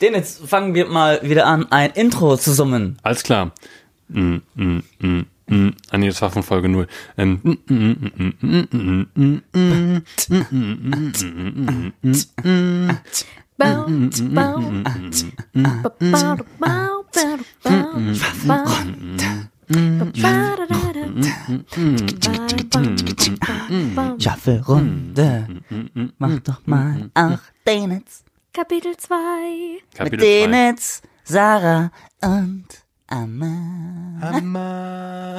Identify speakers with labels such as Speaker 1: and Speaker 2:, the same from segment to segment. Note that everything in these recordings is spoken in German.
Speaker 1: Dennis, fangen wir mal wieder an, ein Intro zu summen.
Speaker 2: Alles klar. Mm, mm, mm, mm. Ah nee, das war von Folge 0. Ähm, mm, mm, mm, mm, mm, mm, mm, mm, mm, mm, mm, mm, mm.
Speaker 1: Schaffelrunde,
Speaker 2: Mm,
Speaker 1: mach doch mal auch Dennis.
Speaker 3: Kapitel 2.
Speaker 1: Mit
Speaker 2: Kapitel zwei.
Speaker 1: Dennis, Sarah und Amma.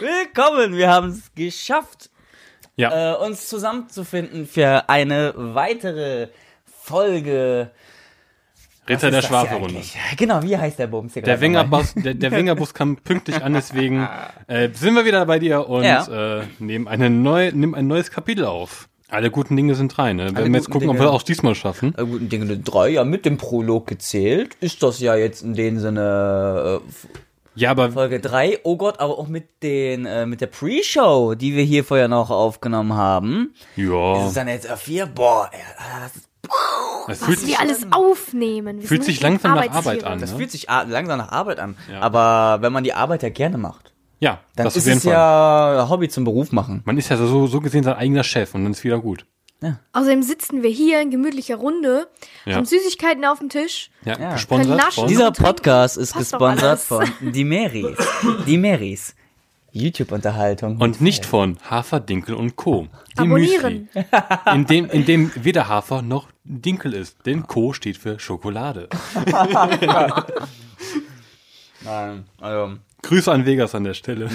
Speaker 1: Willkommen, wir haben es geschafft,
Speaker 2: Ja,
Speaker 1: äh, uns zusammenzufinden für eine weitere Folge.
Speaker 2: Ritter der
Speaker 1: Was ist das hier
Speaker 2: Schwafelrunde.
Speaker 1: eigentlich? Genau, wie heißt der Bums hier
Speaker 2: Der
Speaker 1: gerade nochmal?
Speaker 2: Wingerbus, der, der Wingerbus kam pünktlich an, deswegen äh, sind wir wieder bei dir und
Speaker 1: Ja.
Speaker 2: äh, nehmen, eine neu, nehmen ein neues Kapitel auf. Alle guten Dinge sind drei, ne? Wenn wir jetzt
Speaker 1: guten
Speaker 2: gucken, ob
Speaker 1: Dinge.
Speaker 2: wir auch diesmal schaffen.
Speaker 1: Na Äh, gut, in Dinge drei ja mit dem Prolog gezählt, ist das ja jetzt in dem Sinne äh,
Speaker 2: Ja, aber
Speaker 1: Folge 3, oh Gott, aber auch mit den äh, mit der Pre-Show, die wir hier vorher noch aufgenommen haben. Ist
Speaker 2: ja,
Speaker 1: es dann jetzt R4? Boah, ey, ah, das, ist-
Speaker 2: es fühlt
Speaker 3: Was
Speaker 2: sich,
Speaker 3: wir alles aufnehmen. Wir
Speaker 2: fühlt
Speaker 3: sind
Speaker 2: sich langsam nach Arbeit
Speaker 3: Arbeitstiere.
Speaker 2: an.
Speaker 1: das
Speaker 2: Ne?
Speaker 1: fühlt sich a- langsam nach Arbeit an.
Speaker 2: Ja.
Speaker 1: Aber wenn man die Arbeit ja gerne macht,
Speaker 2: Ja,
Speaker 1: dann
Speaker 2: das auf
Speaker 1: ist
Speaker 2: jeden
Speaker 1: es
Speaker 2: Fall.
Speaker 1: ja Hobby zum Beruf machen.
Speaker 2: Man ist ja so, so gesehen sein eigener Chef und dann ist wieder gut.
Speaker 3: Außerdem sitzen wir hier in gemütlicher Runde,
Speaker 2: Ja.
Speaker 3: haben Süßigkeiten auf dem Tisch.
Speaker 2: Ja,
Speaker 1: Ja.
Speaker 3: Können
Speaker 2: gesponsert
Speaker 3: naschen.
Speaker 2: von
Speaker 3: Diese-
Speaker 1: Dieser
Speaker 3: trinken,
Speaker 1: Podcast ist
Speaker 3: passt doch
Speaker 1: gesponsert
Speaker 3: alles.
Speaker 1: von Die Marys. Die Marys. YouTube-Unterhaltung.
Speaker 2: und nicht von Hafer, Dinkel und Co. Die
Speaker 3: Abonnieren.
Speaker 2: Müsli. In dem, in dem weder Hafer noch Dinkel ist, denn Co steht für Schokolade.
Speaker 1: Nein, also.
Speaker 2: Grüße an Vegas an der Stelle.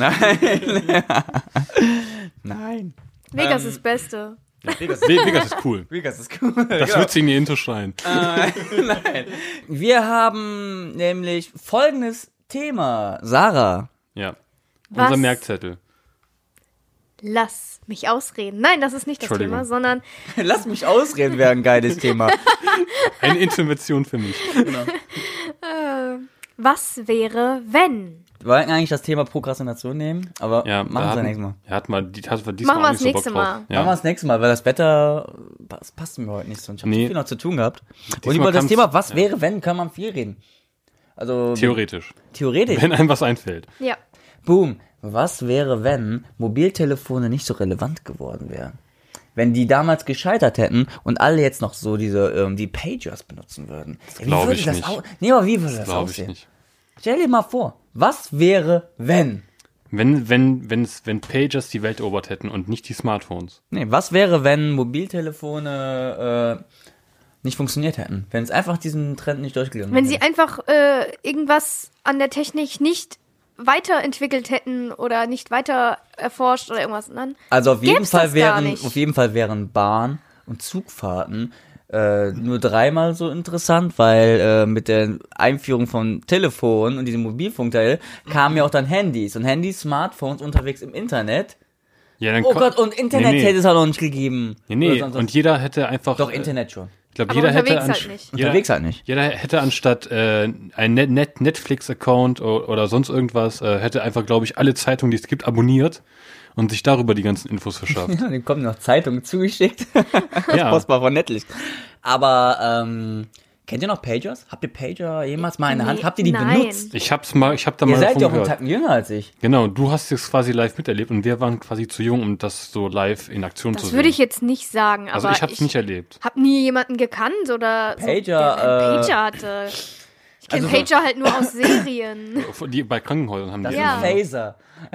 Speaker 1: Nein.
Speaker 2: Ähm.
Speaker 3: Vegas ist das Beste.
Speaker 2: Ve- Vegas ist cool.
Speaker 1: Vegas Ah. ist cool.
Speaker 2: Das wird sie in die Intro schreien.
Speaker 1: Wir haben nämlich folgendes Thema. Sarah.
Speaker 2: Ja.
Speaker 3: Was?
Speaker 2: Unser Merkzettel.
Speaker 3: Lass mich ausreden. Nein, das ist nicht das
Speaker 2: Entschuldigung.
Speaker 3: Thema, sondern
Speaker 1: Lass mich ausreden, wäre ein geiles Thema.
Speaker 2: Eine Intervention für mich.
Speaker 3: was wäre, wenn?
Speaker 1: Wir wollten eigentlich das Thema Prokrastination nehmen, aber
Speaker 2: Ja,
Speaker 1: machen wir
Speaker 2: da
Speaker 1: das
Speaker 2: hatten-
Speaker 1: nächste Mal.
Speaker 2: Ja, hat mal, die hat man diesmal
Speaker 3: Machen wir
Speaker 2: auch nicht
Speaker 3: das
Speaker 2: so Bock
Speaker 3: nächste
Speaker 2: drauf.
Speaker 3: Mal.
Speaker 1: Machen wir
Speaker 2: Ja.
Speaker 1: das nächste Mal, weil das Wetter das passt mir heute nicht so. Und Ich habe
Speaker 2: Nee.
Speaker 1: so viel noch zu tun gehabt. Und
Speaker 2: Diesmal
Speaker 1: über das
Speaker 2: kann's-
Speaker 1: Thema, was
Speaker 2: ja.
Speaker 1: wäre, wenn, kann man viel reden. Also
Speaker 2: Theoretisch.
Speaker 1: theoretisch.
Speaker 2: Wenn einem was einfällt.
Speaker 3: Ja.
Speaker 1: Boom. Was wäre, wenn Mobiltelefone nicht so relevant geworden wären? Wenn die damals gescheitert hätten und alle jetzt noch so diese ähm, die Pagers benutzen würden. Wie
Speaker 2: glaub
Speaker 1: würde
Speaker 2: ich
Speaker 1: das
Speaker 2: nicht.
Speaker 1: au- Nee, aber wie würde das,
Speaker 2: Glaube ich
Speaker 1: aussehen?
Speaker 2: nicht.
Speaker 1: Stell dir mal vor, was wäre, wenn?
Speaker 2: Wenn, wenn, wenn's, wenn Pagers die Welt erobert hätten und nicht die Smartphones.
Speaker 1: Nee, was wäre, wenn Mobiltelefone äh, nicht funktioniert hätten? Wenn es einfach diesen Trend nicht durchgegangen
Speaker 3: Wenn
Speaker 1: wäre.
Speaker 3: sie einfach äh, irgendwas an der Technik nicht weiterentwickelt hätten oder nicht weiter erforscht oder irgendwas, dann
Speaker 1: Also auf jeden
Speaker 3: gäb's
Speaker 1: Fall
Speaker 3: das gar
Speaker 1: wären
Speaker 3: nicht.
Speaker 1: auf jeden Fall wären Bahn und Zugfahrten äh, nur dreimal so interessant, weil äh, mit der Einführung von Telefon und diesem Mobilfunkteil kamen ja auch dann Handys und Handys, Smartphones unterwegs im Internet.
Speaker 2: Ja, dann
Speaker 1: Oh
Speaker 2: ko-
Speaker 1: Gott, und Internet
Speaker 2: nee, nee.
Speaker 1: hätte es auch noch nicht gegeben.
Speaker 2: Nee,
Speaker 1: Oder
Speaker 2: nee.
Speaker 1: sonst was.
Speaker 2: Und jeder hätte einfach.
Speaker 1: doch
Speaker 2: äh,
Speaker 1: Internet schon.
Speaker 2: Ich glaube,
Speaker 3: Aber
Speaker 2: jeder hätte
Speaker 3: unterwegs halt
Speaker 2: anst-
Speaker 3: nicht.
Speaker 2: Jeder,
Speaker 1: Unterwegs halt nicht.
Speaker 2: Jeder hätte anstatt äh, ein Net Net Netflix-Account o- oder sonst irgendwas, äh, hätte einfach, glaube ich, alle Zeitungen, die es gibt, abonniert und sich darüber die ganzen Infos verschafft.
Speaker 1: Ja, Dann kommen noch Zeitungen zugeschickt.
Speaker 2: ja.
Speaker 1: Postbar von Netflix. Aber ähm, kennt ihr noch Pagers? Habt ihr Pager jemals mal in der Hand?
Speaker 3: Nee,
Speaker 1: Habt ihr die
Speaker 3: nein.
Speaker 1: benutzt?
Speaker 2: Ich hab's mal, ich hab da
Speaker 1: Ihr
Speaker 2: mal
Speaker 1: seid
Speaker 2: davon
Speaker 1: ja auch einen
Speaker 2: gehört.
Speaker 1: Tacken jünger als ich.
Speaker 2: Genau, du hast es quasi live miterlebt und wir waren quasi zu jung, um das so live in Aktion zu
Speaker 3: das
Speaker 2: sehen.
Speaker 3: würde ich jetzt nicht sagen.
Speaker 2: also
Speaker 3: aber
Speaker 2: ich hab's nicht erlebt.
Speaker 3: Hab nie jemanden gekannt oder so,
Speaker 1: Pager,
Speaker 3: der einen
Speaker 1: äh,
Speaker 3: Pager hatte. Ich
Speaker 1: also
Speaker 3: kenne
Speaker 1: so-
Speaker 3: Pager halt nur aus Serien.
Speaker 2: Die, bei Krankenhäusern haben
Speaker 1: Das
Speaker 2: die
Speaker 3: Ja.
Speaker 1: ist ein Phaser.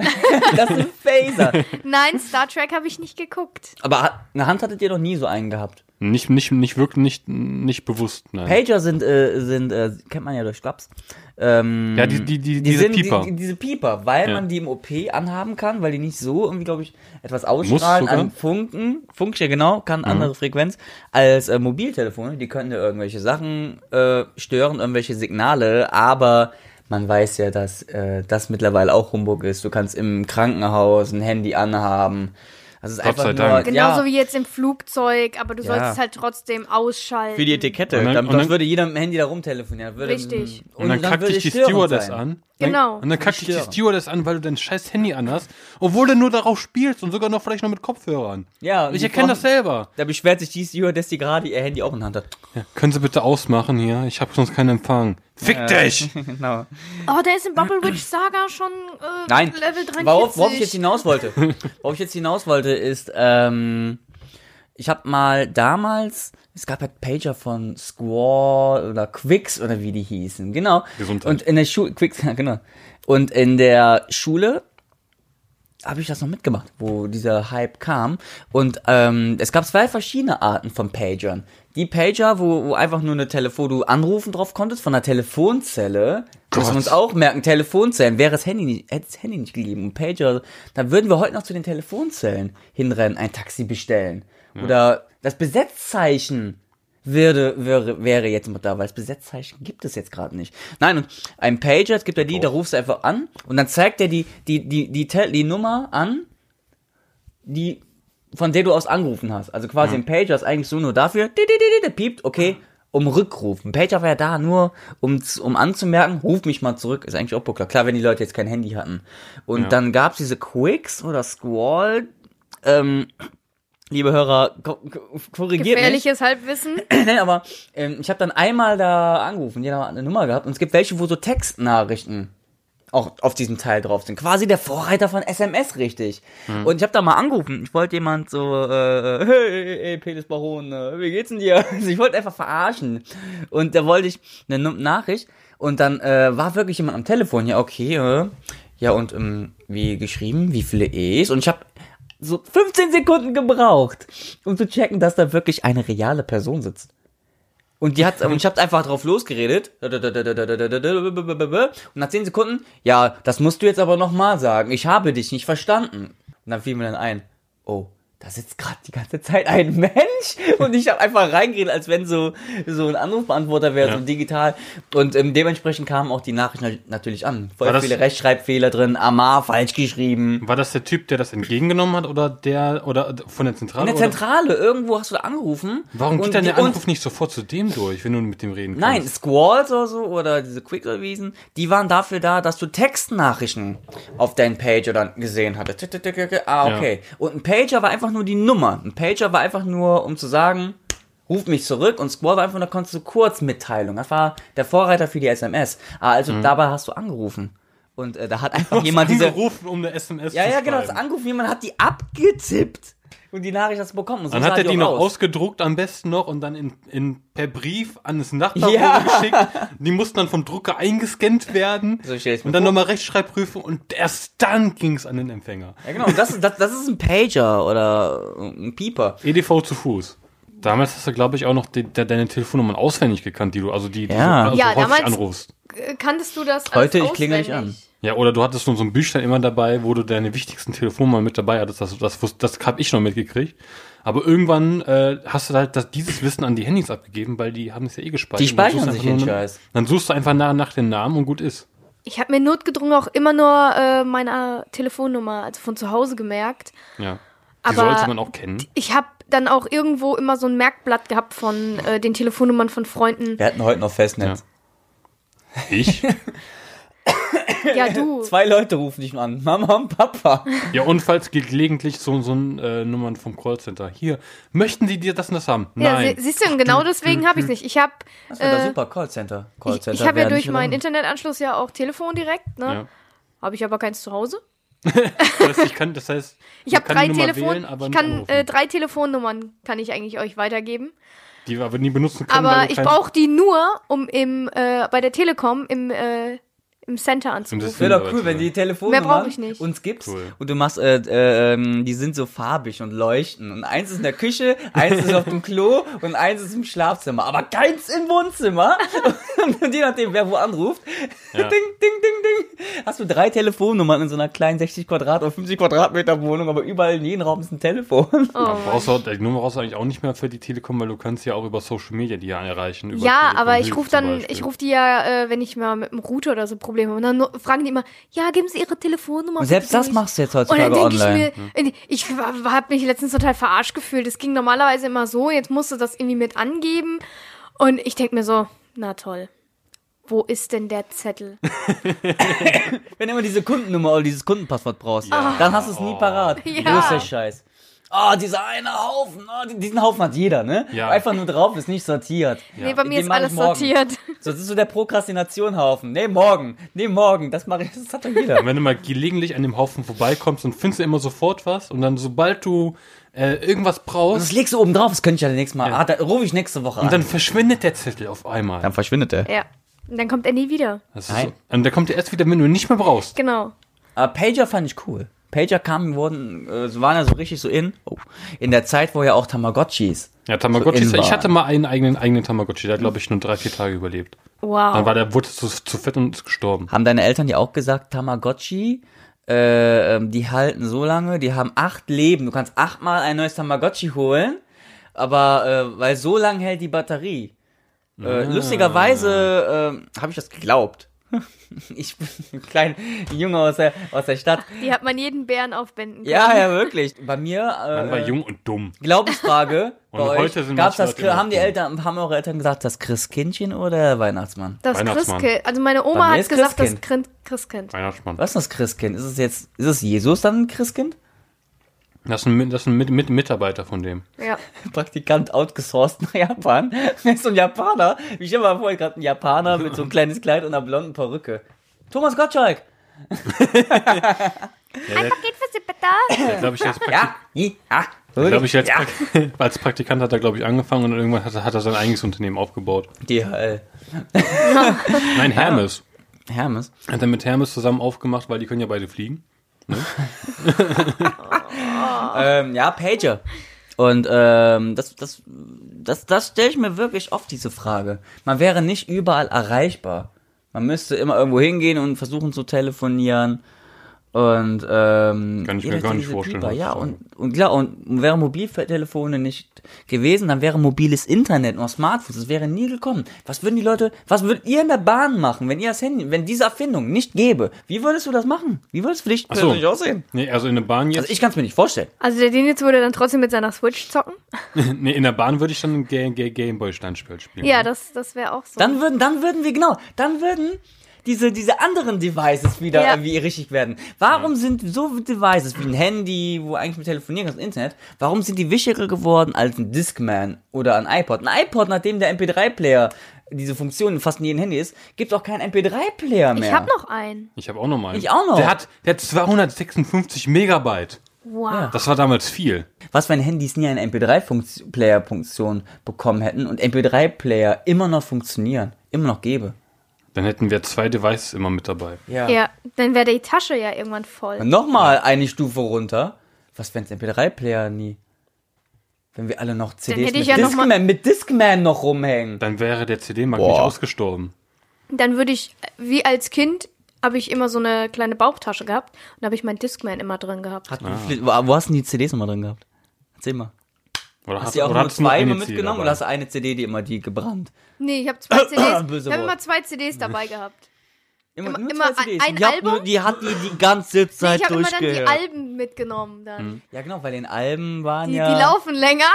Speaker 1: das ist ein Phaser.
Speaker 3: Nein, Star Trek habe ich nicht geguckt.
Speaker 1: Aber hat- eine Hand hattet ihr noch nie so einen gehabt.
Speaker 2: nicht, nicht, nicht wirklich, nicht, nicht bewusst, nein.
Speaker 1: Pager sind, äh, sind äh, kennt man ja durch Schlaps. Ähm,
Speaker 2: Ja, die- die- die- diese
Speaker 1: sind,
Speaker 2: Pieper.
Speaker 1: Die, diese Pieper, weil
Speaker 2: Ja.
Speaker 1: man die im OP anhaben kann, weil die nicht so irgendwie, glaube ich, etwas
Speaker 2: Muss
Speaker 1: ausstrahlen
Speaker 2: sogar. Mhm.
Speaker 1: an Funken. Funkstelle, genau, kann andere Frequenz als äh, Mobiltelefone. Die können ja irgendwelche Sachen äh, stören, irgendwelche Signale, aber man weiß ja, dass äh, das mittlerweile auch Humbug ist. Du kannst im Krankenhaus ein Handy anhaben. Das ist
Speaker 2: Gott
Speaker 1: einfach
Speaker 2: sei
Speaker 1: nur,
Speaker 2: Dank.
Speaker 3: Genauso
Speaker 1: ja,
Speaker 3: Genau wie jetzt im Flugzeug, aber du
Speaker 1: Ja.
Speaker 3: sollst es halt trotzdem ausschalten.
Speaker 1: für die Etikette.
Speaker 2: Und dann-
Speaker 1: dann,
Speaker 2: und dann-
Speaker 1: würde jeder mit dem Handy da rumtelefonieren. Würde,
Speaker 3: Richtig.
Speaker 2: und dann kackt
Speaker 1: würde
Speaker 2: dich die
Speaker 1: es störend
Speaker 2: Stewardess
Speaker 1: sein.
Speaker 2: an
Speaker 3: Genau.
Speaker 2: Und dann kackt dich die Stewardess an, weil du dein scheiß Handy anhast, obwohl du nur darauf spielst und sogar noch vielleicht noch mit Kopfhörern.
Speaker 1: Ja, und
Speaker 2: Ich
Speaker 1: die
Speaker 2: erkenne
Speaker 1: Frau-
Speaker 2: das selber.
Speaker 1: Da beschwert sich die Stewardess, die gerade ihr Handy auch in der Hand hat.
Speaker 2: Ja, können Sie bitte ausmachen hier? Ich habe sonst keinen Empfang. Fick
Speaker 1: Äh.
Speaker 2: dich!
Speaker 1: genau.
Speaker 3: Oh, der ist in Bubble Witch Saga schon äh,
Speaker 1: Nein,
Speaker 3: Level 43.
Speaker 1: worauf, worauf ich jetzt hinaus wollte, worauf ich jetzt hinaus wollte, ist, ähm, ich habe mal damals, es gab halt Pager von Squall oder Quicks oder wie die hießen, genau.
Speaker 2: Gesundheit.
Speaker 1: Und in der Schule, Quicks, ja, genau. Und in der Schule habe ich das noch mitgemacht, wo dieser Hype kam. Und ähm, es gab zwei verschiedene Arten von Pagern. Die Pager, wo, wo einfach nur eine Telefon, du anrufen drauf konntest, von einer Telefonzelle. Gott. Müssen wir uns auch merken, Telefonzellen. Wäre das Handy nicht, hätte das Handy nicht gegeben und Pager, dann würden wir heute noch zu den Telefonzellen hinrennen, ein Taxi bestellen. Oder das Besetzzeichen würde, wäre, wäre jetzt mal da, weil das Besetzzeichen gibt es jetzt gerade nicht. Nein, und ein Pager, es gibt ja die, da rufst du einfach an und dann zeigt er die, die, die, die, Tel- die Nummer an, die, von der du aus angerufen hast. Also quasi ein Pager ist eigentlich so nur dafür, di- di- di- di- di- piept, okay, um Rückruf. Ein Pager war ja da nur, um, z- um anzumerken, ruf mich mal zurück, ist eigentlich auch Buckler. Klar, wenn die Leute jetzt kein Handy hatten. Und dann gab's diese Quicks oder Squall, ähm, liebe Hörer, ko- ko- korrigiert mich.
Speaker 3: Gefährliches Halbwissen.
Speaker 1: Nee, aber ähm, ich habe dann einmal da angerufen, jeder hat eine Nummer gehabt und es gibt welche, wo so Textnachrichten auch auf diesem Teil drauf sind. Quasi der Vorreiter von SMS, richtig. Und ich habe da mal angerufen. Ich wollte jemand so, äh, hey, hey, Penis Baron, äh, wie geht's denn dir? Also ich wollte einfach verarschen. Und da wollte ich eine Num- Nachricht und dann äh, war wirklich jemand am Telefon. Ja, okay, äh, ja und ähm, wie geschrieben, wie viele E's? Und ich habe so 15 Sekunden gebraucht, um zu checken, dass da wirklich eine reale Person sitzt. Und die hat, und ich hab einfach drauf losgeredet. Und nach 10 Sekunden, ja, das musst du jetzt aber nochmal sagen. Ich habe dich nicht verstanden. Und dann fiel mir dann ein, oh, da sitzt gerade die ganze Zeit ein Mensch. Und ich habe einfach reingeredet, als wenn so, so ein Anrufbeantworter wäre, so digital. Und ähm, dementsprechend kamen auch die Nachrichten natürlich an. Voll
Speaker 2: War das-
Speaker 1: viele Rechtschreibfehler drin, Amar falsch geschrieben.
Speaker 2: War das der Typ, der das entgegengenommen hat oder der oder von der Zentrale?
Speaker 1: In der
Speaker 2: oder-
Speaker 1: Zentrale, irgendwo hast du da angerufen.
Speaker 2: Warum
Speaker 1: Und
Speaker 2: geht dann
Speaker 1: die-
Speaker 2: der Anruf nicht sofort zu dem durch, wenn du mit dem reden
Speaker 1: Nein,
Speaker 2: kannst?
Speaker 1: Squalls oder so oder diese Quick-Revisen, die waren dafür da, dass du Textnachrichten auf deinen Pager dann gesehen hattest. Tick, tick, tick, tick, Ah,
Speaker 2: Ja.
Speaker 1: okay. Und ein Pager war einfach nur die Nummer. Ein Pager war einfach nur, um zu sagen, ruf mich zurück und Squall war einfach nur, konntest du Kurzmitteilung. Das war der Vorreiter für die SMS. Ah, also
Speaker 2: Mhm.
Speaker 1: dabei hast du angerufen. Und äh, da hat einfach jemand diese...
Speaker 2: angerufen, um eine SMS
Speaker 1: Ja,
Speaker 2: zu
Speaker 1: ja, genau, das
Speaker 2: schreiben.
Speaker 1: angerufen, jemand hat die abgetippt. Und die Nachricht hast du bekommen. Und so halt
Speaker 2: Dann
Speaker 1: sah
Speaker 2: hat er die
Speaker 1: auch
Speaker 2: noch
Speaker 1: aus.
Speaker 2: ausgedruckt am besten noch und dann in, in, per Brief an das Nachbarbüro
Speaker 1: Ja.
Speaker 2: geschickt. Die mussten dann vom Drucker eingescannt werden
Speaker 1: So stell ich's mir
Speaker 2: und dann
Speaker 1: vor.
Speaker 2: nochmal Rechtschreibprüfung und erst dann ging's an den Empfänger.
Speaker 1: Ja, genau. Und das, ist- das, das ist ein Pager oder ein Pieper.
Speaker 2: EDV E zu Fuß. Damals hast du, glaube ich, auch noch die, de, deine Telefonnummern auswendig gekannt, die du, also die, die
Speaker 1: Ja.
Speaker 2: du also
Speaker 3: Ja,
Speaker 2: häufig
Speaker 3: damals-
Speaker 2: anrufst.
Speaker 3: Äh, Kanntest du das
Speaker 1: Heute,
Speaker 3: alles
Speaker 1: ich klingel dich
Speaker 3: auswendig?
Speaker 2: Ja, oder du hattest nur so ein Büchlein immer dabei, wo du deine wichtigsten Telefonnummern mit dabei hattest. Das, das, wus- das habe ich noch mitgekriegt. Aber irgendwann äh, hast du halt das, dieses Wissen an die Handys abgegeben, weil die haben es ja eh gespeichert.
Speaker 1: Die speichern
Speaker 2: Und dann
Speaker 1: sich
Speaker 2: suchst du
Speaker 1: den
Speaker 2: einfach nur-
Speaker 1: Scheiß.
Speaker 2: Dann suchst du einfach nach, nach den Namen und gut ist.
Speaker 3: Ich habe mir notgedrungen auch immer nur äh, meine Telefonnummer, also von zu Hause gemerkt.
Speaker 2: Ja. Die
Speaker 3: Aber-
Speaker 2: sollte man auch kennen.
Speaker 3: Ich habe dann auch irgendwo immer so ein Merkblatt gehabt von äh, den Telefonnummern von Freunden.
Speaker 1: Wir hatten heute noch Festnetz.
Speaker 2: Ja. Ich?
Speaker 3: Ja, du.
Speaker 1: Zwei Leute rufen dich an. Mama und Papa.
Speaker 3: Äh,
Speaker 2: ja, und falls geht gelegentlich so, so ein äh, Nummern vom Callcenter. Hier, möchten Sie dir das und das haben?
Speaker 3: Ja,
Speaker 2: Nein.
Speaker 3: sie, siehst du, und genau deswegen habe ich nicht. Ich habe
Speaker 1: Das war doch
Speaker 3: äh,
Speaker 1: super. Callcenter.
Speaker 3: ich,
Speaker 1: Callcenter
Speaker 3: ich hab ja
Speaker 1: werden
Speaker 3: durch
Speaker 1: nicht
Speaker 3: meinen
Speaker 1: übernommen.
Speaker 3: Internetanschluss ja auch Telefon direkt, ne?
Speaker 2: Ja.
Speaker 3: Habe ich aber keins zu Hause.
Speaker 2: Das, ich kann, das heißt,
Speaker 3: Ich habe
Speaker 2: man kann
Speaker 3: drei
Speaker 2: die Nummer
Speaker 3: Telefon,
Speaker 2: wählen, aber
Speaker 3: ich
Speaker 2: nicht
Speaker 3: kann
Speaker 2: anrufen.
Speaker 3: äh, drei Telefonnummern kann ich eigentlich euch weitergeben,
Speaker 2: die wir aber nie benutzen können. weil
Speaker 3: aber
Speaker 2: wir
Speaker 3: ich
Speaker 2: kein-
Speaker 3: brauche die nur, um im äh, bei der Telekom im äh, im Center anzurufen.
Speaker 2: System.
Speaker 1: Wäre doch cool, wenn die Telefonnummer
Speaker 3: Mehr brauch ich nicht.
Speaker 1: uns gibst
Speaker 2: Cool.
Speaker 1: und du machst, äh, äh, ähm, die sind so farbig und leuchten. Und eins ist in der Küche, eins ist auf dem Klo und eins ist im Schlafzimmer. Aber keins im Wohnzimmer. und je nachdem, wer wo anruft, ding, ding, ding, ding, hast du drei Telefonnummern in so einer kleinen 60 Quadrat- oder 50 Quadratmeter Wohnung, aber überall in jedem Raum ist ein Telefon.
Speaker 2: Ja,
Speaker 3: Oh.
Speaker 2: brauchst du, die Nummer brauchst du eigentlich auch nicht mehr für die Telekom, weil du kannst ja auch über Social Media die ja erreichen. Über
Speaker 3: Ja,
Speaker 2: Telekom
Speaker 3: aber ich
Speaker 2: Hilfe
Speaker 3: rufe
Speaker 2: zum
Speaker 3: dann,
Speaker 2: Beispiel.
Speaker 3: ich rufe die ja, äh, wenn ich mal mit dem Router oder so Probleme habe. Und dann nur- fragen die immer, ja, geben Sie Ihre Telefonnummer.
Speaker 1: Und selbst
Speaker 3: bitte
Speaker 1: das
Speaker 3: durch.
Speaker 1: machst du jetzt
Speaker 3: Und dann
Speaker 1: heutzutage
Speaker 3: denke ich
Speaker 1: online.
Speaker 3: mir, äh, ich habe mich letztens total verarscht gefühlt. Es ging normalerweise immer so, jetzt musst du das irgendwie mit angeben. Und ich denke mir so, na toll. Wo ist denn der Zettel?
Speaker 1: Wenn du immer diese Kundennummer oder dieses Kundenpasswort brauchst, dann hast du
Speaker 2: Oh.
Speaker 1: es nie parat.
Speaker 3: Ja.
Speaker 1: Das ist der Scheiß. Ah, dieser eine Haufen. Ah, di- diesen Haufen hat jeder, ne?
Speaker 2: Ja.
Speaker 1: Einfach nur drauf, ist nicht sortiert.
Speaker 3: Nee, bei mir
Speaker 1: Den
Speaker 3: ist
Speaker 1: mach ich
Speaker 3: alles
Speaker 1: morgen.
Speaker 3: sortiert.
Speaker 1: So, das ist so der Prokrastinationhaufen. Nee, morgen. Nee, morgen. Das mache ich. Das hat doch jeder.
Speaker 2: Und wenn du mal gelegentlich an dem Haufen vorbeikommst, dann findest du immer sofort was und dann sobald du äh, irgendwas
Speaker 1: Das
Speaker 2: brauchst,
Speaker 1: legst du oben drauf. Das könnte ich ja nächstes Mal. Ah, da rufe ich nächste Woche an.
Speaker 2: dann verschwindet der Zettel auf einmal.
Speaker 1: dann verschwindet er.
Speaker 3: Ja. Und dann kommt er nie wieder.
Speaker 2: Das ist so,
Speaker 1: Nein.
Speaker 2: und da kommt er erst wieder, wenn du ihn nicht mehr brauchst.
Speaker 3: Genau.
Speaker 1: Aber Ah, Pager fand ich cool. Pager kamen, wurden, äh, waren ja so richtig so in. Oh, in der Zeit, wo ja auch Tamagotchis.
Speaker 2: Ja, Tamagotchi,
Speaker 1: So in
Speaker 2: ich
Speaker 1: war.
Speaker 2: hatte mal einen eigenen, eigenen Tamagotchi, der hat, glaube ich, nur drei, vier Tage überlebt. Dann war
Speaker 3: Wow.
Speaker 2: der, wurde zu, zu fett und ist gestorben.
Speaker 1: Haben deine Eltern dir auch gesagt, Tamagotchi, äh, ähm, die halten so lange, die haben acht Leben. Du kannst achtmal ein neues Tamagotchi holen, aber äh, weil so lang hält die Batterie. Äh,
Speaker 2: Ah.
Speaker 1: Lustigerweise äh, habe ich das geglaubt. Ich bin ein kleiner Junge aus der, aus der Stadt.
Speaker 3: Die hat man jeden Bären aufwenden können.
Speaker 1: Ja, ja, wirklich. Bei mir.
Speaker 2: Man war
Speaker 1: Äh,
Speaker 2: jung und dumm.
Speaker 1: Glaubensfrage.
Speaker 2: Und
Speaker 1: bei euch.
Speaker 2: heute sind
Speaker 1: Gab's das,
Speaker 2: manche Leute
Speaker 1: haben die
Speaker 2: immer-
Speaker 1: Eltern, haben eure Eltern gesagt, das Christkindchen oder der Weihnachtsmann?
Speaker 3: Das
Speaker 2: Weihnachtsmann.
Speaker 3: Christkind. Also meine
Speaker 1: Bei
Speaker 3: Oma
Speaker 1: mir
Speaker 3: hat
Speaker 1: ist
Speaker 3: gesagt, das
Speaker 1: Christkind.
Speaker 3: Christ- Christkind.
Speaker 2: Weihnachtsmann.
Speaker 1: Was ist das Christkind? Ist es jetzt, ist es Jesus dann ein Christkind?
Speaker 2: Das ist ein, Mit- das ist ein Mit, Mit, Mitarbeiter von dem.
Speaker 3: Ja.
Speaker 1: Praktikant outgesourced nach Japan. Wer ist so ein Japaner? Wie stell mal vor, gerade ein Japaner mit so ein kleines Kleid und einer blonden Perücke. Thomas Gottschalk!
Speaker 3: Ein Paket für Sie bitte.
Speaker 2: Der, glaube ich, als, Praktik
Speaker 1: Ja! Ja!
Speaker 2: der, glaub ich, als,
Speaker 1: ja.
Speaker 2: Prak- als Praktikant hat er, glaube ich, angefangen und dann irgendwann hat, er- hat er sein eigenes Unternehmen aufgebaut.
Speaker 1: DHL. Ah.
Speaker 2: Nein, Hermes.
Speaker 1: Hermes.
Speaker 2: Hat er mit Hermes zusammen aufgemacht, weil die können ja beide fliegen.
Speaker 1: Ähm, ja, Pager. Und ähm, das, das, das, das stelle ich mir wirklich oft diese Frage. Man wäre nicht überall erreichbar. Man müsste immer irgendwo hingehen und versuchen zu telefonieren. Und ähm,
Speaker 2: Kann ich mir
Speaker 1: jeder
Speaker 2: gar
Speaker 1: zu
Speaker 2: nicht
Speaker 1: diese
Speaker 2: vorstellen,
Speaker 1: Biber. Ja,
Speaker 2: heutzutage.
Speaker 1: und, und klar, und wäre Mobiltelefone nicht gewesen, dann wäre mobiles Internet und Smartphones, das wäre nie gekommen. Was würden die Leute, was würdet ihr in der Bahn machen, wenn ihr das Handy, wenn diese Erfindung nicht gäbe? Wie würdest du das machen? Wie würdest du dich
Speaker 2: so.
Speaker 1: persönlich aussehen?
Speaker 2: Nee, also in der Bahn jetzt.
Speaker 1: Also ich kann es mir nicht vorstellen.
Speaker 3: Also der Denitz würde dann trotzdem mit seiner Switch zocken.
Speaker 2: nee, in der Bahn würde ich dann ein Ga- Ga- Gameboy-Steinspiel spielen.
Speaker 3: Ja, das, das wäre auch so.
Speaker 1: Dann würden, dann würden wir, genau, dann würden diese, diese anderen Devices wieder
Speaker 3: Ja.
Speaker 1: irgendwie richtig werden. Warum sind so Devices wie ein Handy, wo eigentlich mit telefonieren kannst, Internet, warum sind die wichtiger geworden als ein Discman oder ein iPod? Ein iPod, nachdem der MP3-Player diese Funktion in fast in jedem Handy ist, gibt auch keinen MP3-Player mehr.
Speaker 3: ich habe noch einen.
Speaker 2: Ich habe auch noch mal. einen.
Speaker 1: Ich auch noch.
Speaker 2: Der hat, der hat 256 Megabyte.
Speaker 3: Wow.
Speaker 2: Das war damals viel.
Speaker 1: Was, wenn Handys nie eine MP3-Player-Funktion bekommen hätten und MP3-Player immer noch funktionieren, immer noch gäbe?
Speaker 2: Dann hätten wir zwei Devices immer mit dabei.
Speaker 3: Ja, dann wäre die Tasche ja irgendwann voll.
Speaker 1: Nochmal eine Stufe runter. Was, wenn's MP3-Player nie? Wenn wir alle noch CDs
Speaker 3: hätte
Speaker 1: mit,
Speaker 3: ich ja noch
Speaker 1: Discman,
Speaker 3: mal-
Speaker 1: mit Discman noch rumhängen.
Speaker 2: Dann wäre der CD-Markt
Speaker 1: Boah.
Speaker 2: nicht ausgestorben.
Speaker 3: Dann würde ich, äh, wie als Kind, habe ich immer so eine kleine Bauchtasche gehabt und da habe ich meinen Discman immer drin gehabt.
Speaker 2: Ah.
Speaker 1: Hat, wo, wo hast du denn die CDs immer drin gehabt? Erzähl mal.
Speaker 2: Oder
Speaker 1: Hast du die auch
Speaker 2: oder
Speaker 1: nur
Speaker 2: hattest du nur
Speaker 1: zwei
Speaker 2: eine
Speaker 1: immer
Speaker 2: CD
Speaker 1: mitgenommen
Speaker 2: dabei?
Speaker 1: oder hast du eine CD, die immer die gebrannt?
Speaker 3: Nee, ich habe zwei CDs.
Speaker 1: Böse
Speaker 3: Ich habe
Speaker 1: Wort.
Speaker 3: immer zwei CDs dabei gehabt.
Speaker 1: Immer,
Speaker 3: Immer-
Speaker 1: nur
Speaker 3: immer
Speaker 1: zwei CDs.
Speaker 3: ein- ein
Speaker 1: die, Hat
Speaker 3: Album?
Speaker 1: nur, die hat die die ganze
Speaker 3: Nee,
Speaker 1: Zeit
Speaker 3: ich habe immer dann die
Speaker 1: durchgehört.
Speaker 3: Alben mitgenommen dann.
Speaker 1: ja, genau, weil in Alben waren
Speaker 3: Die,
Speaker 1: ja...
Speaker 3: die laufen länger.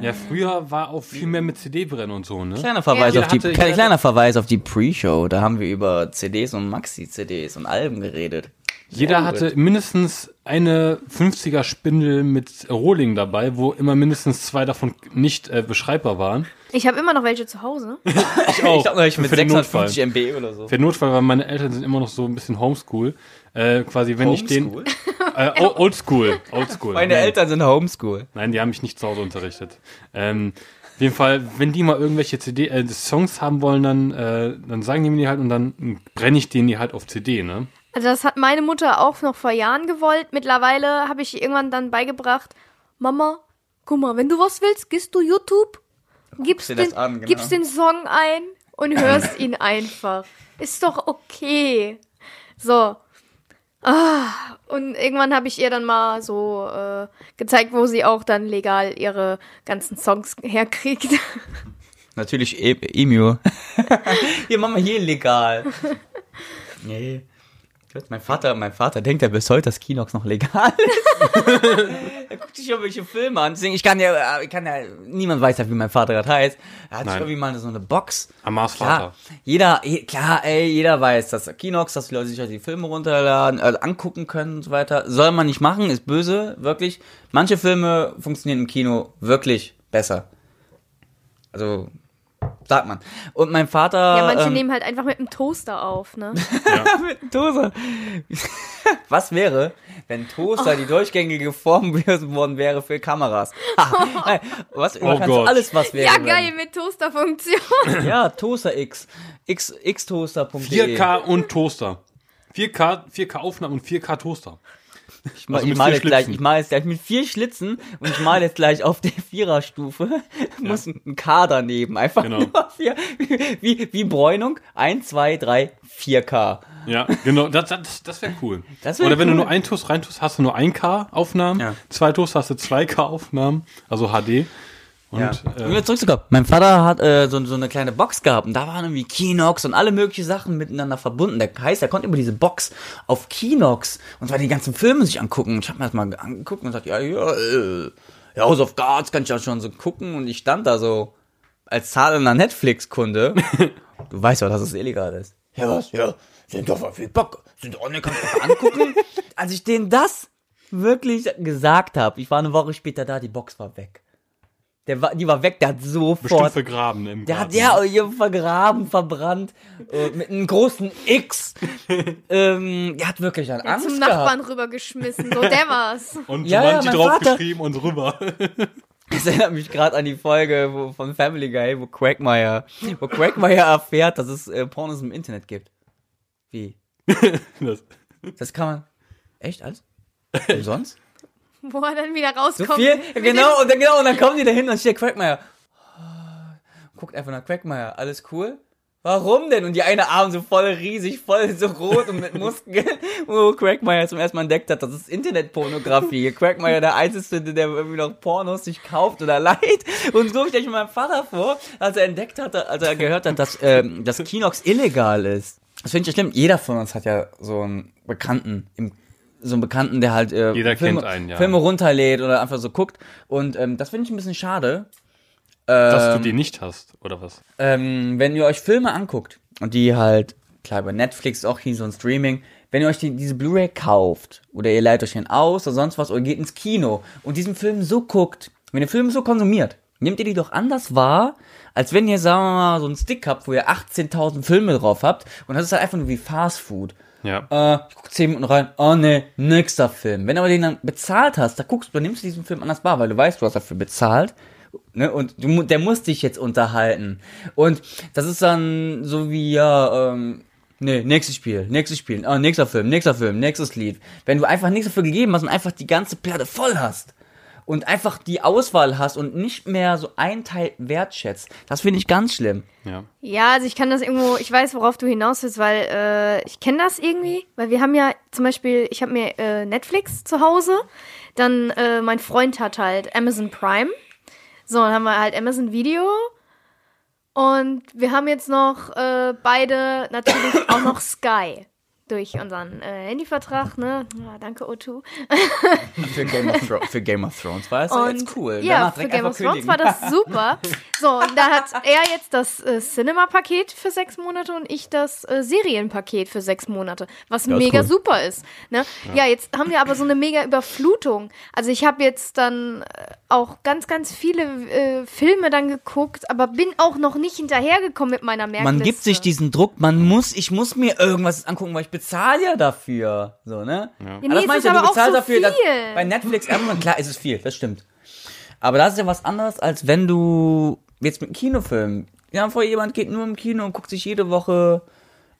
Speaker 2: Ja, früher war auch viel mehr mit CD-Brennen und so, ne?
Speaker 1: Kleiner Verweis,
Speaker 2: Ja.
Speaker 1: auf die,
Speaker 2: Jeder hatte-
Speaker 1: kle-
Speaker 2: jeder-
Speaker 1: kleiner Verweis auf die Pre-Show. Da haben wir über CDs und Maxi-CDs und Alben geredet.
Speaker 2: Jeder
Speaker 1: Sehr
Speaker 2: hatte mindestens eine 50er-Spindel mit Rohling dabei, wo immer mindestens zwei davon nicht äh, beschreibbar waren.
Speaker 3: Ich habe immer noch welche zu Hause.
Speaker 2: Ich auch.
Speaker 1: Ich glaube, ich mit
Speaker 2: Oh, Für den Notfall.
Speaker 1: 650 MB oder so.
Speaker 2: Für den Notfall, weil meine Eltern sind immer noch so ein bisschen Homeschool. Äh, quasi, wenn
Speaker 1: Homeschool?
Speaker 2: ich den. Äh, o- oldschool. Oldschool.
Speaker 1: Meine
Speaker 2: Nein.
Speaker 1: Eltern sind Homeschool.
Speaker 2: Nein, die haben mich nicht zu Hause unterrichtet. Ähm, auf jeden Fall, wenn die mal irgendwelche CD, äh, Songs haben wollen, dann, äh, dann sagen die mir die halt und dann brenne ich denen die halt auf CD, ne?
Speaker 3: Also das hat meine Mutter auch noch vor Jahren gewollt. Mittlerweile habe ich ihr irgendwann dann beigebracht, Mama, guck mal, wenn du was willst, gehst du YouTube, gibst,
Speaker 1: dir
Speaker 3: den,
Speaker 1: das an, genau.
Speaker 3: gibst den Song ein und hörst ihn einfach. Ist doch okay. So. Ah, und irgendwann habe ich ihr dann mal so äh, gezeigt, wo sie auch dann legal ihre ganzen Songs herkriegt.
Speaker 1: Natürlich e Emio. hier, mach mal hier legal. Nee. wird. Mein Vater, mein Vater denkt ja bis heute, dass Kinox noch legal ist. er guckt sich irgendwelche Filme an. Deswegen, ich kann ja, ich kann ja, niemand weiß ja, wie mein Vater gerade heißt. Er hat sich
Speaker 2: Nein.
Speaker 1: irgendwie mal so eine Box.
Speaker 2: Amars
Speaker 1: Klar,
Speaker 2: Vater.
Speaker 1: jeder, je- klar, ey, jeder weiß, dass Kinox, dass die Leute sich halt die Filme runterladen, äh, angucken können und so weiter. Soll man nicht machen, ist böse, wirklich. Manche Filme funktionieren im Kino wirklich besser. Also, sagt man. Und mein Vater.
Speaker 3: Ja, manche
Speaker 1: ähm,
Speaker 3: nehmen halt einfach mit dem Toaster auf, ne?
Speaker 1: mit einem Toaster. Was wäre, wenn Toaster
Speaker 3: Oh.
Speaker 1: die durchgängige Form gewesen worden wäre für Kameras? Ha, nein, was, oh kannst
Speaker 2: Gott.
Speaker 1: alles was wäre.
Speaker 3: ja,
Speaker 1: wenn.
Speaker 3: geil, mit Toasterfunktion.
Speaker 1: Ja, Toaster X. X, xtoaster.de.
Speaker 2: 4K und Toaster. 4K, 4K Aufnahmen und 4K Toaster.
Speaker 1: Ich, ma-
Speaker 2: also
Speaker 1: ich
Speaker 2: mit
Speaker 1: male
Speaker 2: vier
Speaker 1: jetzt gleich,
Speaker 2: Schlitzen.
Speaker 1: ich male jetzt gleich mit vier Schlitzen und ich male jetzt gleich auf der Viererstufe. Muss ein K daneben. Einfach
Speaker 2: Genau.
Speaker 1: nur vier. Wie, wie Bräunung. 1, 2, 3, 4K.
Speaker 2: Ja, genau, das, das, das wäre cool.
Speaker 1: Das wär
Speaker 2: Oder wenn
Speaker 1: cool.
Speaker 2: du nur ein Toast reintust, hast du nur 1K Aufnahmen,
Speaker 1: Ja.
Speaker 2: zwei Toast hast du 2K Aufnahmen, also HD. Und
Speaker 1: Ja. um
Speaker 2: äh,
Speaker 1: wieder zurückzukommen. Mein Vater hat äh, so, so eine kleine Box gehabt und da waren irgendwie Kinox und alle möglichen Sachen miteinander verbunden. Der heißt, er konnte über diese Box auf Kinox und zwar die ganzen Filme sich angucken. Und ich habe mir das mal angeguckt und gesagt, ja, ja, äh, ja, House of Cards kann ich ja schon so gucken. Und ich stand da so als zahlender Netflix-Kunde. du weißt ja, dass es illegal ist. Ja, was? Ja, sind doch viel Bock. Sind doch online, kannst du angucken. Als ich denen das wirklich gesagt habe, ich war eine Woche später da, die Box war weg. Der war, die war weg, der hat
Speaker 2: bestimmt
Speaker 1: sofort.
Speaker 2: vergraben im
Speaker 1: Der hat
Speaker 2: Garten.
Speaker 1: ja hier vergraben, verbrannt, äh, mit einem großen X. ähm, der hat wirklich an Angst
Speaker 3: Zum
Speaker 1: gehabt.
Speaker 3: Nachbarn rübergeschmissen, so der war's.
Speaker 2: Und
Speaker 1: Ja,
Speaker 2: Jumanji
Speaker 1: ja, mein
Speaker 2: draufgeschrieben und rüber.
Speaker 1: Das erinnert mich gerade an die Folge wo, von Family Guy, wo Quagmire, wo Quagmire erfährt, dass es äh, Pornos im Internet gibt. Wie?
Speaker 2: Das,
Speaker 1: Das kann man. Echt alles? Umsonst?
Speaker 3: Wo er dann wieder rauskommt.
Speaker 1: So viel?
Speaker 3: mit
Speaker 1: Genau, und dann, genau, und dann kommen die da hin und steht Quagmire. Guckt einfach nach Quagmire. Alles cool? Warum denn? Und die eine Arm so voll riesig, voll so rot und mit Muskeln, wo Quagmire zum ersten Mal entdeckt hat, das ist Internetpornografie. Quagmire der Einzige, der irgendwie noch Pornos sich kauft oder leiht. Und so stelle ich mir meinen Vater vor, als er entdeckt hat, als er gehört hat, dass, ähm, dass Kinox illegal ist. Das finde ich schlimm. Jeder von uns hat ja so einen Bekannten im so einen Bekannten, der halt äh,
Speaker 2: Jeder
Speaker 1: Filme,
Speaker 2: kennt einen, ja.
Speaker 1: Filme runterlädt oder einfach so guckt. Und ähm, das finde ich ein bisschen schade,
Speaker 2: dass du die nicht hast, oder was?
Speaker 1: ähm, wenn ihr euch Filme anguckt und die halt, klar, über Netflix auch hier so ein Streaming, wenn ihr euch die, diese Blu-ray kauft oder ihr leiht euch den aus oder sonst was oder geht ins Kino und diesen Film so guckt, wenn ihr Filme so konsumiert, nehmt ihr die doch anders wahr, als wenn ihr, sagen wir mal, so einen Stick habt, wo ihr 18.000 Filme drauf habt und das ist halt einfach nur wie Fast Food.
Speaker 2: Ja.
Speaker 1: Äh, ich guck 10 Minuten rein, oh ne, nächster Film. Wenn du aber den dann bezahlt hast, da guckst du, dann nimmst du diesen Film anders wahr, weil du weißt, du hast dafür bezahlt. Ne, und du, mu- der muss dich jetzt unterhalten. Und das ist dann so wie, ja, ähm, nee, nächstes Spiel, nächstes Spiel, ah, nächster Film, nächster Film, nächstes Lied. Wenn du einfach nichts dafür gegeben hast und einfach die ganze Platte voll hast und einfach die Auswahl hast und nicht mehr so einen Teil wertschätzt, das finde ich ganz schlimm.
Speaker 2: Ja.
Speaker 3: Ja, also ich kann das irgendwo, ich weiß, worauf du hinaus willst, weil äh, ich kenne das irgendwie, weil wir haben ja zum Beispiel, ich habe mir äh, Netflix zu Hause, dann äh, mein Freund hat halt Amazon Prime, so, dann haben wir halt Amazon Video und wir haben jetzt noch äh, beide natürlich auch noch Sky durch unseren äh, Handyvertrag, ne? Ja, danke O2.
Speaker 1: Für Game of, Thro für Game of Thrones war es jetzt cool.
Speaker 3: Ja,
Speaker 1: Danach
Speaker 3: für
Speaker 1: direkt
Speaker 3: Game
Speaker 1: einfach
Speaker 3: of Thrones
Speaker 1: kündigen.
Speaker 3: war das super. So, und da hat er jetzt das äh, Cinema-Paket für sechs Monate und ich das äh, Serienpaket für sechs Monate,
Speaker 1: ist
Speaker 3: was mega
Speaker 1: cool.
Speaker 3: super ist. Ne? Ja. jetzt haben wir aber so eine mega Überflutung. Also ich habe jetzt dann äh, auch ganz, ganz viele äh, Filme dann geguckt, aber bin auch noch nicht hinterhergekommen mit meiner Merkliste.
Speaker 1: Man gibt sich diesen Druck, man muss, ich muss mir irgendwas angucken, weil ich bezahle ja dafür. So, ne? Ja.
Speaker 3: mir ist es aber auch so viel.
Speaker 1: bei Netflix, Amazon, klar, ist es viel, das stimmt. Aber das ist ja was anderes, als wenn du jetzt mit einem Kinofilm, ja, vor jemand geht nur im Kino und guckt sich jede Woche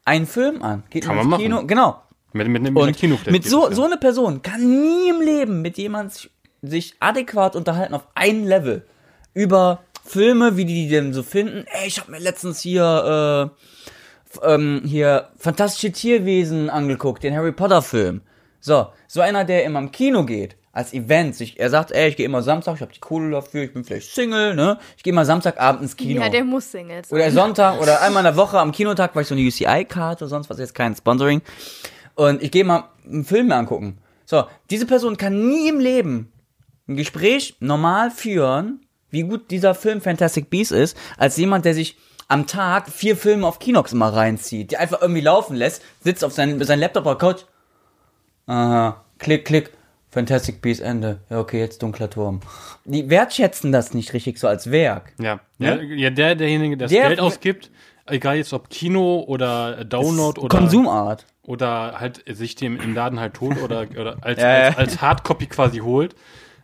Speaker 1: einen Film an. Geht
Speaker 2: Kann
Speaker 1: nur
Speaker 2: man
Speaker 1: ins Kino,
Speaker 2: machen.
Speaker 1: genau.
Speaker 2: Mit, mit, mit einer
Speaker 1: Und
Speaker 2: Kinofläche
Speaker 1: mit
Speaker 2: geht
Speaker 1: so,
Speaker 2: das, ja.
Speaker 1: so eine Person kann nie im Leben mit jemand sich- sich adäquat unterhalten auf einem Level über Filme, wie die die denn so finden. Ey, ich habe mir letztens hier, äh, f- ähm, hier Fantastische Tierwesen angeguckt, den Harry Potter Film. So, so einer, der immer im Kino geht, als Event, sich, er sagt, ey, ich gehe immer Samstag, ich habe die Kohle dafür, ich bin vielleicht Single, ne? Ich gehe mal Samstagabend ins Kino.
Speaker 3: ja, der muss Singles.
Speaker 1: Oder Sonntag oder einmal in der Woche am Kinotag, weil ich so eine UCI-Karte, sonst was jetzt kein Sponsoring. und ich gehe mal einen Film mir angucken. So, diese Person kann nie im Leben ein Gespräch normal führen, wie gut dieser Film Fantastic Beasts ist, als jemand, der sich am Tag vier Filme auf Kinox immer reinzieht, die einfach irgendwie laufen lässt, sitzt auf seinem seinem Laptop auf der Couch. Aha, klick, klick, Fantastic Beasts Ende. Ja, okay, jetzt dunkler Turm. Die wertschätzen das nicht richtig so als Werk.
Speaker 2: Ja. Ja, ja der, derjenige, der,
Speaker 1: Der-
Speaker 2: das Geld ausgibt, egal jetzt ob Kino oder Download oder
Speaker 1: Konsumart.
Speaker 2: oder halt sich dem im Laden halt holt oder, oder als,
Speaker 1: Ja, ja.
Speaker 2: als, als Hardcopy quasi holt.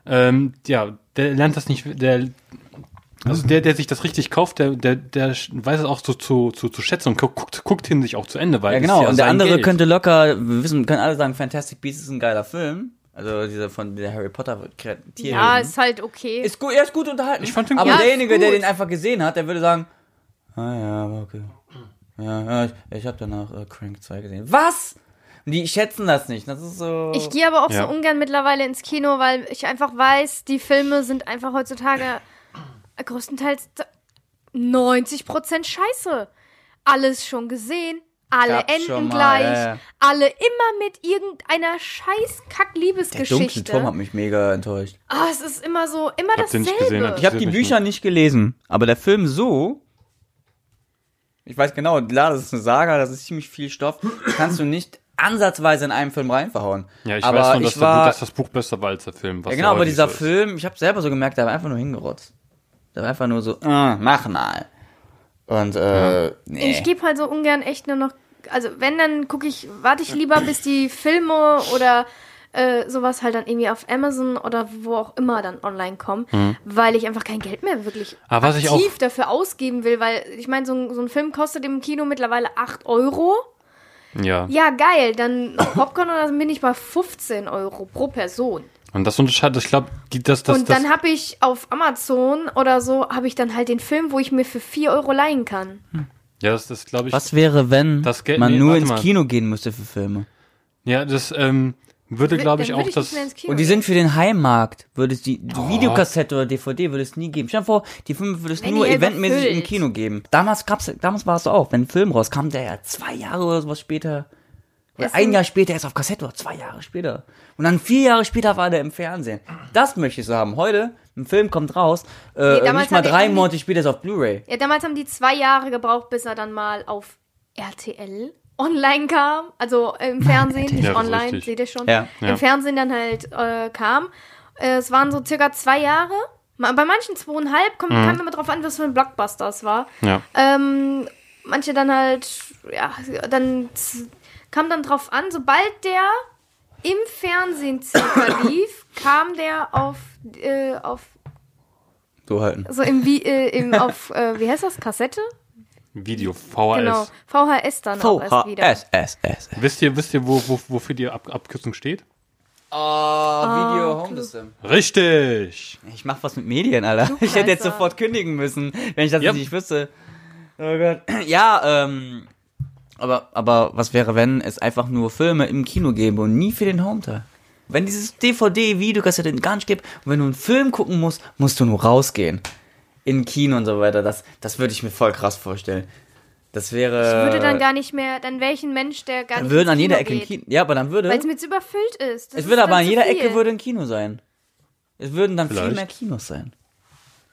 Speaker 2: Ähm, ja, der lernt das nicht, der also der, der sich das richtig kauft, der, der, der weiß es auch so zu, zu, zu schätzen und guckt, guckt, guckt hin sich auch zu Ende, weil
Speaker 1: Ja,
Speaker 2: es
Speaker 1: genau.
Speaker 2: ist ja
Speaker 1: und der
Speaker 2: sein
Speaker 1: andere
Speaker 2: Geld.
Speaker 1: könnte locker, wir wissen, können alle sagen, Fantastic Beasts ist ein geiler Film. Also dieser von der Harry Potter Tier.
Speaker 3: Ja, ist halt okay.
Speaker 1: ist gut, er ist gut unterhalten.
Speaker 2: Ich fand den
Speaker 1: aber
Speaker 2: gut.
Speaker 3: Ja,
Speaker 1: derjenige,
Speaker 3: ist
Speaker 1: der
Speaker 3: gut.
Speaker 1: den einfach gesehen hat, der würde sagen, ah ja, war okay. Ja, ja ich, ich habe danach äh, Crank 2 gesehen. Was? Und die schätzen das nicht. Das ist so.
Speaker 3: ich gehe aber auch
Speaker 2: Ja.
Speaker 3: so ungern mittlerweile ins Kino, weil ich einfach weiß, die Filme sind einfach heutzutage größtenteils 90% Scheiße. Alles schon gesehen, alle
Speaker 1: Gab's schon
Speaker 3: enden
Speaker 1: mal,
Speaker 3: gleich,
Speaker 1: ja, ja.
Speaker 3: alle immer mit irgendeiner scheiß
Speaker 1: der dunkle Turm hat
Speaker 3: Kack-Liebesgeschichte.
Speaker 1: mich mega enttäuscht.
Speaker 3: Ah, es ist immer so, immer
Speaker 2: Hab den nicht gesehen,
Speaker 3: dasselbe.
Speaker 2: hab
Speaker 1: ne? Ich habe die
Speaker 2: Natürlich
Speaker 1: Bücher nicht gelesen, aber der Film so. Ich weiß genau, klar, das ist eine Saga, das ist ziemlich viel Stoff. Kannst du nicht ansatzweise in einem Film reinverhauen.
Speaker 2: Ja, ich
Speaker 1: aber
Speaker 2: weiß nur, dass,
Speaker 1: ich
Speaker 2: der, Buch-
Speaker 1: war,
Speaker 2: dass das Buch besser war als der Film. Was
Speaker 1: ja, genau,
Speaker 2: ja
Speaker 1: aber
Speaker 2: häufig
Speaker 1: dieser
Speaker 2: so ist.
Speaker 1: Film, ich habe selber so gemerkt, der war einfach nur hingerotzt. Der war einfach nur so, "Ah, mach mal. Und äh, nee.
Speaker 3: Ich gebe halt so ungern echt nur noch. Also, wenn, dann gucke ich, warte ich lieber, bis die Filme oder äh, sowas halt dann irgendwie auf Amazon oder wo auch immer dann online kommen, weil ich einfach kein Geld mehr wirklich
Speaker 2: Aber Hm. Ah, was ich
Speaker 3: aktiv dafür ausgeben will, weil ich meine, so, ein- so ein Film kostet im Kino mittlerweile 8 Euro.
Speaker 2: Ja.
Speaker 3: Ja, geil, dann noch Popcorn und dann bin ich bei 15 Euro pro Person.
Speaker 2: Und das unterscheidet, ich glaube, das, das,
Speaker 3: und
Speaker 2: das,
Speaker 3: dann habe ich auf Amazon oder so, habe ich dann halt den Film, wo ich mir für 4 Euro leihen kann.
Speaker 2: ja, das, das glaube ich,
Speaker 1: Was wäre, wenn
Speaker 2: Das Geld-
Speaker 1: man
Speaker 2: nee,
Speaker 1: nur
Speaker 2: warte
Speaker 1: ins
Speaker 2: mal.
Speaker 1: Kino gehen müsste für Filme?
Speaker 2: ja, das, ähm, würde, glaube ich,
Speaker 3: Dann
Speaker 2: auch
Speaker 3: würd nicht
Speaker 2: das,
Speaker 3: mehr ins Kino
Speaker 1: Und die
Speaker 3: gehen.
Speaker 1: sind für den Heimmarkt. Würde es die die Videokassette oder DVD würde es nie geben. Stell dir vor, die Filme würde es
Speaker 3: Wenn
Speaker 1: nur
Speaker 3: die ja
Speaker 1: eventmäßig im
Speaker 3: überfüllt.
Speaker 1: Kino geben. Damals gab's, damals war es so auch, wenn ein Film rauskam, der ja zwei Jahre oder sowas später, oder
Speaker 3: Es
Speaker 1: ein
Speaker 3: sind-
Speaker 1: Jahr später erst auf Kassette oder zwei Jahre später. Und dann vier Jahre später war der im Fernsehen. Das möchte ich so haben. Heute, ein Film kommt raus, äh, nicht
Speaker 3: damals
Speaker 1: mal
Speaker 3: haben die
Speaker 1: drei
Speaker 3: irgendwie-
Speaker 1: Monate später ist er auf Blu-ray.
Speaker 3: Ja, damals haben die zwei Jahre gebraucht, bis er dann mal auf RTL online kam. Also äh, im Fernsehen, nicht
Speaker 2: Ja, das ist
Speaker 3: online,
Speaker 2: richtig.
Speaker 3: seht ihr schon.
Speaker 1: Ja,
Speaker 2: ja.
Speaker 3: Im Fernsehen dann halt äh, kam. Äh, es waren so circa zwei Jahre. Ma- Bei manchen zweieinhalb, kommt, kam immer drauf an, was für ein Blockbuster es war.
Speaker 2: Mhm. ja.
Speaker 3: Ähm, manche dann halt, ja, dann z- kam dann drauf an, sobald der im Fernsehen circa lief, kam der auf, äh, auf
Speaker 1: So halten.
Speaker 3: so im, wie, äh, im, auf, äh, wie heißt das, Kassette?
Speaker 2: Video, VHS.
Speaker 3: Genau, VHS dann auch erst wieder.
Speaker 1: VHS, S, S.
Speaker 2: Wisst ihr, wisst ihr, wo, wo, wofür die Ab Abkürzung steht?
Speaker 1: Oh, Video
Speaker 3: Ah,
Speaker 1: Home System.
Speaker 2: Richtig!
Speaker 1: Ich mach was mit Medien, Alter. ich hätte jetzt
Speaker 3: Scheiße.
Speaker 1: sofort kündigen müssen, wenn ich das
Speaker 2: Yep.
Speaker 1: nicht wüsste. Oh Gott. Ja, ähm. Aber, aber was wäre, wenn es einfach nur Filme im Kino gäbe und nie für den Home-Teil? Wenn dieses DVD-Videokassette gar nicht gibt und wenn du einen Film gucken musst, musst du nur rausgehen. In Kino und so weiter. Das, das würde ich mir voll krass vorstellen. Das wäre.
Speaker 3: Ich würde dann gar nicht mehr, dann wäre ich ein Mensch, der gar
Speaker 1: Dann
Speaker 3: nicht
Speaker 1: Äh. würden an
Speaker 3: ins Kino
Speaker 1: jeder Ecke ein
Speaker 3: geht,
Speaker 1: Kino. Ja, aber dann würde.
Speaker 3: Weil es mir zu überfüllt ist. Das
Speaker 1: Es
Speaker 3: ist
Speaker 1: wird aber
Speaker 3: dann
Speaker 1: an
Speaker 3: zu
Speaker 1: jeder
Speaker 3: viel.
Speaker 1: Ecke würde ein Kino sein. Es würden dann viel
Speaker 2: Vielleicht.
Speaker 1: mehr Kinos sein.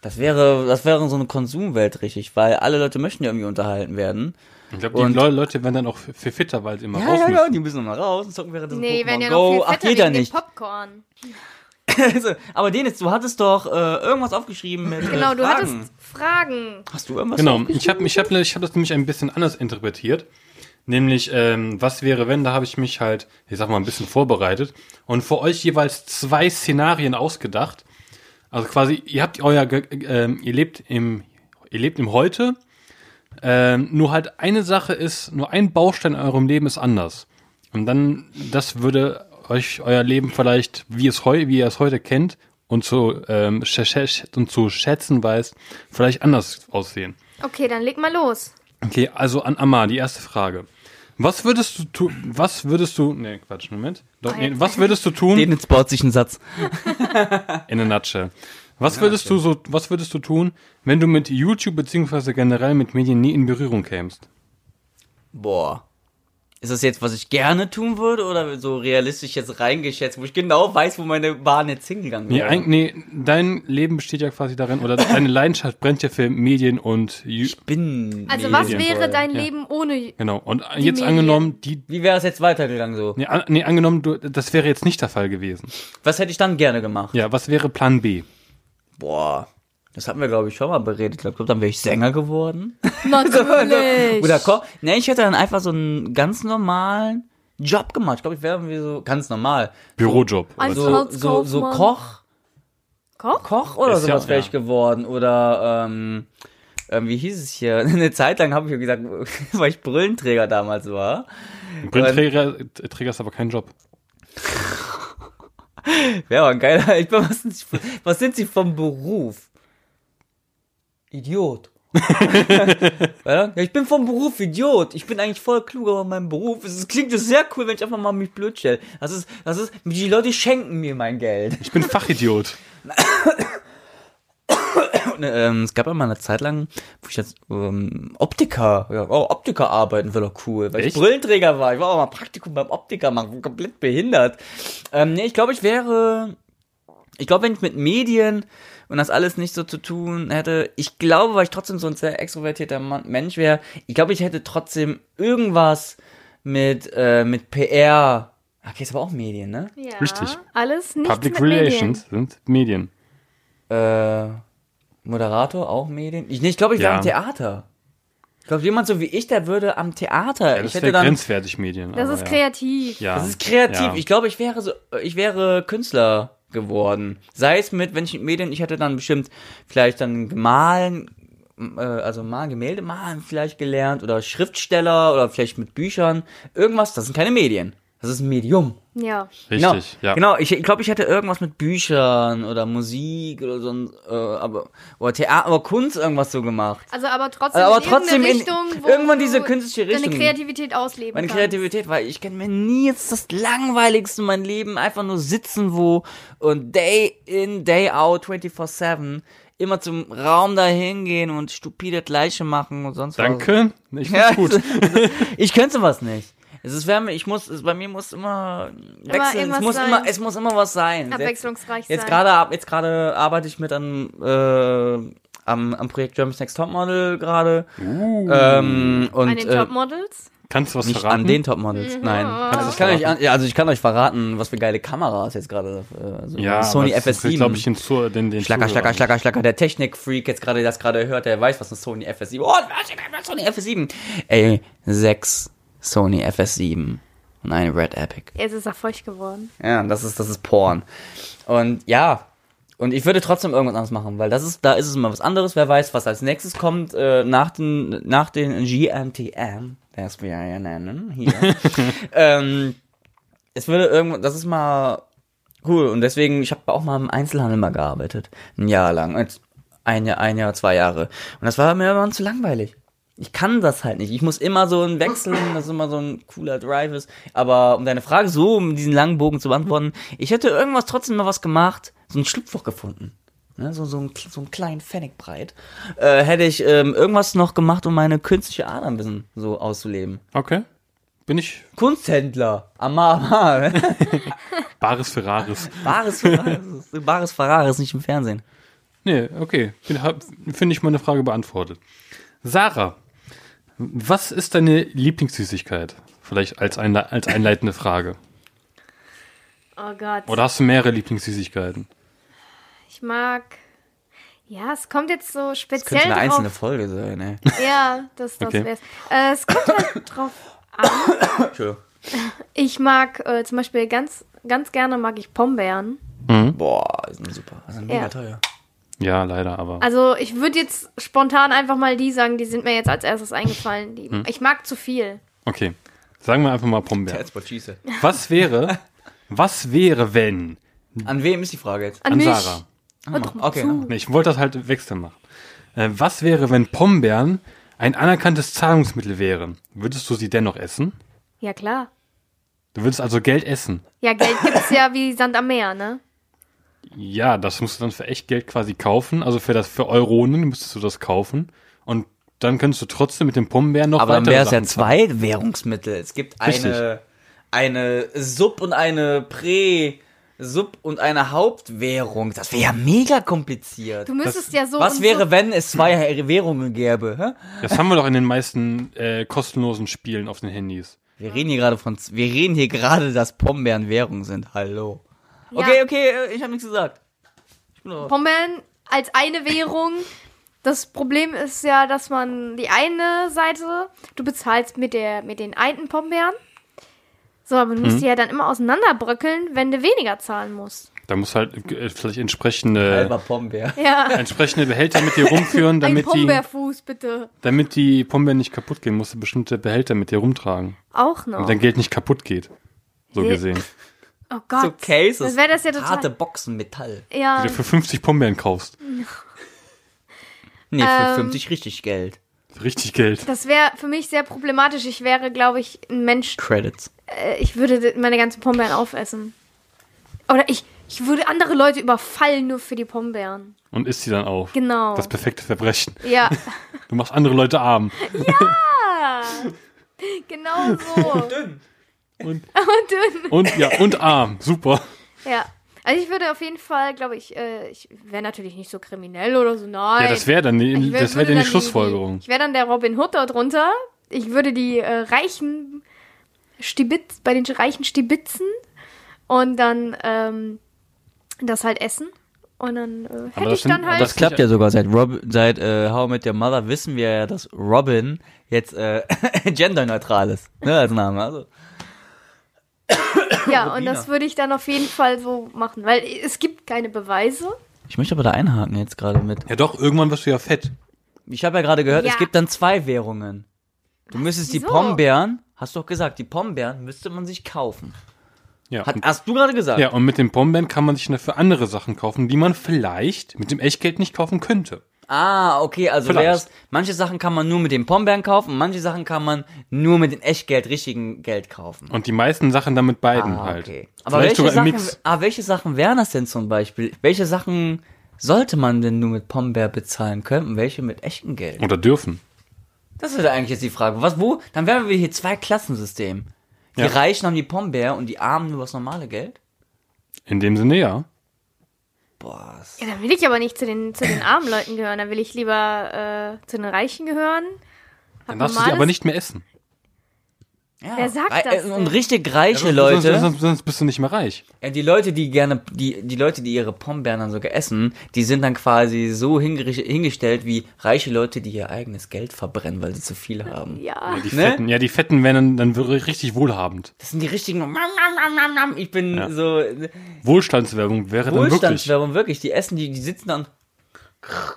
Speaker 1: Das wäre, das wäre so eine Konsumwelt richtig, weil alle Leute möchten ja irgendwie unterhalten werden.
Speaker 2: Ich glaube, die
Speaker 1: Und-
Speaker 2: Leu- Leute werden dann auch f- viel fitter, weil sie immer
Speaker 1: Ja,
Speaker 2: raus
Speaker 1: ja,
Speaker 2: müssen.
Speaker 1: ja, die müssen noch mal raus und zocken währenddessen
Speaker 3: Nee,
Speaker 1: Pokémon
Speaker 3: wären ja
Speaker 1: Go.
Speaker 3: noch viel
Speaker 1: Ach,
Speaker 3: fetter
Speaker 1: geht ja
Speaker 3: wegen dem
Speaker 1: nicht.
Speaker 3: Popcorn.
Speaker 1: Also, aber Dennis, du hattest doch äh, irgendwas aufgeschrieben mit
Speaker 3: Genau,
Speaker 1: äh,
Speaker 3: du
Speaker 1: Fragen.
Speaker 3: hattest Fragen.
Speaker 1: Hast du irgendwas
Speaker 2: Genau, ich habe ich hab, ich hab das nämlich ein bisschen anders interpretiert. Nämlich, ähm, was wäre, wenn, da habe ich mich halt, ich sag mal, ein bisschen vorbereitet und für euch jeweils zwei Szenarien ausgedacht. Also quasi, ihr habt euer, Ge- ähm, ihr lebt im, ihr lebt im Heute. Ähm, nur halt eine Sache ist, nur ein Baustein in eurem Leben ist anders. Und dann, das würde euch euer Leben vielleicht, wie es heu, wie ihr es heute kennt und zu, ähm, schä- schä- und zu schätzen weiß, vielleicht anders aussehen.
Speaker 3: Okay, dann leg mal los.
Speaker 2: Okay, also an Amar, die erste Frage. Was würdest du tun, was würdest du, nee, Quatsch, Moment. Doch, nee, was würdest du tun?
Speaker 1: Dennis baut sich einen Satz.
Speaker 2: In a nutshell. Was würdest du so, was würdest du tun, wenn du mit YouTube beziehungsweise generell mit Medien nie in Berührung kämst?
Speaker 1: Boah. ist das jetzt, was ich gerne tun würde oder so realistisch jetzt reingeschätzt, wo ich genau weiß, wo meine Bahn jetzt hingegangen
Speaker 2: Nee,
Speaker 1: wäre?
Speaker 2: eigentlich, nee, dein Leben besteht ja quasi darin, oder deine Leidenschaft brennt ja für Medien und Ju-
Speaker 1: bin.
Speaker 3: Also was
Speaker 2: Medien
Speaker 3: wäre
Speaker 1: medienvoll.
Speaker 3: dein
Speaker 2: ja.
Speaker 3: Leben ohne...
Speaker 2: Genau. Und jetzt
Speaker 3: Medien.
Speaker 2: angenommen, die.
Speaker 1: Wie wäre es jetzt weitergegangen so?
Speaker 2: Nee, an, nee angenommen, du, das wäre jetzt nicht der Fall gewesen.
Speaker 1: Was hätte ich dann gerne gemacht?
Speaker 2: Ja, was wäre Plan B?
Speaker 1: Boah, das hatten wir, glaube ich, schon mal beredet. Ich glaube, dann wäre ich Sänger geworden.
Speaker 3: Natürlich.
Speaker 1: Oder Koch. Nee, ich hätte dann einfach so einen ganz normalen Job gemacht. Ich glaube, ich wäre irgendwie so ganz normal.
Speaker 2: Bürojob. oder
Speaker 3: Also-
Speaker 2: so.
Speaker 1: So, so, so
Speaker 3: Hauskaufmann.
Speaker 1: Koch.
Speaker 3: Koch?
Speaker 1: Koch oder
Speaker 2: Ist ja-
Speaker 1: sowas wäre ich
Speaker 2: ja.
Speaker 1: geworden. Oder, ähm, ähm, wie hieß es hier? Eine Zeit lang habe ich gesagt, weil ich Brillenträger damals war.
Speaker 2: Brillenträger Träger ist aber kein Job.
Speaker 1: Wäre aber ein geiler. Ich meine, was, sind Sie, was sind Sie vom Beruf? Idiot. ja, ich bin vom Beruf Idiot. Ich bin eigentlich voll klug, aber mein Beruf es klingt das sehr cool, wenn ich einfach mal mich blöd stelle. Das ist, das ist, die Leute schenken mir mein Geld.
Speaker 2: Ich bin Fachidiot.
Speaker 1: Und, ähm, es gab ja mal eine Zeit lang, wo ich jetzt ähm, Optiker, ja, oh, Optiker arbeiten wäre doch cool, weil
Speaker 2: Echt?
Speaker 1: ich Brillenträger war. Ich war auch mal Praktikum beim Optiker machen, komplett behindert. Ähm, nee, ich glaube, ich wäre, ich glaube, wenn ich mit Medien und das alles nicht so zu tun hätte, ich glaube, weil ich trotzdem so ein sehr extrovertierter Mann, Mensch wäre, ich glaube, ich hätte trotzdem irgendwas mit, äh, mit PR. Okay, ist aber auch Medien, ne?
Speaker 3: Ja.
Speaker 2: Richtig.
Speaker 3: Alles nicht
Speaker 2: Public
Speaker 3: mit Medien.
Speaker 2: Relations sind Medien.
Speaker 1: Äh, Moderator, auch Medien? Ich, nee, ich glaube, ich wäre
Speaker 2: Ja.
Speaker 1: am Theater. Ich glaube, jemand so wie ich, der würde am Theater.
Speaker 2: Ja,
Speaker 1: ich
Speaker 2: das
Speaker 1: hätte
Speaker 2: wäre
Speaker 1: dann.
Speaker 2: grenzwertig Medien.
Speaker 3: Das
Speaker 2: aber
Speaker 3: ist
Speaker 2: ja.
Speaker 3: kreativ.
Speaker 2: Ja.
Speaker 1: Das ist kreativ.
Speaker 2: Ja.
Speaker 1: Ich glaube, ich wäre so, ich wäre Künstler geworden. Sei es mit, wenn ich mit Medien, ich hätte dann bestimmt vielleicht dann gemahlen, äh, also mal Gemälde malen vielleicht gelernt oder Schriftsteller oder vielleicht mit Büchern. Irgendwas, das sind keine Medien. Das ist ein Medium.
Speaker 3: Ja.
Speaker 2: Richtig,
Speaker 1: genau,
Speaker 2: ja.
Speaker 1: Genau, ich, ich glaube, ich hätte irgendwas mit Büchern oder Musik oder so ein, äh, aber, oder Theater, aber Kunst irgendwas so gemacht.
Speaker 3: Also aber trotzdem
Speaker 1: Aber
Speaker 3: in irgendeine
Speaker 1: trotzdem in-
Speaker 3: Richtung, wo
Speaker 1: irgendwann diese
Speaker 3: du
Speaker 1: künstliche Richtung.
Speaker 3: Deine Kreativität ausleben
Speaker 1: Meine
Speaker 3: kannst.
Speaker 1: Kreativität, weil ich kann mir nie jetzt das Langweiligste in meinem Leben einfach nur sitzen wo und day in, day out, 24-7 immer zum Raum da hingehen und stupide Gleiche machen und sonst
Speaker 2: Danke. Ich
Speaker 1: was.
Speaker 2: find's gut.
Speaker 1: Ja, ich könnte sowas nicht. Es ist wärme, ich muss, es, bei mir muss immer wechseln, es
Speaker 3: irgendwas
Speaker 1: muss
Speaker 3: sein.
Speaker 1: immer, es muss immer was sein.
Speaker 3: Abwechslungsreich
Speaker 1: Jetzt
Speaker 3: sein.
Speaker 1: gerade ab- jetzt gerade arbeite ich mit an äh, am, am Projekt Germany's Next Topmodel gerade. Ähm, und
Speaker 3: An den
Speaker 1: äh,
Speaker 3: Topmodels? Mhm. Oh.
Speaker 2: Kannst du was
Speaker 1: nicht
Speaker 2: Uh. verraten?
Speaker 1: an den Topmodels, nein.
Speaker 2: Kannst
Speaker 1: Also
Speaker 2: du
Speaker 1: ich, kann
Speaker 2: was
Speaker 1: euch an, ja, also ich kann euch verraten, was für geile Kameras jetzt gerade. Äh, so
Speaker 2: ja,
Speaker 1: Sony FS7.
Speaker 2: glaube ich, den, Zu- den, den
Speaker 1: Schlacker,
Speaker 2: Zuhörern.
Speaker 1: Schlacker, Schlacker, Schlacker, der Technik-Freak jetzt gerade, der das gerade hört, der weiß, was ein Sony FS7. Oh, was ist ein Sony FS7? Ey, sechs Sony FS7 und eine Red Epic.
Speaker 3: Jetzt ist er feucht geworden.
Speaker 1: Ja, das ist, das ist Porn. Und ja, und ich würde trotzdem irgendwas anderes machen, weil das ist, da ist es immer was anderes. Wer weiß, was als nächstes kommt, äh, nach den, nach den GMTM, das wir ja nennen, hier. ähm, es würde irgendwann, das ist mal cool. Und deswegen, ich habe auch mal im Einzelhandel mal gearbeitet. Ein Jahr lang. Jetzt Ein Jahr, ein Jahr, zwei Jahre. Und das war mir immer zu langweilig. Ich kann das halt nicht. Ich muss immer so ein Wechseln, dass immer so ein cooler Drive ist. Aber um deine Frage so, um diesen langen Bogen zu beantworten, ich hätte irgendwas trotzdem mal was gemacht, so ein Schlupfloch gefunden. Ne, so, so, ein, so einen kleinen Pfennig breit. Äh, hätte ich ähm, irgendwas noch gemacht, um meine künstliche Ader ein bisschen so auszuleben.
Speaker 2: Okay. Bin ich
Speaker 1: Kunsthändler. Amar,
Speaker 2: Bares für Rares.
Speaker 1: Bares Ferraris. Bares Ferraris, nicht im Fernsehen.
Speaker 2: Nee, okay. Bin- hab- Finde ich meine Frage beantwortet. Sarah, was ist deine Lieblingssüßigkeit? Vielleicht als, einle als einleitende Frage.
Speaker 3: Oh Gott.
Speaker 2: Oder hast du mehrere Lieblingssüßigkeiten?
Speaker 3: Ich mag. Ja, es kommt jetzt so
Speaker 1: Könnte
Speaker 3: speziell
Speaker 1: eine einzelne
Speaker 3: drauf.
Speaker 1: Folge sein, ey.
Speaker 3: Ja, das, das
Speaker 2: Okay.
Speaker 3: wär's. Äh, es kommt halt drauf an. Ich mag äh, zum Beispiel ganz, ganz gerne mag ich Pombeeren.
Speaker 1: Boah, die sind super. Die sind Also mega
Speaker 3: Ja.
Speaker 1: teuer.
Speaker 2: Ja, leider, aber.
Speaker 3: Also ich würde jetzt spontan einfach mal die sagen, die sind mir jetzt als erstes eingefallen. Die, Ich mag zu viel.
Speaker 2: Okay. Sagen wir einfach mal Pombeer.
Speaker 1: That's what she said.
Speaker 2: Was wäre, was wäre, wenn
Speaker 1: An wem ist die Frage jetzt?
Speaker 3: An,
Speaker 2: an
Speaker 3: mich.
Speaker 2: Sarah?
Speaker 3: Und drum
Speaker 1: Okay,
Speaker 3: zu.
Speaker 2: Nee, ich wollte das halt wechseln machen. Äh, was wäre, wenn Pombeeren ein anerkanntes Zahlungsmittel wären? Würdest du sie dennoch essen?
Speaker 3: Ja, klar.
Speaker 2: Du würdest also Geld essen.
Speaker 3: Ja, Geld gibt's ja wie Sand am Meer, ne?
Speaker 2: Ja, das musst du dann für echt Geld quasi kaufen. Also für das für Euronen müsstest du das kaufen und dann könntest du trotzdem mit dem Pombeeren noch
Speaker 1: Aber dann
Speaker 2: weitere
Speaker 1: wäre es ja
Speaker 2: Sachen zahlen.
Speaker 1: zwei Währungsmittel. Es gibt eine,
Speaker 2: Richtig.
Speaker 1: eine Sub- und eine Prä-, Sub- und eine Hauptwährung. Das wäre ja mega kompliziert.
Speaker 3: Du müsstest ja so.
Speaker 1: Was
Speaker 3: und
Speaker 1: wäre,
Speaker 3: so,
Speaker 1: wenn es zwei Währungen gäbe? Hä?
Speaker 2: Das haben wir doch in den meisten äh, kostenlosen Spielen auf den Handys.
Speaker 1: Wir reden hier gerade von, z- wir reden hier gerade, dass Pombeeren Währung sind. Hallo.
Speaker 3: Ja.
Speaker 1: Okay, okay, äh, ich habe nichts gesagt. Ich bin raus.
Speaker 3: Pommern als eine Währung. Das Problem ist ja, dass man die eine Seite, du bezahlst mit, der, mit den alten Pombeeren. So, aber du musst die ja dann immer auseinanderbröckeln, wenn du weniger zahlen musst.
Speaker 2: Da muss halt äh, vielleicht entsprechende,
Speaker 1: Halber Pombeer.
Speaker 3: Ja,
Speaker 2: entsprechende Behälter mit dir rumführen,
Speaker 3: ein
Speaker 2: damit die,
Speaker 3: Pombeerfuß bitte.
Speaker 2: damit die Pombeeren nicht kaputt gehen, musst du bestimmte Behälter mit dir rumtragen.
Speaker 3: Auch noch.
Speaker 2: Und dein Geld nicht kaputt geht. So
Speaker 3: Nee.
Speaker 2: gesehen.
Speaker 3: Oh Gott.
Speaker 1: So Cases.
Speaker 3: Das wäre das ja total.
Speaker 1: Harte Boxen Metall.
Speaker 3: Ja,
Speaker 2: Die du für 50 Pombeeren kaufst.
Speaker 1: Nee, für
Speaker 3: Ähm.
Speaker 1: 50 richtig Geld.
Speaker 2: Richtig Geld.
Speaker 3: das wäre für mich sehr problematisch. Ich wäre, glaube ich, ein Mensch.
Speaker 1: Credits.
Speaker 3: Äh, ich würde meine ganzen Pombeeren aufessen. Oder ich, ich würde andere Leute überfallen nur für die Pombeeren.
Speaker 2: Und isst sie dann auf.
Speaker 3: Genau.
Speaker 2: Das perfekte Verbrechen.
Speaker 3: Ja,
Speaker 2: Du machst andere Leute arm.
Speaker 3: genau so.
Speaker 2: Und, und, ja, und arm. Super.
Speaker 3: ja. Also ich würde auf jeden Fall, glaube ich, äh, ich wäre natürlich nicht so kriminell oder so, nein.
Speaker 2: Ja, das wäre dann die,
Speaker 3: Ich wär-
Speaker 2: das wäre
Speaker 3: würde
Speaker 2: dann die
Speaker 3: dann
Speaker 2: Schlussfolgerung.
Speaker 3: Die, ich wäre dann der Robin Hood da drunter. Ich würde die äh, reichen Stibitz, bei den reichen Stibitzen und dann ähm, das halt essen. Und dann äh, hätte
Speaker 2: das
Speaker 3: ich
Speaker 2: sind-
Speaker 3: dann
Speaker 2: aber
Speaker 1: Das
Speaker 3: halt.
Speaker 1: klappt ja sogar seit Rob, seit äh, How I Met Your Mother wissen wir ja, dass Robin jetzt äh, genderneutral ist, ne, als Name. Also,
Speaker 3: Ja, und
Speaker 1: Robina.
Speaker 3: das würde ich dann auf jeden Fall so machen, weil es gibt keine Beweise.
Speaker 1: ich möchte aber da einhaken jetzt gerade mit.
Speaker 2: Ja doch, irgendwann wirst du ja fett.
Speaker 1: Ich habe ja gerade gehört,
Speaker 3: Ja.
Speaker 1: es gibt dann zwei Währungen. Du müsstest die
Speaker 3: wieso?
Speaker 1: Pombeeren, hast du doch gesagt, die Pombeeren müsste man sich kaufen.
Speaker 2: Ja.
Speaker 1: Hat,
Speaker 2: und-
Speaker 1: hast du gerade gesagt?
Speaker 2: Ja, und mit dem Bomben kann man sich dafür andere Sachen kaufen, die man vielleicht mit dem Echtgeld nicht kaufen könnte.
Speaker 1: Ah, okay, also
Speaker 2: Vielleicht.
Speaker 1: wär's, manche Sachen kann man nur mit den Pombeeren kaufen, manche Sachen kann man nur mit dem Echtgeld, richtigen Geld kaufen.
Speaker 2: Und die meisten Sachen dann mit beiden
Speaker 1: Ah,
Speaker 2: halt.
Speaker 1: okay. Aber
Speaker 2: vielleicht
Speaker 1: welche
Speaker 2: sogar im
Speaker 1: Sachen,
Speaker 2: Mix.
Speaker 1: ah, welche Sachen wären das denn zum Beispiel? Welche Sachen sollte man denn nur mit Pombeer bezahlen können und welche mit echtem Geld?
Speaker 2: Oder dürfen.
Speaker 1: Das ist ja eigentlich jetzt die Frage. Was, wo? Dann wären wir hier zwei Klassensystem. Die
Speaker 2: Ja.
Speaker 1: Reichen haben die Pombeer und die Armen nur das normale Geld?
Speaker 2: In dem Sinne ja.
Speaker 1: Boah, das-
Speaker 3: Ja, dann will ich aber nicht zu den, zu den armen Leuten gehören, dann will ich lieber äh, zu den Reichen gehören. Hab
Speaker 2: Dann darfst du sie
Speaker 3: normales-
Speaker 2: aber nicht mehr essen.
Speaker 1: ja.
Speaker 3: Wer sagt
Speaker 1: Rei-
Speaker 3: das
Speaker 1: äh,
Speaker 3: denn?
Speaker 1: Und richtig reiche
Speaker 2: Sonst,
Speaker 1: Leute.
Speaker 2: sonst, sonst bist du nicht mehr reich.
Speaker 1: Ja, die Leute, die gerne, die, die Leute, die ihre Pombeeren dann sogar essen, die sind dann quasi so hingericht- hingestellt wie reiche Leute, die ihr eigenes Geld verbrennen, weil sie zu viel haben.
Speaker 3: Ja.
Speaker 2: Die
Speaker 1: Ne?
Speaker 2: Fetten, ja, die Fetten wären dann, dann wäre richtig wohlhabend.
Speaker 1: Das sind die richtigen. Ich bin so.
Speaker 2: Wohlstandswerbung wäre dann wirklich.
Speaker 1: Wohlstandswerbung, wirklich. Die essen, die, die sitzen dann.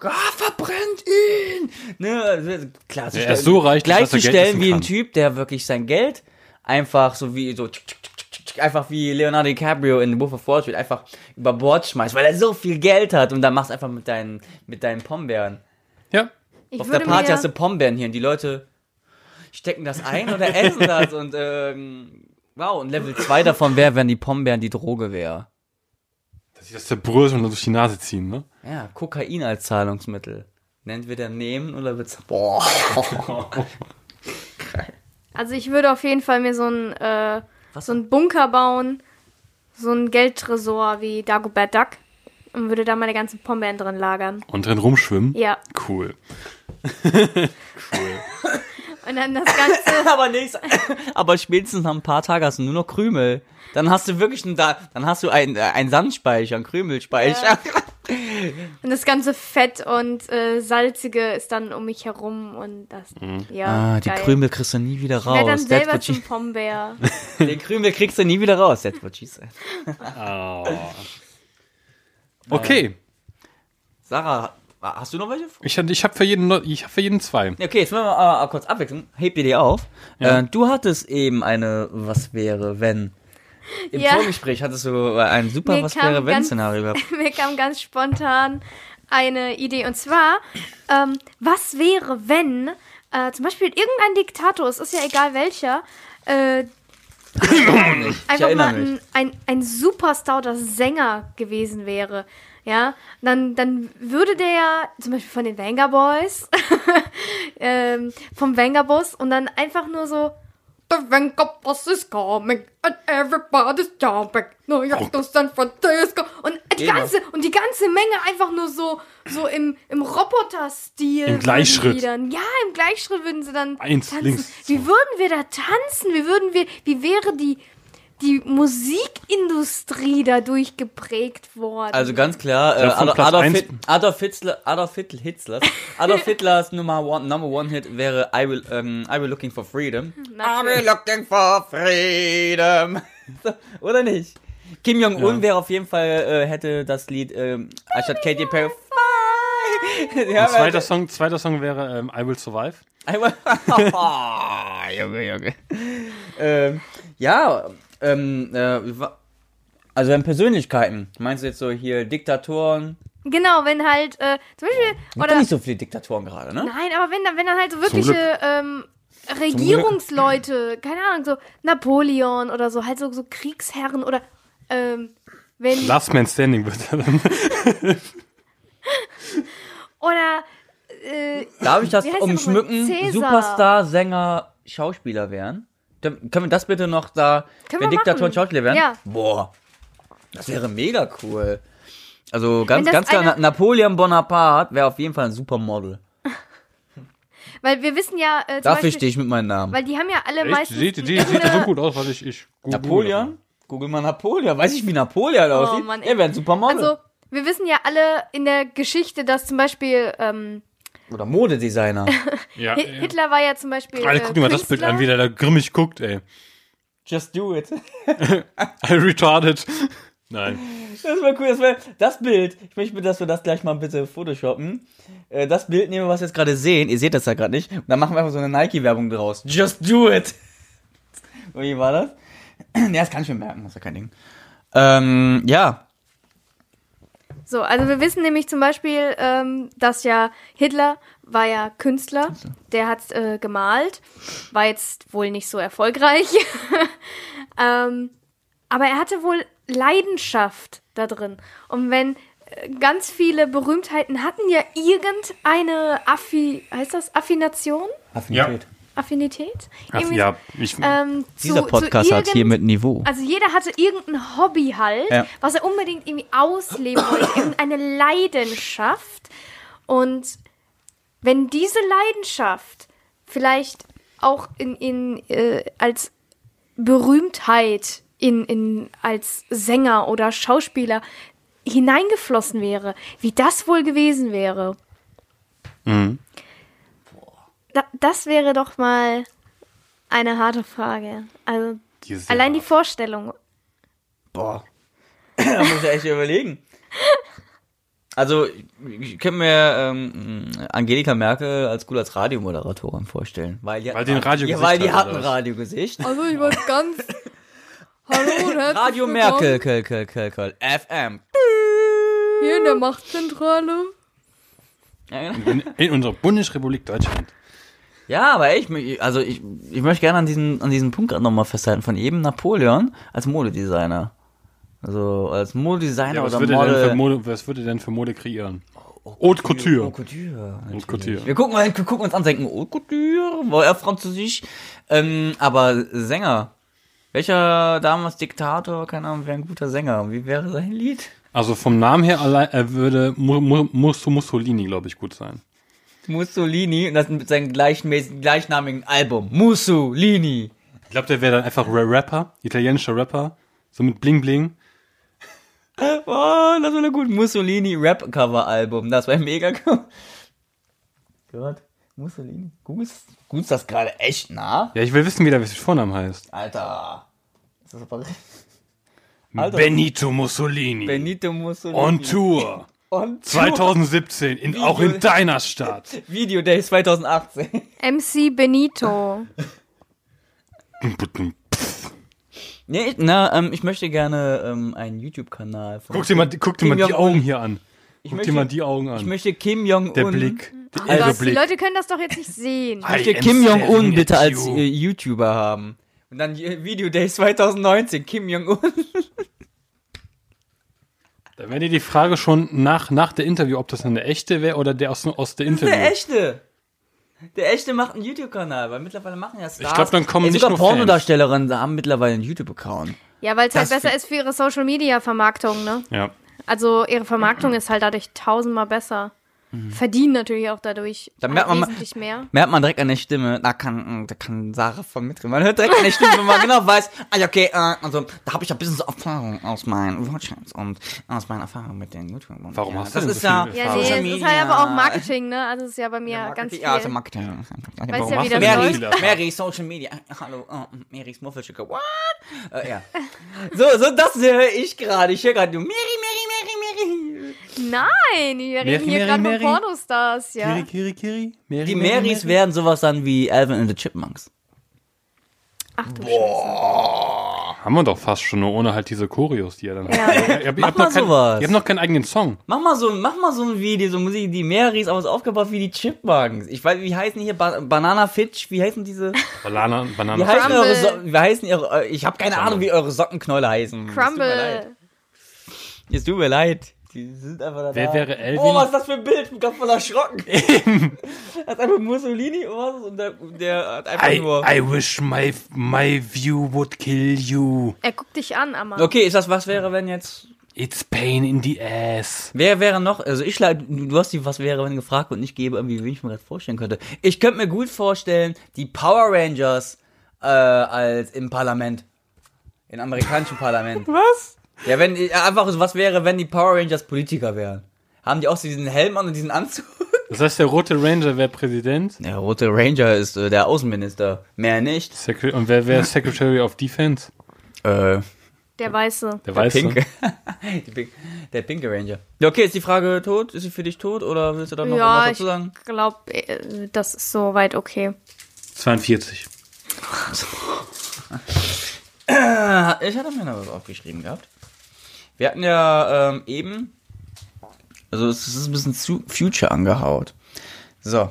Speaker 1: Ah, verbrennt ihn! Ne, also klar,
Speaker 2: Ja, er ist so reich, dass er Geld
Speaker 1: gleichzustellen
Speaker 2: essen
Speaker 1: wie ein
Speaker 2: kann.
Speaker 1: Typ, der wirklich sein Geld einfach so wie so tsch, tsch, tsch, tsch, tsch, einfach wie Leonardo DiCaprio in The Wolf of Wall Street einfach über Bord schmeißt, weil er so viel Geld hat und dann machst du einfach mit deinen mit deinen Pombeeren.
Speaker 2: Ja.
Speaker 3: Ich
Speaker 1: Auf der
Speaker 3: würde
Speaker 1: Party
Speaker 3: mir,
Speaker 1: hast du Pombeeren hier und die Leute stecken das ein oder essen das und ähm, wow, und Level 2 davon wäre, wenn die Pombeeren die Droge wäre.
Speaker 2: Dass sie das zerbröseln und dann durch die Nase ziehen, ne?
Speaker 1: Ja, Kokain als Zahlungsmittel. Nennt wir dann nehmen oder wird's. Boah.
Speaker 3: Also ich würde auf jeden Fall mir so einen, äh, so einen Bunker bauen, so einen Geldtresor wie Dagobert Duck und würde da meine ganzen Pombeeren drin lagern.
Speaker 2: Und drin rumschwimmen.
Speaker 3: Ja,
Speaker 2: Cool.
Speaker 3: und dann das Ganze,
Speaker 1: aber nichts. Aber spätestens nach ein paar Tagen hast du nur noch Krümel. Dann hast du wirklich einen, da dann hast du einen, äh, einen Sandspeicher, einen Krümelspeicher.
Speaker 3: und das ganze Fett und äh, Salzige ist dann um mich herum und das,
Speaker 2: Mhm.
Speaker 3: ja,
Speaker 1: Ah, die
Speaker 3: geil.
Speaker 1: Krümel kriegst du nie wieder
Speaker 3: Ich werde dann
Speaker 1: raus. That's
Speaker 3: selber
Speaker 1: what she,
Speaker 3: zum Pombeer.
Speaker 1: den Krümel kriegst du nie wieder raus. That's what she said. Oh.
Speaker 2: Okay.
Speaker 1: Sarah, hast du noch welche?
Speaker 2: Ich, hab- ich habe für, jeden Neu- ich hab für jeden zwei.
Speaker 1: Okay, jetzt wollen wir mal äh, kurz abwechseln. Heb dir die auf. Äh, du hattest eben eine Was wäre, wenn. Im
Speaker 3: Ja.
Speaker 1: Vorgespräch hattest du äh, ein super
Speaker 3: Mir
Speaker 1: Was
Speaker 3: kam
Speaker 1: wäre, wenn
Speaker 3: ganz-
Speaker 1: Szenario gehabt.
Speaker 3: Mir kam ganz spontan eine Idee. Und zwar, ähm, was wäre, wenn äh, zum Beispiel irgendein Diktator, es ist ja egal welcher, äh,
Speaker 1: Ich
Speaker 3: einfach
Speaker 1: erinnere
Speaker 3: mal
Speaker 1: mich.
Speaker 3: ein, ein, ein Superstar oder Sänger gewesen wäre. ja, dann, dann würde der ja zum Beispiel von den Vanga Boys, ähm, vom Vanga Boss und dann einfach nur so, The Vanga Boss is coming and everybody's jumping. New York to San Francisco. Und die,
Speaker 1: Genau.
Speaker 3: ganze, und die ganze Menge einfach nur so, so im, im Roboter-Stil.
Speaker 2: Im Gleichschritt.
Speaker 3: würden die Dann, ja, im Gleichschritt würden sie dann
Speaker 2: Eins,
Speaker 3: tanzen.
Speaker 2: links,
Speaker 3: Wie würden wir da tanzen? Wie würden wir, wie wäre die, die Musikindustrie dadurch geprägt worden?
Speaker 1: Also ganz klar, äh,
Speaker 2: Ja, von
Speaker 1: Adolf,
Speaker 2: Platz
Speaker 1: Adolf,
Speaker 2: eins-
Speaker 1: Hit- Adolf, Hitzler, Adolf Hitl- Hitzler, Adolf Hitlers Nummer One, Number One Hit wäre I will, ähm, I will looking for freedom. I will looking for freedom. So, Oder nicht? Kim Jong Un wäre auf jeden Fall äh, hätte das Lied ähm, anstatt Katy Perry. ja,
Speaker 2: Zweiter Song, zweiter Song wäre ähm, I Will Survive.
Speaker 1: Einmal. oh, Junge, Junge. Ähm, ja, ähm, äh, wa- also in Persönlichkeiten. Meinst du jetzt so hier Diktatoren?
Speaker 3: Genau, wenn halt, äh, zum Beispiel,
Speaker 1: Gibt doch
Speaker 3: oder,
Speaker 1: nicht so viele Diktatoren gerade, ne?
Speaker 3: nein, aber wenn dann, wenn dann halt so
Speaker 2: Glück.
Speaker 3: wirkliche, ähm, Regierungsleute, keine Ahnung, so Napoleon oder so, halt so, so Kriegsherren oder, ähm, wenn,
Speaker 2: Last Man Standing wird er dann.
Speaker 3: oder, äh,
Speaker 1: Darf ich das
Speaker 3: Wie heißt der
Speaker 1: umschmücken?
Speaker 3: nochmal? Cäsar.
Speaker 1: Superstar, Sänger, Schauspieler wären? Dann- Können wir das bitte noch da,
Speaker 3: Können
Speaker 1: wenn
Speaker 3: wir
Speaker 1: Diktatoren
Speaker 3: machen.
Speaker 1: Schauspieler wären?
Speaker 3: Ja.
Speaker 1: Boah, das wäre mega cool. Also ganz,
Speaker 3: das
Speaker 1: ganz klar,
Speaker 3: einer-
Speaker 1: Na- Napoleon Bonaparte wäre auf jeden Fall ein Supermodel.
Speaker 3: weil wir wissen ja, äh, zum
Speaker 1: Dafür
Speaker 3: Beispiel,
Speaker 1: stehe ich mit meinem Namen.
Speaker 3: weil die haben ja alle
Speaker 2: Echt?
Speaker 3: meistens,
Speaker 2: Sieht, sieht, sieht so gut aus, was ich. ich google.
Speaker 1: Napoleon? Google mal Napoleon. Weiß ich, wie Napoleon aussieht?
Speaker 3: Oh, Mann, ey.
Speaker 1: er wäre ein Supermodel.
Speaker 3: also, wir wissen ja alle in der Geschichte, dass zum Beispiel, ähm,
Speaker 1: Oder Modedesigner.
Speaker 2: Ja,
Speaker 3: Hi-
Speaker 2: ja.
Speaker 3: Hitler war ja zum Beispiel,
Speaker 2: Alter,
Speaker 3: äh,
Speaker 2: guck dir mal das Bild
Speaker 3: Künstler.
Speaker 2: an, wie der da grimmig guckt, ey.
Speaker 1: Just do it.
Speaker 2: I retarded. Nein.
Speaker 1: Das wäre cool. Das, wär, das Bild, ich möchte, dass wir das gleich mal bitte photoshoppen. Äh, Das Bild nehmen wir, was wir jetzt gerade sehen. Ihr seht das ja gerade nicht. Und dann machen wir einfach so eine Nike-Werbung draus. Just do it. Und Wie war das? Ja, das kann ich mir merken. Das ist ja kein Ding. Ähm, ja.
Speaker 3: So, also wir wissen nämlich zum Beispiel, ähm, dass ja Hitler war ja Künstler, der hat äh, gemalt, war jetzt wohl nicht so erfolgreich, ähm, aber er hatte wohl Leidenschaft da drin. Und wenn äh, ganz viele Berühmtheiten hatten ja irgendeine Affi, heißt das Affination,
Speaker 1: Affinität.
Speaker 3: Affinität?
Speaker 2: Ach,
Speaker 3: Irgendwie
Speaker 2: ja, ich,
Speaker 3: ähm, zu-
Speaker 1: Dieser
Speaker 3: zu
Speaker 1: Podcast hat
Speaker 3: irgend-
Speaker 1: hier mit Niveau.
Speaker 3: also jeder hatte irgendein Hobby halt,
Speaker 1: Ja.
Speaker 3: was er unbedingt irgendwie ausleben wollte, irgendeine Leidenschaft. Und wenn diese Leidenschaft vielleicht auch in, in äh, als Berühmtheit in, in als Sänger oder Schauspieler hineingeflossen wäre, wie das wohl gewesen wäre. Da, das wäre doch mal eine harte Frage. Also
Speaker 2: Die ist sehr
Speaker 3: allein die
Speaker 2: hart.
Speaker 3: Vorstellung.
Speaker 1: Boah. da muss ich echt überlegen. Also, ich- ich könnte mir ähm, Angelika Merkel als gut als Radiomoderatorin vorstellen. Weil die,
Speaker 2: Weil die ein
Speaker 1: ja,
Speaker 2: Radiogesicht
Speaker 1: weil die hat
Speaker 2: hat, oder
Speaker 1: ein
Speaker 2: was?
Speaker 1: Radiogesicht.
Speaker 3: Also ich weiß ganz. Hallo und herzlich
Speaker 1: Radio Merkel, Köl, Köl, Köl, Köl, FM.
Speaker 3: hier in der Machtzentrale.
Speaker 1: Ja, genau.
Speaker 2: in, in unserer Bundesrepublik Deutschland.
Speaker 1: Ja, aber ich, mö- also ich, ich möchte gerne an diesen, an diesen Punkt nochmal festhalten, von eben Napoleon als Modedesigner. Also als Modedesigner
Speaker 2: Ja, was,
Speaker 1: oder
Speaker 2: würde er denn
Speaker 1: Model.
Speaker 2: für Mode, was würde er denn für Mode kreieren? Haute Couture.
Speaker 1: Haute Couture. natürlich.
Speaker 2: Couture.
Speaker 1: Wir gucken, mal, wir gucken uns an, denken, Haute Couture, war er französisch? Ähm, aber Sänger. Welcher damals Diktator, keine Ahnung, wäre ein guter Sänger? Wie wäre sein Lied?
Speaker 2: Also vom Namen her allein, er würde Mu- Mu- Mus- Mussolini, glaube ich, gut sein.
Speaker 1: Mussolini, und das mit seinem gleichmäßigen, gleichnamigen Album. Mussolini.
Speaker 2: Ich glaube, der wäre dann einfach Ra- Rapper, italienischer Rapper, so mit Bling Bling.
Speaker 1: Oh, das wäre gut. Mussolini Rap-Cover-Album. Das wäre mega cool. Gott, Mussolini. Googelst googelst das gerade echt nach?
Speaker 2: Ja, ich will wissen, wie der wirklich Vornamen heißt.
Speaker 1: Alter. Das ist aber Alter.
Speaker 2: Benito Mussolini.
Speaker 1: Benito Mussolini.
Speaker 2: On Tour.
Speaker 1: Und
Speaker 2: 2017, in, auch in deiner Stadt.
Speaker 1: Video Day 2018.
Speaker 3: MC Benito.
Speaker 1: Nee, ich- na, ähm, ich möchte gerne ähm, einen YouTube-Kanal von.
Speaker 2: Guck dir mal, guck dir mal
Speaker 1: Kim
Speaker 2: die
Speaker 1: Jong-un.
Speaker 2: Augen hier an. Guck
Speaker 1: möchte-
Speaker 2: dir mal die Augen an.
Speaker 1: Ich möchte Kim Jong-un.
Speaker 2: der Blick. Der
Speaker 1: Also
Speaker 3: Was, die
Speaker 2: Blick.
Speaker 3: Leute können das doch jetzt nicht sehen.
Speaker 1: Ich möchte
Speaker 2: I am
Speaker 1: Kim Jong-un
Speaker 2: staring
Speaker 1: bitte
Speaker 2: at
Speaker 1: als
Speaker 2: you.
Speaker 1: äh, YouTuber haben. Und dann äh, Video Day 2019, Kim Jong-un.
Speaker 2: Da wäre dir die Frage schon nach, nach der Interview, ob das eine echte wäre oder der aus, aus der Interview.
Speaker 1: Der echte. Der echte macht einen YouTube-Kanal, weil mittlerweile machen ja Stars.
Speaker 2: Ich glaub, dann kommen
Speaker 1: Ey,
Speaker 2: nicht
Speaker 1: sogar
Speaker 2: nur Fans.
Speaker 1: Pornodarstellerinnen haben mittlerweile einen YouTube-Account.
Speaker 3: Ja, weil es halt
Speaker 1: Das
Speaker 3: besser ist für ihre Social Media Vermarktung, ne?
Speaker 2: Ja.
Speaker 3: Also ihre Vermarktung ist halt dadurch tausendmal besser. Verdienen natürlich auch dadurch
Speaker 1: Mhm. Da merkt man mal-
Speaker 3: wesentlich mehr.
Speaker 1: Merkt man direkt an der Stimme, da kann, da kann Sarah von mitreden. Man hört direkt an der Stimme, wenn man genau weiß, ah ja, okay, äh, also da habe ich ja ein bisschen so Erfahrung aus meinen Wortschatz und aus meiner Erfahrung mit den YouTubern.
Speaker 2: Warum
Speaker 1: ja,
Speaker 2: hast du
Speaker 1: das
Speaker 2: denn
Speaker 1: ist
Speaker 2: so
Speaker 1: ja,
Speaker 2: viel
Speaker 3: Ja, nee,
Speaker 2: Social
Speaker 3: es ist halt aber auch Marketing, ne? Also es ist ja bei mir ganz viel.
Speaker 1: Ja, also Marketing. Ja.
Speaker 3: Weißt
Speaker 2: Warum
Speaker 3: ja, wie
Speaker 2: machst du denn
Speaker 3: das
Speaker 2: so
Speaker 3: läuft.
Speaker 2: viel
Speaker 1: Mary,
Speaker 2: Erfahrung?
Speaker 1: Mary, Social Media. Hallo, oh, Marys Muffelstücke. What? Äh, ja. So, so das höre ich gerade. Ich höre gerade nur Mary, Mary, Mary, Mary.
Speaker 3: Nein, wir reden
Speaker 2: Mary,
Speaker 3: hier
Speaker 2: Mary,
Speaker 3: gerade von
Speaker 2: Mary.
Speaker 3: Pornostars, ja.
Speaker 2: Kiri, Kiri, Kiri. Mary,
Speaker 1: Die Marys werden sowas dann wie Alvin and the Chipmunks.
Speaker 3: Ach du Scheiße.
Speaker 2: Ah, Haben wir doch fast schon, nur ohne halt diese Choreos, die er dann
Speaker 3: Ja.
Speaker 2: hat. Ihr habt- ihr habt
Speaker 1: mal
Speaker 2: noch kein-
Speaker 1: sowas.
Speaker 2: Ihr habt noch keinen eigenen Song.
Speaker 1: Mach mal so, mach mal so ein Video, so Musik, die Marys, aber ist aufgebaut wie die Chipmunks. Ich weiß, wie heißen hier ba Banana Fitch? Wie heißen diese?
Speaker 2: Banana,
Speaker 1: Wie
Speaker 2: Banana.
Speaker 1: heißen eure,
Speaker 3: Crumble.
Speaker 1: so wie heißen ihre, äh, ich habe keine Ahnung, wie eure Sockenknäule heißen. Es tut mir leid.
Speaker 3: Crumble.
Speaker 1: Es tut mir leid. Die sind einfach da.
Speaker 2: Wer wäre Elvin?
Speaker 1: Oh, was ist das für ein Bild? Ich bin ganz voll erschrocken. Hat einfach Mussolini und was? Und der, der hat einfach nur.
Speaker 2: wish my, my view would kill you.
Speaker 3: Er guckt dich an, Amma.
Speaker 1: Okay, ist das was wäre, wenn jetzt.
Speaker 2: It's pain in the ass.
Speaker 1: Wer wäre noch, also ich schlage, du hast die Was wäre, wenn gefragt und ich gebe irgendwie, wen ich mir gerade vorstellen könnte. Ich könnte mir gut vorstellen, die Power Rangers äh, als im Parlament. Im amerikanischen Parlament.
Speaker 2: Was?
Speaker 1: Ja, wenn die- einfach so, was wäre, wenn die Power Rangers Politiker wären? Haben die auch so diesen Helm an und diesen Anzug?
Speaker 2: Das heißt, der rote Ranger wäre Präsident
Speaker 1: Der rote Ranger ist äh, der Außenminister. Mehr nicht.
Speaker 2: Secre- und wer wäre Secretary of Defense?
Speaker 1: Äh,
Speaker 3: Der Weiße.
Speaker 2: Der,
Speaker 1: der
Speaker 2: Weiße.
Speaker 1: pinke. Die Pink, der pinke Ranger. Ja, okay, ist die Frage tot? Ist sie für dich tot oder willst du da noch
Speaker 3: ja,
Speaker 1: was
Speaker 3: ich
Speaker 1: dazu sagen?
Speaker 3: glaube, das ist soweit okay.
Speaker 2: 42.
Speaker 1: Äh, ich hatte mir noch was aufgeschrieben gehabt. Wir hatten ja ähm, eben. Also es ist ein bisschen zu Future angehaut. So.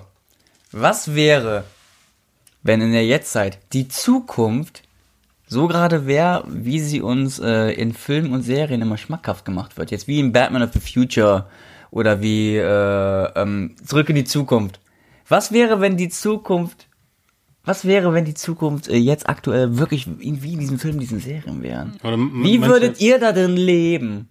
Speaker 1: Was wäre, wenn in der Jetztzeit die Zukunft so gerade wäre, wie sie uns äh, in Filmen und Serien immer schmackhaft gemacht wird? Jetzt wie in Batman of the Future oder wie äh, ähm, Zurück in die Zukunft. Was wäre, wenn die Zukunft was wäre, wenn die Zukunft äh, jetzt aktuell wirklich in- wie in diesen Filmen, diesen Serien wären?
Speaker 2: Oder m-
Speaker 1: Wie
Speaker 2: meinst
Speaker 1: würdet
Speaker 2: du-
Speaker 1: ihr da drin leben?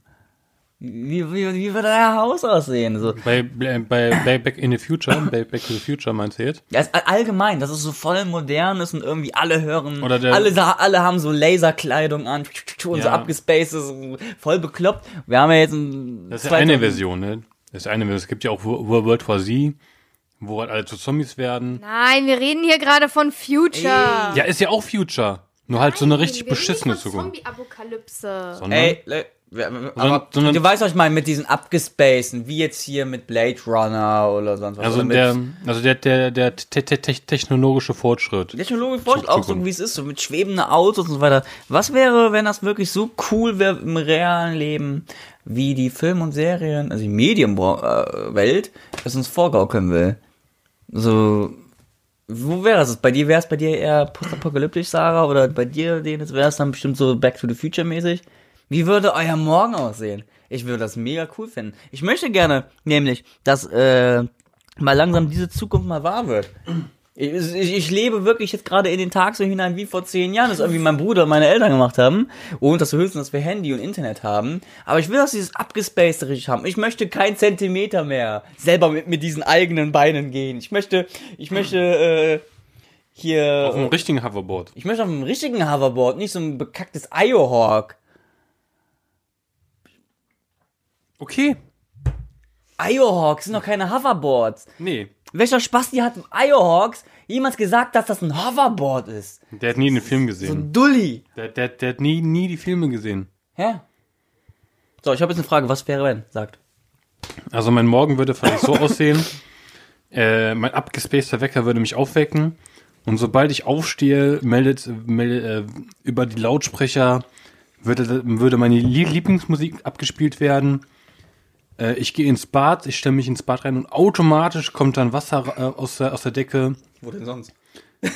Speaker 1: Wie, wie, wie würde euer Haus aussehen? So.
Speaker 2: Bei, bei, bei Back in the Future, bei Back to the Future meinst du jetzt?
Speaker 1: Das, all- allgemein, dass es so voll modern ist und irgendwie alle hören,
Speaker 2: Oder der-
Speaker 1: alle, sa- alle haben so Laserkleidung an und so
Speaker 2: Ja.
Speaker 1: abgespaced, ist so voll bekloppt. Wir haben ja jetzt ein
Speaker 2: Das ist ja eine Version, ne? Das ist eine Version. Es gibt ja auch Wo- Wo- World War Z, wo halt alle zu Zombies werden.
Speaker 3: Nein, wir reden hier gerade von Future.
Speaker 2: Ja, ist ja auch Future. Nur halt so eine richtig beschissene Zukunft.
Speaker 3: Zombie-Apokalypse.
Speaker 2: Sondern-
Speaker 1: Ey, le- wir- aber
Speaker 2: sondern-
Speaker 1: du weißt, was ich meine mit diesen abgespaceden, wie jetzt hier mit Blade Runner oder sonst was.
Speaker 2: Also
Speaker 1: oder mit
Speaker 2: der, also der, der, der te te te technologische Fortschritt.
Speaker 1: Technologisch forscht auch so,
Speaker 2: Zukunft.
Speaker 1: wie es ist, so mit schwebenden Autos und so weiter. Was wäre, wenn das wirklich so cool wäre im realen Leben, wie die Film- und Serien, also die Medienwelt, es uns vorgaukeln will? So, wo wäre es? Bei dir wäre es bei dir eher postapokalyptisch, Sarah, oder bei dir, Dennis, wäre es dann bestimmt so Back to the Future mäßig? Wie würde euer Morgen aussehen? Ich würde das mega cool finden. Ich möchte gerne, nämlich, dass äh, mal langsam diese Zukunft mal wahr wird. Ich, ich, ich lebe wirklich jetzt gerade in den Tag so hinein wie vor zehn Jahren, das irgendwie mein Bruder und meine Eltern gemacht haben. Und das höchstens, dass wir Handy und Internet haben. Aber ich will, dass sie dieses abgespaced richtig haben. Ich möchte keinen Zentimeter mehr selber mit, mit diesen eigenen Beinen gehen. Ich möchte, ich möchte äh, hier.
Speaker 2: Auf einem richtigen Hoverboard.
Speaker 1: Ich möchte auf einem richtigen Hoverboard, nicht so ein bekacktes Iohawk.
Speaker 2: Okay.
Speaker 1: Iohawks sind doch keine Hoverboards.
Speaker 2: Nee.
Speaker 1: Welcher Spasti hat im Iohawks jemals gesagt, dass das ein Hoverboard ist?
Speaker 2: Der hat nie den Film
Speaker 1: So
Speaker 2: gesehen.
Speaker 1: ein Dulli.
Speaker 2: Der, der, der hat nie, nie die Filme gesehen.
Speaker 1: Hä? So, ich habe jetzt eine Frage. Was wäre, wenn? Sagt.
Speaker 2: Also mein Morgen würde vielleicht so aussehen. Äh, mein abgespaceder Wecker würde mich aufwecken. Und sobald ich aufstehe, meldet, meldet äh, über die Lautsprecher würde, würde meine Lie- Lieblingsmusik abgespielt werden. Äh, ich gehe ins Bad, ich stelle mich ins Bad rein und automatisch kommt dann Wasser ra- äh, aus, der, aus der Decke.
Speaker 1: Wo denn sonst?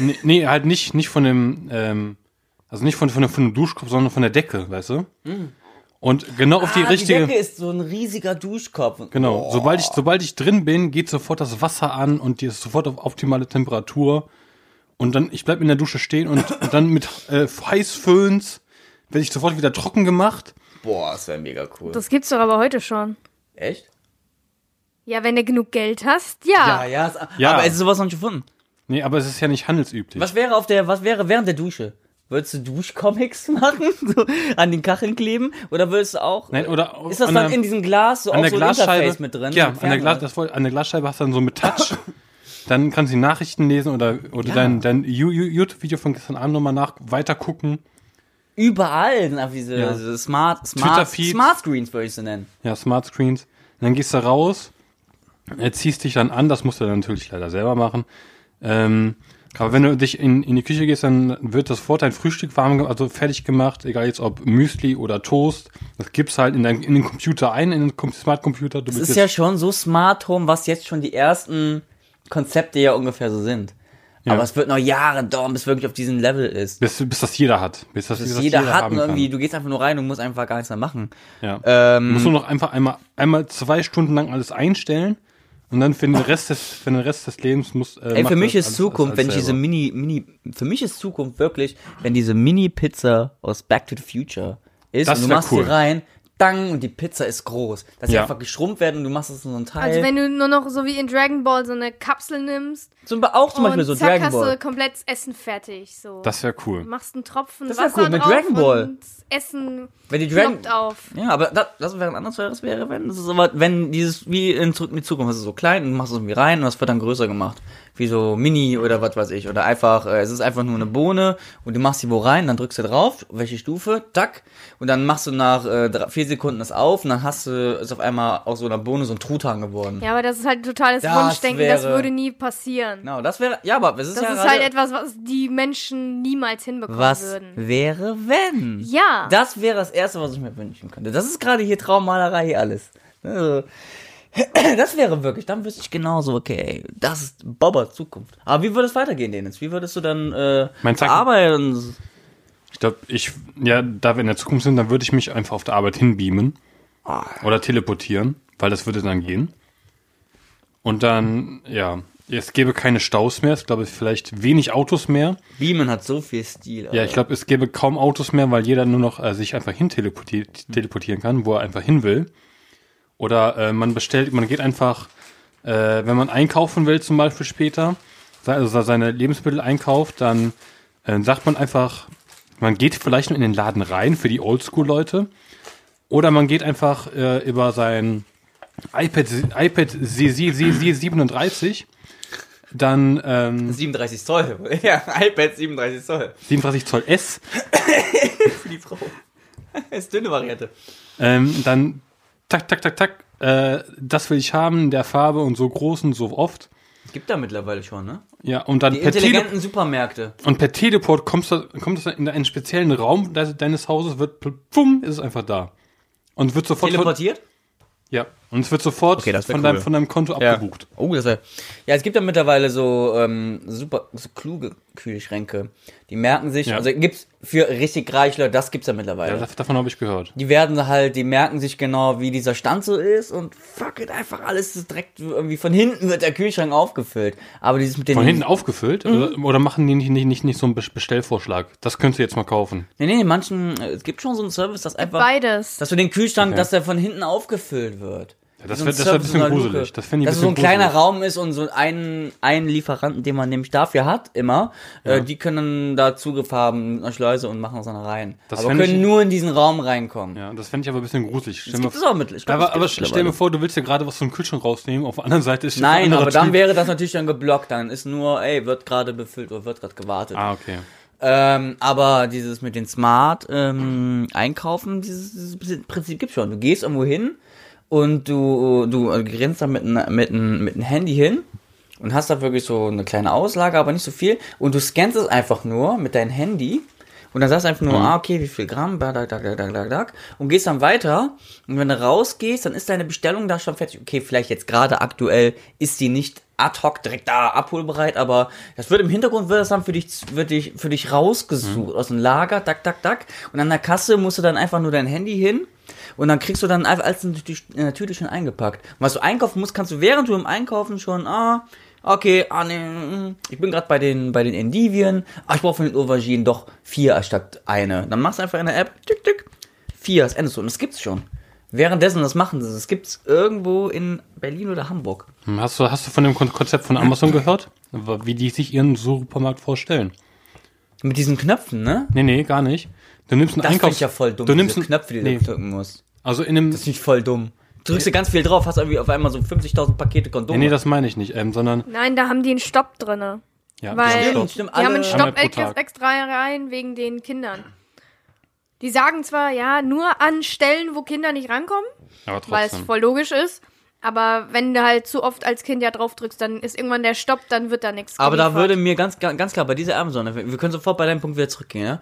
Speaker 2: Nee, nee halt nicht, nicht von dem, ähm, also nicht von, von, dem- von dem Duschkopf, sondern von der Decke, weißt du? Und genau auf die
Speaker 1: Mhm. ah,
Speaker 2: richtige.
Speaker 1: Die Decke ist so ein riesiger Duschkopf.
Speaker 2: Genau, sobald, ich, sobald ich drin bin, geht sofort das Wasser an und die ist sofort auf optimale Temperatur. Und dann, ich bleibe in der Dusche stehen und, und dann mit äh, Heißföhns werde ich sofort wieder trocken gemacht.
Speaker 1: Boah, das wäre mega cool.
Speaker 3: Das gibt's doch aber heute schon.
Speaker 1: Echt?
Speaker 3: Ja, wenn du genug Geld hast, ja.
Speaker 1: Ah, ja, es,
Speaker 2: Ja.
Speaker 1: aber es ist sowas noch nicht gefunden.
Speaker 2: Nee, aber es ist ja nicht handelsüblich.
Speaker 1: Was wäre auf der, was wäre während der Dusche? Würdest du Duschcomics machen, so an den Kacheln kleben, oder würdest du auch?
Speaker 2: Nein, oder
Speaker 1: ist das
Speaker 2: an
Speaker 1: dann
Speaker 2: der-
Speaker 1: in diesem Glas so
Speaker 2: an
Speaker 1: auch
Speaker 2: der
Speaker 1: so ein
Speaker 2: Glasscheibe
Speaker 1: Interface mit drin?
Speaker 2: Ja,
Speaker 1: so ein
Speaker 2: an der, Glas,
Speaker 1: Fernseher?
Speaker 2: das, voll- an der Glasscheibe hast du dann so mit Touch. dann kannst du die Nachrichten lesen oder, oder dein, dein You- You- YouTube-Video von gestern Abend nochmal nach weiter gucken.
Speaker 1: Überall sind auf diese,
Speaker 2: Ja.
Speaker 1: diese Smart, Smart,
Speaker 2: Twitter-Feeds.
Speaker 1: Smart Screens würde ich sie nennen.
Speaker 2: Ja, Smart Screens. Und dann gehst du raus, äh, ziehst dich dann an, das musst du dann natürlich leider selber machen. Ähm, aber wenn du dich in, in die Küche gehst, dann wird das vor dein Frühstück warm, ge- also fertig gemacht, egal jetzt ob Müsli oder Toast. Das gibst halt in, dein, in den Computer ein, in den Com- Smart Computer. Du
Speaker 1: Es
Speaker 2: bist
Speaker 1: ist ja schon so Smart Home, was jetzt schon die ersten Konzepte ja ungefähr so sind. Aber es wird noch Jahre dauern, bis wirklich auf diesem Level ist.
Speaker 2: bis, bis das jeder hat. Bis das, bis
Speaker 1: Bis
Speaker 2: das
Speaker 1: jeder hat
Speaker 2: haben
Speaker 1: und irgendwie,
Speaker 2: kann.
Speaker 1: du gehst einfach nur rein und musst einfach gar nichts mehr machen.
Speaker 2: Ja.
Speaker 1: Ähm,
Speaker 2: Musst du noch einfach einmal, einmal zwei Stunden lang alles einstellen und dann für den Rest des, für den Rest des Lebens musst äh,
Speaker 1: Ey,
Speaker 2: macht
Speaker 1: für mich
Speaker 2: das
Speaker 1: ist
Speaker 2: alles-
Speaker 1: Zukunft,
Speaker 2: alles
Speaker 1: wenn ich diese
Speaker 2: selber.
Speaker 1: Mini, Mini, für mich ist Zukunft wirklich, wenn diese Mini-Pizza aus Back to the Future ist
Speaker 2: Das
Speaker 1: und du
Speaker 2: wär
Speaker 1: machst
Speaker 2: cool.
Speaker 1: die rein, dang, und die Pizza ist groß. Dass sie
Speaker 2: Ja.
Speaker 1: einfach geschrumpft werden und du machst es in so einen Teil.
Speaker 3: Also wenn du nur noch so wie in Dragon Ball so eine Kapsel nimmst
Speaker 1: zum, Be- auch zum
Speaker 3: und
Speaker 1: Beispiel so
Speaker 3: zack
Speaker 1: Dragon
Speaker 3: hast
Speaker 1: Ball.
Speaker 3: du komplett das Essen fertig. So.
Speaker 2: Das wäre cool.
Speaker 3: Machst einen Tropfen
Speaker 1: Das wär
Speaker 3: Wasser
Speaker 1: cool, mit
Speaker 3: drauf
Speaker 1: Dragon Ball.
Speaker 3: und das Essen
Speaker 1: Wenn die Dragon-
Speaker 3: ploppt auf.
Speaker 1: Ja, aber das, das wäre ein anderes wäre, wäre, wenn das ist aber, wenn dieses, wie in Zurück in die Zukunft, das ist so klein und du machst es irgendwie rein und das wird dann größer gemacht. Wie so Mini oder was weiß ich. Oder einfach, äh, es ist einfach nur eine Bohne und du machst sie wo rein, dann drückst du drauf, welche Stufe, tack, und dann machst du nach äh, drei, vier Sekunden das auf und dann hast du ist auf einmal aus so einer Bohne so ein Truthahn geworden.
Speaker 3: Ja, aber das ist halt ein totales
Speaker 1: Das
Speaker 3: Wunschdenken, das
Speaker 1: wäre-
Speaker 3: würde nie passieren.
Speaker 1: Genau, das wäre, ja, aber es ist
Speaker 3: Das
Speaker 1: ja
Speaker 3: ist
Speaker 1: gerade-
Speaker 3: halt etwas, was die Menschen niemals hinbekommen
Speaker 1: was
Speaker 3: würden.
Speaker 1: wäre, wenn?
Speaker 3: Ja.
Speaker 1: Das wäre das Erste, was ich mir wünschen könnte. Das ist gerade hier Traummalerei hier alles. Also, Das wäre wirklich, dann wüsste ich genauso, okay, das ist Bobber Zukunft. Aber wie würde es weitergehen, Dennis? Wie würdest du dann äh,
Speaker 2: Mein Zacken-
Speaker 1: arbeiten?
Speaker 2: Ich glaube, ich, ja, da wir in der Zukunft sind, dann würde ich mich einfach auf der Arbeit hinbeamen. Oder teleportieren, weil das würde dann gehen. Und dann, ja, es gäbe keine Staus mehr. Es glaube vielleicht wenig Autos mehr.
Speaker 1: Beamen hat so viel Stil.
Speaker 2: Ja, ich glaube, es gäbe kaum Autos mehr, weil jeder nur noch äh, sich einfach hin teleporti teleportieren kann, wo er einfach hin will. Oder äh, man bestellt, man geht einfach, äh, wenn man einkaufen will zum Beispiel später, se- also se- seine Lebensmittel einkauft, dann äh, sagt man einfach, man geht vielleicht nur in den Laden rein für die Oldschool-Leute. Oder man geht einfach äh, über sein iPad, iPad C- C- C- C- 37, dann ähm,
Speaker 1: 37 Zoll. Ja, iPad 37 Zoll.
Speaker 2: 37 Zoll S,
Speaker 1: Für die Frau. ist dünne Variante.
Speaker 2: Ähm, dann tak, tak, tak, tak. Äh, das will ich haben, in der Farbe und so groß und so oft.
Speaker 1: Gibt da mittlerweile schon, ne?
Speaker 2: Ja, und dann
Speaker 1: Die
Speaker 2: per, Tele
Speaker 1: intelligenten Supermärkte.
Speaker 2: und per Teleport kommst du, kommst du in einen speziellen Raum de deines Hauses, wird pl- pum, ist es einfach da. Und wird sofort von,
Speaker 1: Teleportiert?
Speaker 2: ja, und es wird sofort
Speaker 1: Okay, das wär
Speaker 2: von, deinem,
Speaker 1: cool.
Speaker 2: von deinem Konto abgebucht.
Speaker 1: Oh, das wär, ja, es gibt ja mittlerweile so ähm, super so kluge Kühlschränke. Die merken sich,
Speaker 2: Ja.
Speaker 1: also gibt's für richtig reiche Leute, das gibt's ja mittlerweile.
Speaker 2: Ja, dav- davon habe ich gehört.
Speaker 1: die werden halt, die merken sich genau, wie dieser Stand so ist und fuck it, einfach alles ist direkt irgendwie von hinten wird der Kühlschrank aufgefüllt. Aber dieses mit den
Speaker 2: Von hinten
Speaker 1: Mhm.
Speaker 2: aufgefüllt? Oder, oder machen die nicht, nicht, nicht, nicht so einen Bes- Bestellvorschlag? Das könntest du jetzt mal kaufen.
Speaker 1: Nee, nee, manchen äh, es gibt schon so einen Service, dass einfach
Speaker 3: Beides.
Speaker 1: dass du den Kühlschrank,
Speaker 2: Okay.
Speaker 1: dass der von hinten aufgefüllt wird.
Speaker 2: Ja, das
Speaker 1: Wie
Speaker 2: wär-
Speaker 1: ein
Speaker 2: das wär ein
Speaker 1: Service
Speaker 2: bisschen
Speaker 1: in der Luke.
Speaker 2: gruselig. Das fänd ich ein
Speaker 1: Dass so ein
Speaker 2: bisschen
Speaker 1: kleiner
Speaker 2: gruselig.
Speaker 1: Raum ist und so einen, einen Lieferanten, den man nämlich dafür hat, immer, äh, die können da Zugriff haben mit einer Schleuse und machen es dann rein.
Speaker 2: Das
Speaker 1: aber
Speaker 2: fänd ich-
Speaker 1: können nur in diesen Raum reinkommen.
Speaker 2: Ja, das fände ich aber ein bisschen gruselig. Stell
Speaker 1: Das
Speaker 2: mir
Speaker 1: gibt es
Speaker 2: vor-
Speaker 1: auch mit. ich glaub,
Speaker 2: aber
Speaker 1: das
Speaker 2: aber
Speaker 1: gibt's
Speaker 2: stell mir
Speaker 1: mittlerweile.
Speaker 2: vor, du willst dir gerade was vom Kühlschrank rausnehmen, auf der anderen Seite ist
Speaker 1: Nein, aber dann
Speaker 2: wäre
Speaker 1: wäre das natürlich dann geblockt. Dann ist nur, ey, wird gerade befüllt oder wird gerade gewartet.
Speaker 2: Ah, okay.
Speaker 1: Ähm, aber dieses mit den Smart ähm, Einkaufen, dieses, dieses Prinzip gibt's schon. Du gehst irgendwo hin und du du grinst da mit einem mit einem mit einem Handy hin und hast da wirklich so eine kleine Auslage, aber nicht so viel und du scannst es einfach nur mit deinem Handy und dann sagst du einfach nur, ah, okay, wie viel Gramm, da, da, da, da, da, da, da, und gehst dann weiter. Und wenn du rausgehst, dann ist deine Bestellung da schon fertig. Okay, vielleicht jetzt gerade aktuell ist die nicht ad hoc direkt da abholbereit, aber das wird im Hintergrund, wird das dann für dich, wird dich, für dich rausgesucht aus dem Lager, dack, dack, dack. Und an der Kasse musst du dann einfach nur dein Handy hin Und dann kriegst du dann einfach alles in die Tü- in der Tüte schon eingepackt. Und was du einkaufen musst, kannst du während du im Einkaufen schon, ah, okay, ah, nee, mm, ich bin gerade bei den, bei den Endivien, ah, ich brauche von den Auberginen doch vier statt eine. Dann machst du einfach in der App, tick, tick, vier, das endest du. Und das gibt's schon. Währenddessen, das machen sie, das gibt's irgendwo in Berlin oder Hamburg.
Speaker 2: Hm, Hast du, hast du von dem Kon- Konzept von Amazon gehört? Wie die sich ihren Supermarkt vorstellen?
Speaker 1: Mit diesen Knöpfen, ne?
Speaker 2: Nee, nee, gar nicht. Du nimmst einen
Speaker 1: Das finde
Speaker 2: Einkaufs...
Speaker 1: ich ja voll dumm,
Speaker 2: Du nimmst
Speaker 1: diese
Speaker 2: einen
Speaker 1: Knöpfe, die
Speaker 2: nee,
Speaker 1: du drücken musst.
Speaker 2: Also in einem...
Speaker 1: Das finde ich voll dumm. Drückst du ganz viel drauf, hast irgendwie auf einmal so 50.000 Pakete Kondome.
Speaker 2: Nee, nee, das meine ich nicht, ähm, sondern...
Speaker 3: Nein, da haben die einen Stopp drinne.
Speaker 2: Ja,
Speaker 3: Weil-
Speaker 2: das ist
Speaker 1: stimmt,
Speaker 2: doch-
Speaker 1: stimmt,
Speaker 3: Die haben einen
Speaker 1: alle,
Speaker 2: Einmal
Speaker 3: Stopp
Speaker 2: pro
Speaker 3: extra,
Speaker 2: Tag.
Speaker 3: extra rein wegen den Kindern. Die sagen zwar, ja, nur an Stellen, wo Kinder nicht rankommen,
Speaker 2: aber
Speaker 3: weil es
Speaker 2: trotzdem.
Speaker 3: voll logisch ist. Aber wenn du halt zu oft als Kind ja drauf drückst, dann ist irgendwann der Stopp, dann wird da nichts.
Speaker 1: Aber da
Speaker 3: geliefert.
Speaker 1: würde mir ganz, ganz klar bei dieser Amazon, wir können sofort bei deinem Punkt wieder zurückgehen, ja?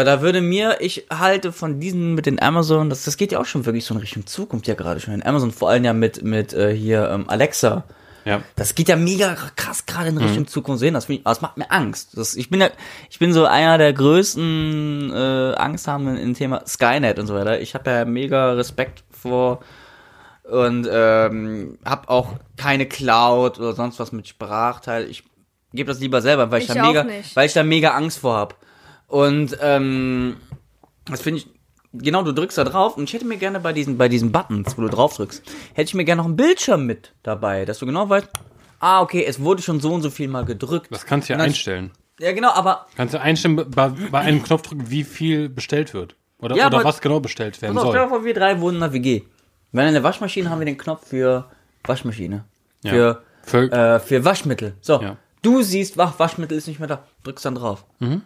Speaker 1: äh, da würde mir, ich halte von diesen mit den Amazon, das, das geht ja auch schon wirklich so in Richtung Zukunft ja gerade schon. In Amazon vor allem ja mit, mit äh, hier ähm, Alexa.
Speaker 2: Ja.
Speaker 1: Das geht ja mega krass gerade in Richtung Zukunft sehen. Das, find ich, aber das macht mir Angst. Das, ich bin ja, ich bin so einer der größten äh, Angsthabenden im Thema Skynet und so weiter. Ich habe ja mega Respekt vor und ähm, habe auch keine Cloud oder sonst was mit Sprachteil. Ich gebe das lieber selber, weil ich,
Speaker 3: Ich
Speaker 1: da
Speaker 3: auch
Speaker 1: mega,
Speaker 3: nicht.
Speaker 1: weil ich da mega Angst vor hab. Und ähm, das finde ich genau. Du drückst da drauf und ich hätte mir gerne bei diesen bei diesen Buttons, wo du drauf drückst, hätte ich mir gerne noch einen Bildschirm mit dabei, dass du genau weißt. Ah, okay, es wurde schon so und so viel mal gedrückt.
Speaker 2: Das kannst du ja
Speaker 1: Und dann-
Speaker 2: einstellen.
Speaker 1: Ja, genau, aber
Speaker 2: Kannst du einstellen bei- bei, bei einem Knopfdruck, wie viel bestellt wird. Oder,
Speaker 1: Ja,
Speaker 2: oder
Speaker 1: aber-
Speaker 2: was genau bestellt werden
Speaker 1: Pass auf, stell dir
Speaker 2: soll.
Speaker 1: vor, wir drei wohnen in einer WG. Wenn eine Waschmaschine haben wir den Knopf für Waschmaschine.
Speaker 2: Ja.
Speaker 1: Für,
Speaker 2: Für-
Speaker 1: äh, für Waschmittel. So,
Speaker 2: Ja.
Speaker 1: du siehst, wach, Waschmittel ist nicht mehr da. Drückst dann drauf.
Speaker 3: Nein,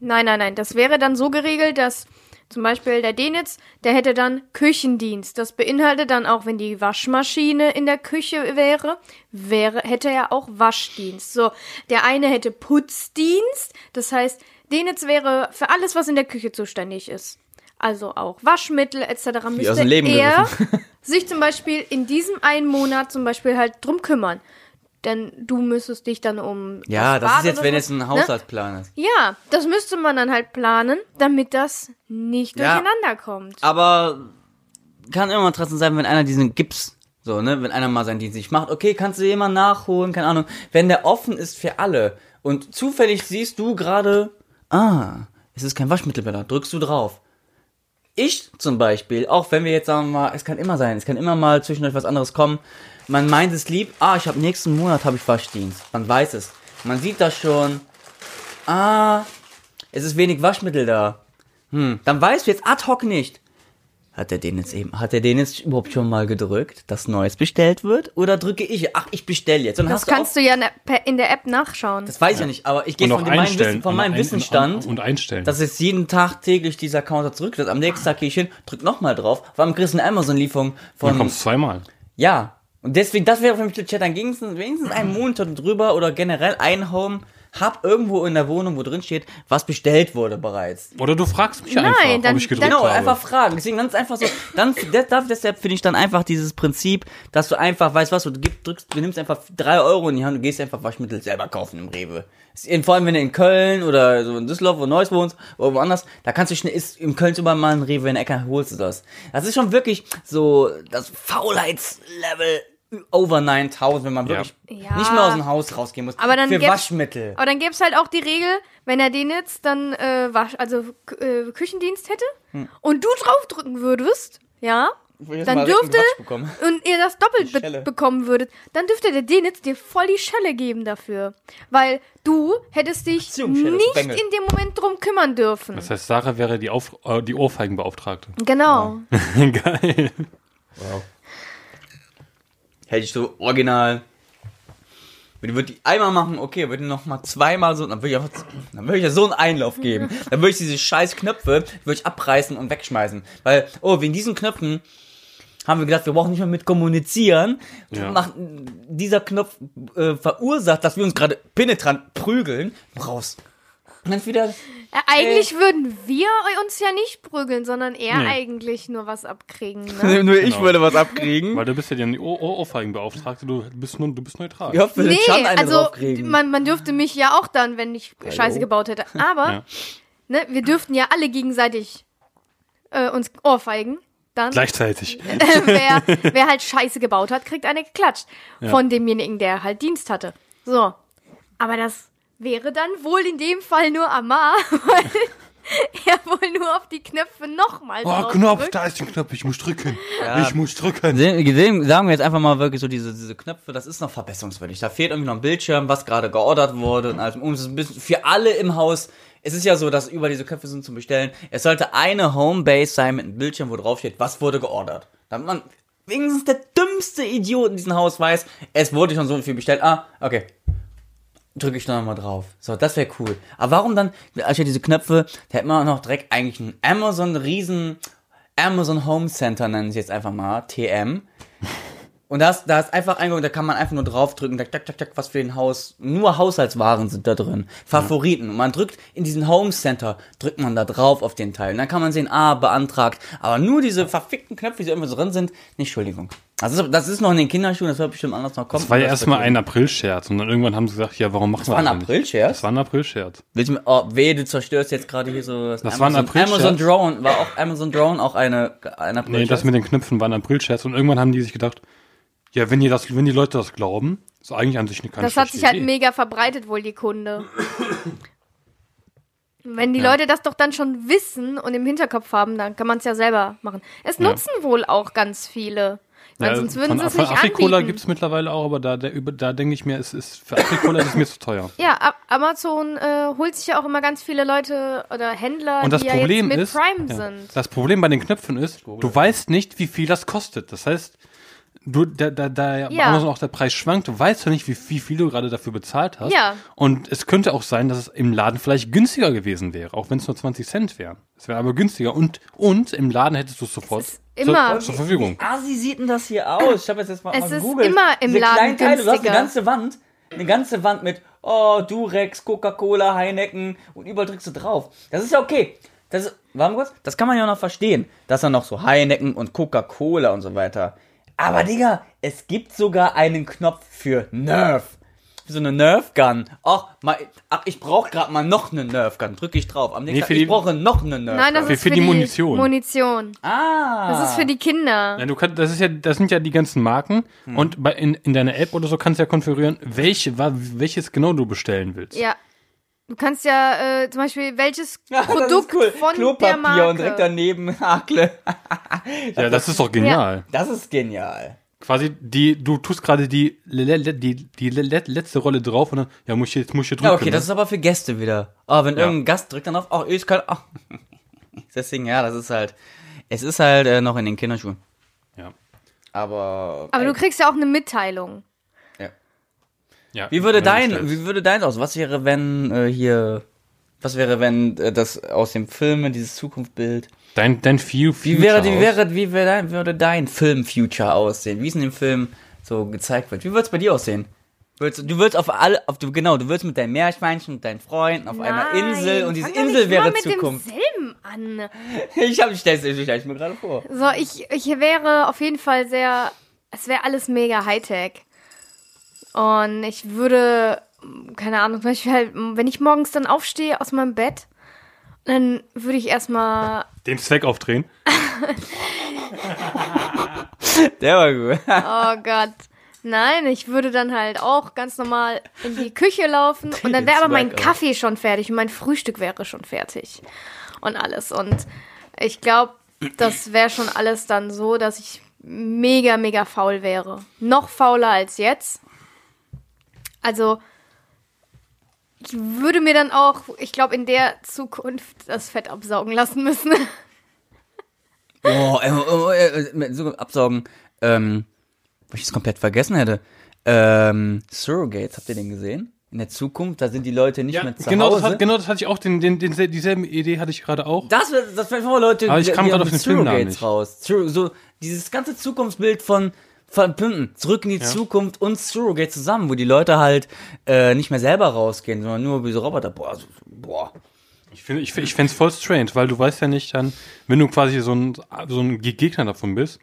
Speaker 3: nein, nein. Das wäre dann so geregelt, dass zum Beispiel der Denitz, der hätte dann Küchendienst. Das beinhaltet dann auch, wenn die Waschmaschine in der Küche wäre, wäre, hätte er auch Waschdienst. So, der eine hätte Putzdienst. Das heißt, Denitz wäre für alles, was in der Küche zuständig ist. Also auch Waschmittel etc. müsste
Speaker 1: aus dem Leben
Speaker 3: er
Speaker 1: gegriffen.
Speaker 3: sich zum Beispiel in diesem einen Monat zum Beispiel halt drum kümmern. Denn du müsstest dich dann um.
Speaker 1: Ja, das ist
Speaker 3: Bad
Speaker 1: jetzt,
Speaker 3: oder
Speaker 1: wenn
Speaker 3: so-
Speaker 1: jetzt ein
Speaker 3: ne?
Speaker 1: Haushaltsplan ist.
Speaker 3: Ja, das müsste man dann halt planen, damit das nicht
Speaker 1: Ja. Ah,
Speaker 3: durcheinander kommt.
Speaker 1: Aber kann immer trotzdem sein, wenn einer diesen Gips, so, ne, wenn einer mal seinen Dienst nicht macht, okay, kannst du jemand nachholen, keine Ahnung. Wenn der offen ist für alle und zufällig siehst du gerade, ah, es ist kein Waschmittel mehr da, drückst du drauf. Ich zum Beispiel, auch wenn wir jetzt sagen wir mal, es kann immer sein, es kann immer mal zwischendurch was anderes kommen. Man meint es lieb, ah, ich habe nächsten Monat habe ich Waschdienst. Man weiß es. Man sieht das schon. Ah, es ist wenig Waschmittel da. Hm, dann weißt du jetzt ad hoc nicht. Hat er den jetzt eben, hat er den jetzt überhaupt schon mal gedrückt, dass Neues bestellt wird? Oder drücke ich, ach, ich bestelle jetzt. Und
Speaker 3: das
Speaker 1: hast
Speaker 3: kannst
Speaker 1: du
Speaker 3: du ja in der- per- in der App nachschauen.
Speaker 1: auch, Das weiß ich ja nicht, aber ich gehe
Speaker 2: Und
Speaker 1: von,
Speaker 2: auch
Speaker 1: dem- meinem
Speaker 2: einstellen.
Speaker 1: Wissen, von
Speaker 2: Und
Speaker 1: meinem
Speaker 2: ein-
Speaker 1: Wissensstand.
Speaker 2: Und, und einstellen.
Speaker 1: Dass jetzt jeden Tag täglich dieser Counter zurücktritt. Am nächsten Tag gehe ich hin, drück nochmal drauf. War am Christen Amazon-Lieferung
Speaker 2: dann
Speaker 1: von.
Speaker 2: kommst du zweimal.
Speaker 1: Ja. Und deswegen, das wäre für mich der Chat. Dann wenigstens, wenigstens einen Monitor drüber oder generell einen Home. Hab irgendwo in der Wohnung, wo drin steht, was bestellt wurde bereits.
Speaker 2: Oder du fragst mich
Speaker 3: Nein,
Speaker 2: einfach,
Speaker 3: dann-
Speaker 2: ob ich gedrückt
Speaker 3: dann-
Speaker 1: Genau,
Speaker 2: habe.
Speaker 1: einfach fragen. Deswegen ganz einfach so. Dann, das, darf- deshalb finde ich dann einfach dieses Prinzip, dass du einfach, weißt was, du gib, drückst, du nimmst einfach drei Euro in die Hand und gehst einfach Waschmittel selber kaufen im Rewe. Ist- in- Vor allem, wenn du in Köln oder so in Düsseldorf oder Neuss wohnst oder irgendwo anders, da kannst du schnell, ist im Köln immer mal ein Rewe in der Ecke, holst du das. Das ist schon wirklich so das Faulheitslevel over 9000, wenn man wirklich
Speaker 3: Ja.
Speaker 1: nicht mehr aus dem Haus rausgehen muss.
Speaker 3: Aber dann
Speaker 1: für
Speaker 3: gäb's-
Speaker 1: Waschmittel.
Speaker 3: Aber dann gäbe es halt auch die Regel, wenn er den jetzt dann äh, wasch, also K- äh, Küchendienst hätte
Speaker 1: Hm.
Speaker 3: und du draufdrücken würdest, ja,
Speaker 1: hab jetzt
Speaker 3: dann
Speaker 1: mal richtig
Speaker 3: dürfte
Speaker 1: Quatsch bekommen.
Speaker 3: und ihr das doppelt be
Speaker 1: Schelle.
Speaker 3: bekommen würdet, dann dürfte der den jetzt dir voll die Schelle geben dafür, weil du hättest dich
Speaker 1: Beziehung, Schelle,
Speaker 3: nicht
Speaker 1: Bengel.
Speaker 3: in dem Moment drum kümmern dürfen.
Speaker 2: Das heißt, Sarah wäre die, Auf äh, die Ohrfeigenbeauftragte.
Speaker 3: Genau.
Speaker 2: Geil.
Speaker 1: Hätte ich so original. Ich würde die einmal machen, okay, würde noch mal zweimal so, dann würde ich einfach, dann würde ich ja so einen Einlauf geben. Dann würde ich diese scheiß Knöpfe, würde ich abreißen und wegschmeißen. Weil, oh, wegen diesen Knöpfen haben wir gedacht, wir brauchen nicht mehr mit kommunizieren.
Speaker 2: Ja.
Speaker 1: Macht, dieser Knopf äh, verursacht, dass wir uns gerade penetrant prügeln. Raus. Und dann wieder,
Speaker 3: Äh, Eigentlich würden wir uns ja nicht prügeln, sondern er
Speaker 2: Nee.
Speaker 3: eigentlich nur was abkriegen. Ne?
Speaker 1: nur ich würde was abkriegen.
Speaker 2: Weil du bist ja die Ohr Ohr- Ohrfeigenbeauftragte, du bist, nun- du bist neutral.
Speaker 1: Ich hoffe, wir
Speaker 3: Nee,
Speaker 1: nee, schon einen
Speaker 3: also
Speaker 1: draufkriegen.
Speaker 3: man, man dürfte mich ja auch dann, wenn ich Scheiße gebaut hätte. Aber
Speaker 2: Ja.
Speaker 3: ne, wir dürften ja alle gegenseitig äh, uns ohrfeigen. Dann
Speaker 2: Gleichzeitig.
Speaker 3: wer, wer halt Scheiße gebaut hat, kriegt eine geklatscht. Von demjenigen, der halt Dienst hatte. So. Aber das wäre dann wohl in dem Fall nur Amar, weil er wohl nur auf die Knöpfe nochmal
Speaker 2: Oh,
Speaker 3: drauf
Speaker 2: Knopf,
Speaker 3: drückt.
Speaker 2: da ist ein Knopf, ich muss drücken.
Speaker 1: Ja.
Speaker 2: Ich muss drücken.
Speaker 1: Sehen- gesehen- Sagen wir jetzt einfach mal wirklich so diese, diese Knöpfe, das ist noch verbesserungswürdig. Da fehlt irgendwie noch ein Bildschirm, was gerade geordert wurde und alles. Um es ist ein bisschen für alle im Haus. Es ist ja so, dass über diese Knöpfe sind zum Bestellen. Es sollte eine Homebase sein mit einem Bildschirm, wo drauf steht, was wurde geordert. Damit man wenigstens der dümmste Idiot in diesem Haus weiß, es wurde schon so viel bestellt. Ah, okay, drücke ich noch mal drauf. So, das wäre cool. Aber warum dann, anstatt diese Knöpfe, da hätte man auch noch direkt eigentlich ein Amazon riesen Amazon Home Center nennen sie jetzt einfach mal, TM. Und da ist, da ist einfach eingegangen, da kann man einfach nur draufdrücken, tak, tak, tak, tak, was für den Haus, nur Haushaltswaren sind da drin, Favoriten. Und man drückt in diesen Home Center, drückt man da drauf auf den Teil. Und dann kann man sehen, ah, beantragt. Aber nur diese verfickten Knöpfe, die so irgendwo drin sind, nee, Entschuldigung. Das ist, das ist noch in den Kinderschuhen, das wird bestimmt anders noch kommen.
Speaker 2: Das war ja
Speaker 1: Das
Speaker 2: erstmal
Speaker 1: wird-
Speaker 2: ein April-Scherz und dann irgendwann haben sie gesagt, ja, warum machen wir
Speaker 1: war ein
Speaker 2: das nicht?
Speaker 1: April-Scherz?
Speaker 2: Das war ein April-Scherz.
Speaker 1: Willst du, mir- oh, weh, du zerstörst jetzt gerade hier so das,
Speaker 2: Das war ein April-Scherz.
Speaker 1: Amazon Drone, war auch Amazon Drone auch eine, ein April
Speaker 2: Nee, das mit den Knöpfen war ein April-Scherz und irgendwann haben die sich gedacht, ja, wenn, ihr das, wenn die Leute das glauben, ist eigentlich an sich eine ganz
Speaker 3: Das hat
Speaker 2: schlechte
Speaker 3: sich halt
Speaker 2: Idee.
Speaker 3: mega verbreitet, wohl die Kunde. Wenn die Leute das doch dann schon wissen und im Hinterkopf haben, dann kann man es ja selber machen. Es nutzen wohl auch ganz viele. Ich meine,
Speaker 2: Ja,
Speaker 3: sonst würden
Speaker 2: von,
Speaker 3: sie es
Speaker 2: von
Speaker 3: nicht
Speaker 2: Afrikola
Speaker 3: anbieten.
Speaker 2: gibt es mittlerweile auch, aber da, der, über- da denke ich mir, es ist für Afrikola ist es mir zu teuer.
Speaker 3: Ja, A- Amazon äh, holt sich ja auch immer ganz viele Leute oder Händler,
Speaker 2: Und das
Speaker 3: die
Speaker 2: Problem
Speaker 3: ja
Speaker 2: ist,
Speaker 3: jetzt mit Prime
Speaker 2: ja,
Speaker 3: sind.
Speaker 2: das Problem bei den Knöpfen ist, du weißt nicht, wie viel das kostet. Das heißt, du, da, da, da ja. bei
Speaker 3: Ja.
Speaker 2: Amazon auch der Preis schwankt, du weißt ja nicht, wie, wie viel du gerade dafür bezahlt hast.
Speaker 3: Ja.
Speaker 2: Und es könnte auch sein, dass es im Laden vielleicht günstiger gewesen wäre, auch wenn es nur 20 Cent wären. Es wäre aber günstiger und, und im Laden hättest du es sofort
Speaker 3: ist immer-
Speaker 2: zur, zur Verfügung.
Speaker 1: Ah, sie sieht denn das hier aus? Ich habe jetzt erst mal
Speaker 3: Es
Speaker 1: mal
Speaker 3: ist
Speaker 1: gegoogelt.
Speaker 3: immer im
Speaker 1: Diese
Speaker 3: Laden
Speaker 1: kleinen Teile, du hast eine
Speaker 3: günstiger.
Speaker 1: ganze Wand, eine ganze Wand mit oh, Durex, Coca-Cola, Heineken und überall drückst du drauf. Das ist ja okay. Das ist, warum kurz? Das kann man ja noch verstehen, dass da noch so Heineken und Coca-Cola und so weiter. Aber Digga, es gibt sogar einen Knopf für Nerf. Für so eine Nerf Gun. Ach, mal, ach ich brauche gerade mal noch eine Nerf Gun. Drücke ich drauf. Am nächsten
Speaker 2: Nee,
Speaker 1: Tag,
Speaker 2: für
Speaker 1: ich
Speaker 2: die-
Speaker 1: brauche noch eine Nerf
Speaker 3: Nein,
Speaker 1: Gun.
Speaker 3: das
Speaker 2: Für-
Speaker 3: ist
Speaker 2: für
Speaker 3: für
Speaker 2: die
Speaker 3: die
Speaker 2: Munition.
Speaker 3: Munition.
Speaker 1: Ah.
Speaker 3: Das ist für die Kinder.
Speaker 2: Ja, du kannst, das ist ja, das sind ja die ganzen Marken und bei, in, in deiner App oder so kannst du ja konfigurieren, welche, wa- welches genau du bestellen willst.
Speaker 3: Ja. Du kannst ja äh, zum Beispiel welches
Speaker 1: Ja,
Speaker 3: Produkt von
Speaker 1: Klopapier
Speaker 3: der Marke.
Speaker 1: und direkt daneben Hakle.
Speaker 2: Ja, das ist doch genial.
Speaker 1: Das ist genial.
Speaker 2: Quasi die, du tust gerade die, le- le- die, die le- le- letzte Rolle drauf und dann, ja, muss ich jetzt, muss ich jetzt drücken.
Speaker 1: Ja, okay, das ist aber für Gäste wieder. Oh, wenn
Speaker 2: Ja.
Speaker 1: irgendein Gast drückt dann auf, oh, ich kann, oh. Deswegen, ja, das ist halt, es ist halt äh, noch in den Kinderschuhen.
Speaker 2: ne? ja.
Speaker 1: Aber,
Speaker 3: Aber du kriegst ja auch eine Mitteilung.
Speaker 2: Ja,
Speaker 1: wie würde
Speaker 2: wenn du
Speaker 1: dein,
Speaker 2: bestellst.
Speaker 1: wie würde dein aus? Was wäre, wenn äh, hier, was wäre, wenn äh, das aus dem Film, dieses Zukunftsbild,
Speaker 2: dein, dein View,
Speaker 1: wie wäre, die, wäre, wie wäre dein, würde dein Film Future aussehen? Wie es in dem Film so gezeigt wird? Wie würde es bei dir aussehen? Würdest, du würdest auf alle, auf, du, genau, du würdest mit deinen Meerschweinchen, mit deinen Freunden auf einer
Speaker 3: Nein,
Speaker 1: Insel und diese
Speaker 3: fang doch
Speaker 1: Insel
Speaker 3: nicht
Speaker 1: wäre
Speaker 3: immer mit
Speaker 1: Zukunft.
Speaker 3: Demselben an.
Speaker 1: Ich habe, ich stell's, ich stell's mir gerade vor.
Speaker 3: So, ich, ich wäre auf jeden Fall sehr. Es wäre alles mega Hightech. Und ich würde, keine Ahnung, zum Beispiel halt, wenn ich morgens dann aufstehe aus meinem Bett, dann würde ich erstmal.
Speaker 2: Den Zweck aufdrehen.
Speaker 1: Der war gut.
Speaker 3: Oh Gott. Nein, ich würde dann halt auch ganz normal in die Küche laufen und dann wäre aber mein
Speaker 1: Zweig auf.
Speaker 3: Kaffee schon fertig und mein Frühstück wäre schon fertig und alles. Und ich glaube, das wäre schon alles dann so, dass ich mega, mega faul wäre. Noch fauler als jetzt. Also ich würde mir dann auch, ich glaube, in der Zukunft das Fett absaugen lassen müssen.
Speaker 1: Oh, äh, oh, äh, äh, so absaugen, ähm, wo ich es komplett vergessen hätte. Ähm, Surrogates, habt ihr den gesehen? In der Zukunft, da sind die Leute nicht mehr zu
Speaker 2: genau,
Speaker 1: Hause.
Speaker 2: das hat, genau das hatte ich auch, den, den, den, dieselben Idee hatte ich gerade auch.
Speaker 1: Das wird, das werden Leute,
Speaker 2: Aber ich
Speaker 1: die-
Speaker 2: kam
Speaker 1: die
Speaker 2: gerade auf
Speaker 1: mit
Speaker 2: den Filmnamen
Speaker 1: Surrogates
Speaker 2: nicht.
Speaker 1: raus. Sur- So, dieses ganze Zukunftsbild von verbinden, zurück in die Zukunft und Surrogate zusammen, wo die Leute halt äh, nicht mehr selber rausgehen, sondern nur wie so Roboter. Boah, so, so, boah.
Speaker 2: Ich finde, ich, find- ich fände es voll strange, weil du weißt ja nicht dann, wenn du quasi so ein, so ein Gegner davon bist.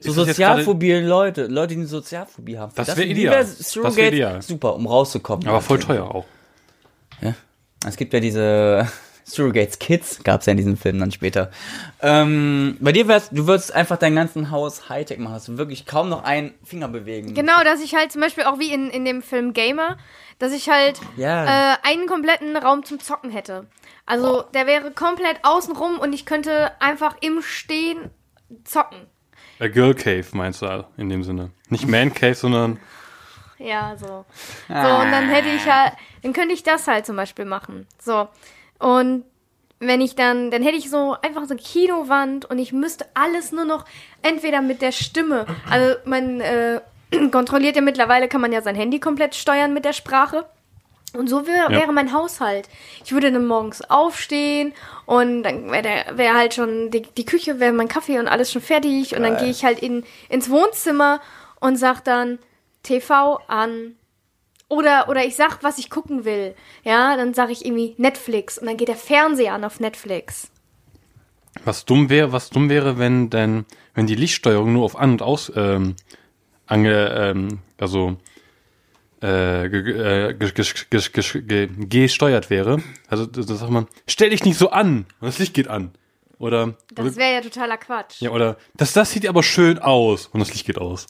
Speaker 1: So
Speaker 2: ist das jetzt
Speaker 1: sozialphobie Leute, Leute, die eine Sozialphobie haben. Für
Speaker 2: Das wär
Speaker 1: die
Speaker 2: ideal. Das wär
Speaker 1: Surrogates
Speaker 2: ideal.
Speaker 1: super, um rauszukommen.
Speaker 2: Gerade, aber voll teuer auch.
Speaker 1: Ja. Es gibt ja diese Surrogates Kids gab's ja in diesem Film dann später. Ähm, bei dir wärst, du würdest einfach dein ganzen Haus Hightech machen, dass du wirklich kaum noch einen Finger bewegen.
Speaker 3: Genau, dass ich halt zum Beispiel auch wie in, in dem Film Gamer, dass ich halt
Speaker 1: Ja.
Speaker 3: äh, einen kompletten Raum zum Zocken hätte. Also der wäre komplett außenrum und ich könnte einfach im Stehen zocken.
Speaker 2: A Girl Cave meinst du in dem Sinne. Nicht Man Cave, sondern
Speaker 3: Ja, so. So, und dann hätte ich ja, dann könnte ich das halt zum Beispiel machen. So. Und wenn ich dann, dann hätte ich so einfach so eine Kinowand und ich müsste alles nur noch entweder mit der Stimme, also man äh, kontrolliert ja mittlerweile, kann man ja sein Handy komplett steuern mit der Sprache. Und so wär, wäre mein Haushalt. Ich würde dann morgens aufstehen und dann wäre der- wäre halt schon die, die Küche, wäre mein Kaffee und alles schon fertig. Und dann gehe ich halt in, ins Wohnzimmer und sag dann TV an. Oder, oder ich sag, was ich gucken will. Ja, dann sage ich irgendwie Netflix und dann geht der Fernseher an auf Netflix.
Speaker 2: was dumm wäre, was dumm wäre, wenn denn, wenn die Lichtsteuerung nur auf an und aus ähm, ange, ähm, also äh, ge, ge- äh, ge- ge- ge- ge- ge- gesteuert wäre. Also da da sagt man, stell dich nicht so an. Und das Licht geht an. Oder,
Speaker 3: Das wäre ja totaler Quatsch.
Speaker 2: Also ja, oder das, das sieht aber schön aus. Und das Licht geht aus.